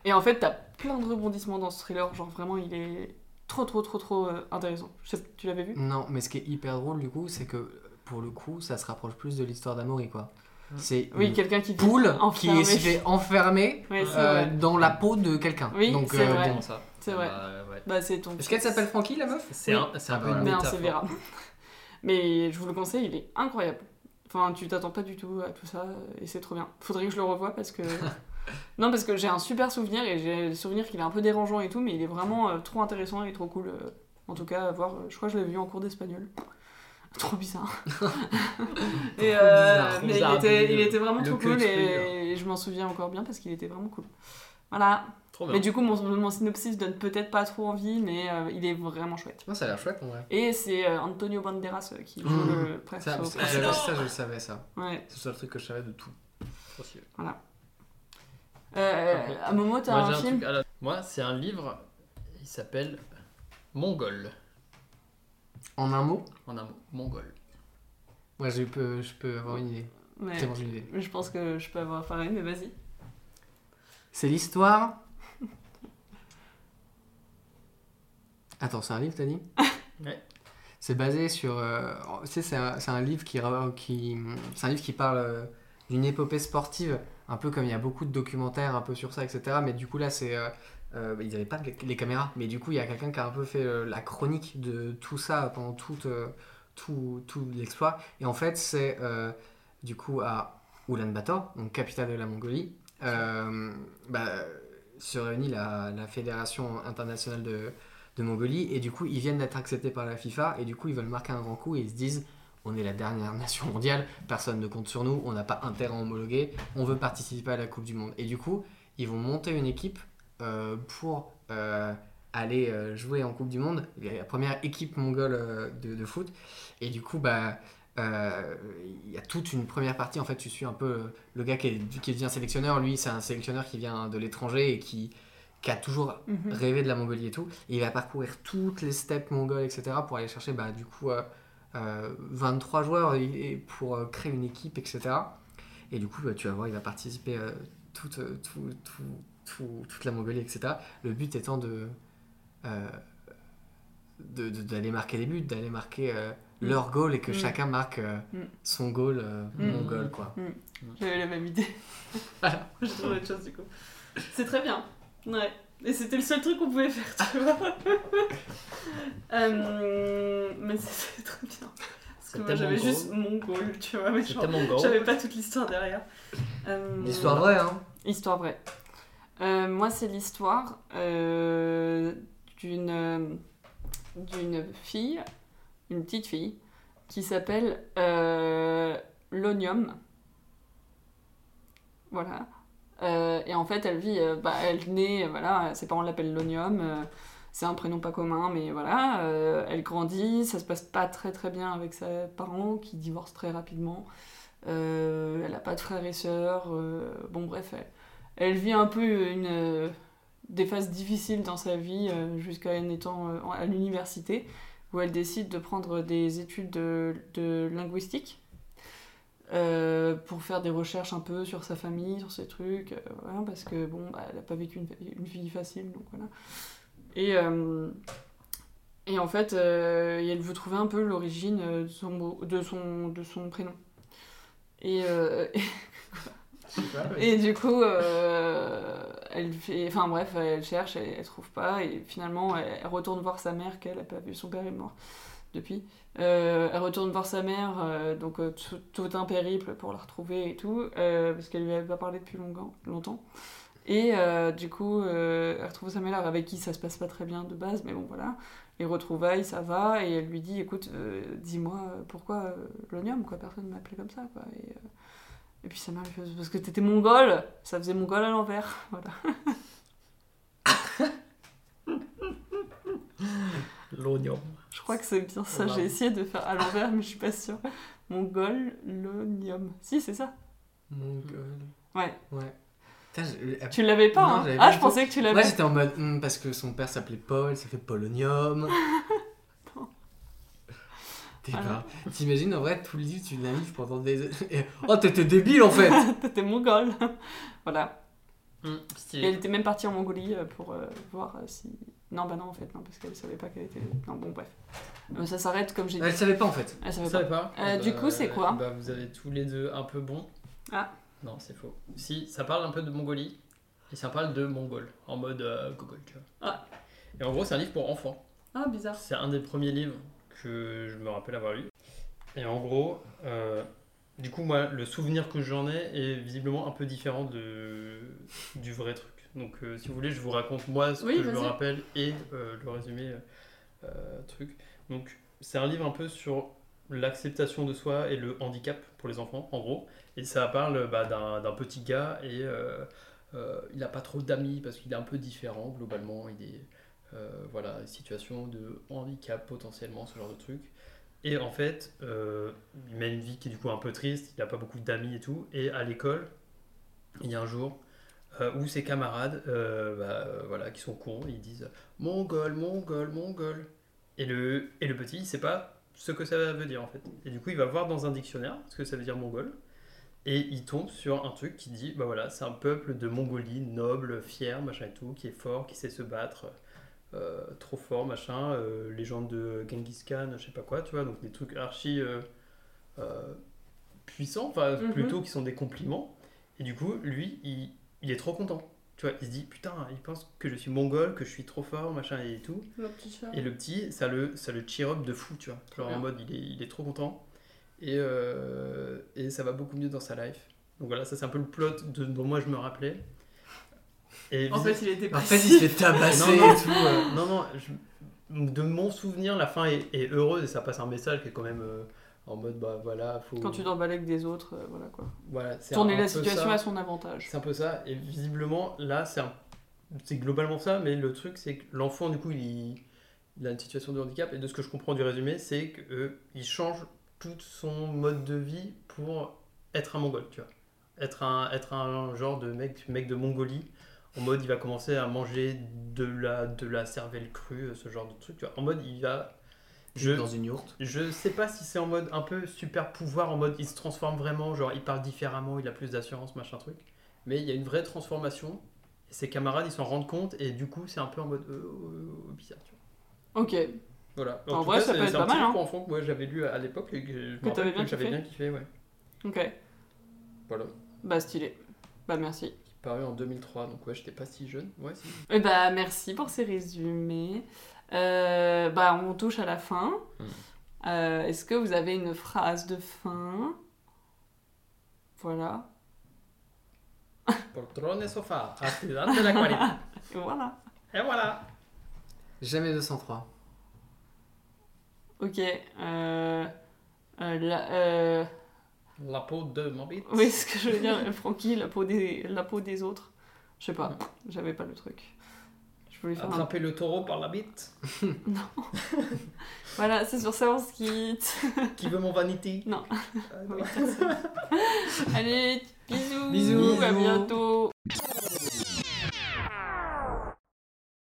Et en fait, t'as plein de rebondissements dans ce thriller, genre vraiment, il est trop, trop, trop, trop euh, intéressant. Je sais- tu l'avais vu
Non, mais ce qui est hyper drôle du coup, c'est que pour le coup, ça se rapproche plus de l'histoire d'Amaury quoi.
Mm.
C'est
Oui,
une
quelqu'un qui dit
Mmh. poule
enfermé.
qui s'est fait enfermer
Ouais, c'est
euh,
vrai.
dans la peau de quelqu'un.
Oui,
Donc, euh,
c'est vrai.
bon.
ça.
C'est vrai.
Bah, ouais.
Bah, c'est ton.
euh, Est-ce qu'elle s'appelle Frankie la meuf
C'est un, c'est un peu
Ah,
une
Non,
métaphore.
c'est Vera. Mais je vous le conseille, il est incroyable. Enfin, tu t'attends pas du tout à tout ça et c'est trop bien. Faudrait que je le revoie parce que. non, parce que j'ai un super souvenir et j'ai le souvenir qu'il est un peu dérangeant et tout, mais il est vraiment euh, trop intéressant et trop cool. euh, en tout cas, à voir. Je crois que je l'ai vu en cours d'espagnol. Trop bizarre. et euh,
bizarre, trop
mais
bizarre.
il était, il était vraiment
Le
trop
que
cool
tu
et, je m'en souviens encore bien parce qu'il était vraiment cool. Voilà.
Trop bien.
Mais du coup, mon, mon synopsis donne peut-être pas trop envie, mais euh, il est vraiment chouette.
Non, ça a l'air chouette en vrai.
Et c'est euh, Antonio Banderas euh, qui joue
Mmh.
le prince
Ça,
au
ça,
prince.
je, ça, je le savais ça.
Ouais.
C'est le seul truc que je savais de tout. Aussi.
Euh, à Momo, t'as
Moi,
un
j'ai un
film
truc à la- Moi, c'est un livre. Il s'appelle Mongol.
En un mot,
En un mot, Mongol.
moi je peux, je peux avoir une idée.
Ouais.
C'est bon, j'ai une idée.
Je pense que je peux avoir pareil, mais vas-y.
C'est l'histoire. Attends, c'est un livre, t'as dit
Ouais.
C'est basé sur. euh, tu sais, c'est un, c'est un livre qui, ra- qui c'est un livre qui parle euh, d'une épopée sportive, un peu comme il y a beaucoup de documentaires un peu sur ça, etc. Mais du coup là, c'est euh, euh, ils n'avaient pas de- les caméras, mais du coup il y a quelqu'un qui a un peu fait euh, la chronique de tout ça pendant toute, euh, tout, tout l'exploit. Et en fait, c'est euh, du coup à Ulaanbaatar, donc capitale de la Mongolie, euh, bah, se réunit la, la fédération internationale de, de Mongolie et du coup ils viennent d'être acceptés par la FIFA et du coup ils veulent marquer un grand coup et ils se disent on est la dernière nation mondiale, personne ne compte sur nous, on n'a pas intérêt à homologuer, on veut participer à la Coupe du Monde. Et du coup ils vont monter une équipe euh, pour euh, aller euh, jouer en Coupe du Monde, la première équipe mongole euh, de, de foot. Et du coup bah... euh, Il y a toute une première partie, en fait, tu suis un peu euh, le gars qui, est- qui devient sélectionneur, lui, c'est un sélectionneur qui vient de l'étranger et qui, qui a toujours
Mhm.
rêvé de la Mongolie et tout. Et il va parcourir toutes les steppes mongoles, etc., pour aller chercher, bah, du coup, euh, euh, 23 joueurs et- et pour euh, créer une équipe, etc. Et du coup, bah, tu vas voir, il va participer euh, toute, euh, tout- tout- tout- toute la Mongolie, etc. Le but étant de. euh, de- de- d'aller marquer des buts, d'aller marquer euh,
Mm.
leur goal et que
Mm.
chacun marque euh,
Mm.
son goal euh,
Mm.
mongol quoi.
J'avais la même idée. J'ai trouvé autre chose du coup. C'est très bien. Ouais. Et c'était le seul truc qu'on pouvait faire, tu vois. Euh, mais c'était très bien. Parce que
C'est
moi
tellement
j'avais
gros.
juste mon goal, tu vois, mais
C'est
genre,
tellement gros.
j'avais pas toute l'histoire derrière. Euh,
L'histoire vraie hein.
Histoire vraie. Euh, moi, c'est l'histoire euh, d'une euh, d'une fille, une petite fille, qui s'appelle euh, Lonium. Voilà. Euh, et en fait, elle vit, euh, bah, elle naît, euh, voilà, ses parents l'appellent Lonium. euh, c'est un prénom pas commun, mais voilà. euh, elle grandit, ça se passe pas très très bien avec ses parents qui divorcent très rapidement. Euh, elle a pas de frères et sœurs. euh, bon, bref, elle, elle vit un peu une, euh, des phases difficiles dans sa vie euh, jusqu'à en étant euh, à l'université où elle décide de prendre des études de, de linguistique euh, pour faire des recherches un peu sur sa famille, sur ses trucs, euh, voilà, parce que bon, bah, elle n'a pas vécu une, une vie facile, donc voilà. Et, euh, et en fait, euh, et elle veut trouver un peu l'origine euh, de son, mot- de, son, de son prénom. Et, euh, et du coup, euh, elle fait, enfin bref, elle cherche, elle, elle trouve pas, et finalement, elle, elle retourne voir sa mère qu'elle a pas vu, son père est mort depuis. Euh, elle retourne voir sa mère, euh, donc euh, tout, tout un périple pour la retrouver et tout, euh, parce qu'elle lui avait pas parlé depuis longan- longtemps. Et euh, du coup, euh, elle retrouve sa mère avec qui ça se passe pas très bien de base, mais bon voilà. Les retrouvailles, ça va, et elle lui dit, écoute, euh, dis-moi euh, pourquoi euh, l'onium, quoi, personne ne m'appelait comme ça, quoi. Et, euh, et puis sa mère lui fait, parce que t'étais mongole, ça faisait mongole à l'envers, voilà.
L'oignon.
Je crois que c'est bien ça.
Bravo.
J'ai essayé de faire à l'envers, mais je suis pas sûre. Mongolonium. Si, c'est ça.
Mon
God.
Ouais.
Oh Ouais. Putain, je-
Tu l'avais pas,
Non,
hein
j'avais pas
Ah,
du
je
tout.
pensais que tu
Moi
l'avais.
j'étais en mode hmm, parce que son père s'appelait Paul, ça fait Polonium. T'es
Voilà.
pas. T'imagines en vrai tout le livre tu l'as mis pendant des. et- Oh t'étais débile en fait.
T'étais mongol. voilà. Et
Hum,
elle
stylé.
était même partie en Mongolie euh, pour euh, voir euh, si. Non, bah non, en fait, non, parce qu'elle savait pas qu'elle était. Non, bon, bref. Euh, ça s'arrête comme j'ai dit.
Elle savait pas en fait.
Elle
Vous
savait pas.
savez pas
Euh, du coup, c'est quoi
bah, Vous avez tous les deux un peu bon.
Ah.
Non, c'est faux. Si, ça parle un peu de Mongolie. Et ça parle de Mongol. En mode euh, Gogol, tu vois.
Ah.
Et en gros, c'est un livre pour enfants.
Ah, bizarre.
C'est un des premiers livres que je me rappelle avoir lu. Et en gros, euh, du coup, moi, le souvenir que j'en ai est visiblement un peu différent de, du vrai truc. Donc, euh, si vous voulez, je vous raconte moi ce
Oui,
que je me
vas-y.
rappelle et euh, le résumé euh, truc. Donc, c'est un livre un peu sur l'acceptation de soi et le handicap pour les enfants, en gros. Et ça parle bah, d'un d'un petit gars et euh, euh, il n'a pas trop d'amis parce qu'il est un peu différent globalement. Il est euh, voilà, situation de handicap potentiellement, ce genre de truc. Et en fait, euh, il mène une vie qui est du coup un peu triste, il n'a pas beaucoup d'amis et tout. Et à l'école, il y a un jour euh, où ses camarades, euh, bah, euh, voilà, qui sont cons, ils disent Mongol, Mongol, Mongol. Et le, et le petit, il sait pas ce que ça veut dire en fait. Et du coup, il va voir dans un dictionnaire ce que ça veut dire Mongol. Et il tombe sur un truc qui dit bah voilà, c'est un peuple de Mongolie, noble, fier, machin et tout, qui est fort, qui sait se battre, euh, trop fort, machin, euh, légende de Genghis Khan, je sais pas quoi, tu vois, donc des trucs archi euh, euh, puissants, enfin
Mhm.
plutôt qui sont des compliments. Et du coup, lui, il, il est trop content. Tu vois, il se dit putain, il pense que je suis mongol, que je suis trop fort, machin et tout.
Le petit chat.
Et le petit, ça le, ça le cheer up de fou, tu vois. Genre
bien.
en mode, il est, il est trop content. Et, euh, et ça va beaucoup mieux dans sa life. Donc voilà, ça c'est un peu le plot de, dont moi je me rappelais. Et
En
visi-
fait, il était
En fait il se fait
Non,
tabasser
non.
et tout. euh.
non, non, je- de mon souvenir, la fin est, est heureuse et ça passe un message qui est quand même euh, en mode, bah voilà, faut.
Quand tu t'emballes avec des autres, euh, voilà quoi.
Voilà, c'est
Tourner
un
la
peu
situation
ça.
à son avantage.
C'est un peu ça, et visiblement, là, c'est un- c'est globalement ça, mais le truc, c'est que l'enfant, du coup, il... il a une situation de handicap, et de ce que je comprends du résumé, c'est qu'il change tout son mode de vie pour être un mongol, tu vois. Être un, être un genre de mec, mec de Mongolie, en mode, il va commencer à manger de la, de la cervelle crue, ce genre de truc, tu vois. En mode, il va... Je,
Dans une yourte.
je sais pas si c'est en mode un peu super pouvoir, en mode il se transforme vraiment, genre il parle différemment, il a plus d'assurance, machin truc. Mais il y a une vraie transformation. Et ses camarades, ils s'en rendent compte et du coup, c'est un peu en mode euh, euh, euh, bizarre. Tu vois.
Ok.
Voilà.
En
tout
vrai, ça
c'est-
peut être
c'est un
pas
petit
mal,
livre
hein.
pour enfants que moi j'avais lu à à l'époque et que, je me
Que t'avais
rappelle
bien
que j'avais
kiffé.
bien kiffé. Ouais.
Ok.
Voilà.
Bah, stylé. Bah, merci.
Qui paru en 2003, donc ouais, j'étais pas si jeune. Ouais, si.
Eh bah, merci pour ces résumés. Euh, bah, on touche à la fin.
Mm.
Euh, Est-ce que vous avez une phrase de fin Voilà.
Poltrone et sofa, accident de la cuarentena.
Et voilà.
Et voilà.
Jamais 203.
Ok. Euh, euh, la- euh,
La peau de mon bite.
Oui, ce que je veux dire, euh, Francky, la peau des, la peau des autres. Je sais pas, j'avais pas le truc. Je voulais faire un...
Attraper le taureau par la bite.
Voilà, c'est sur ça, on se quitte.
Qui veut mon vanity
Non.
Euh,
Oui, personne. Allez, bisous,
Bisous.
à
Bisous.
bientôt.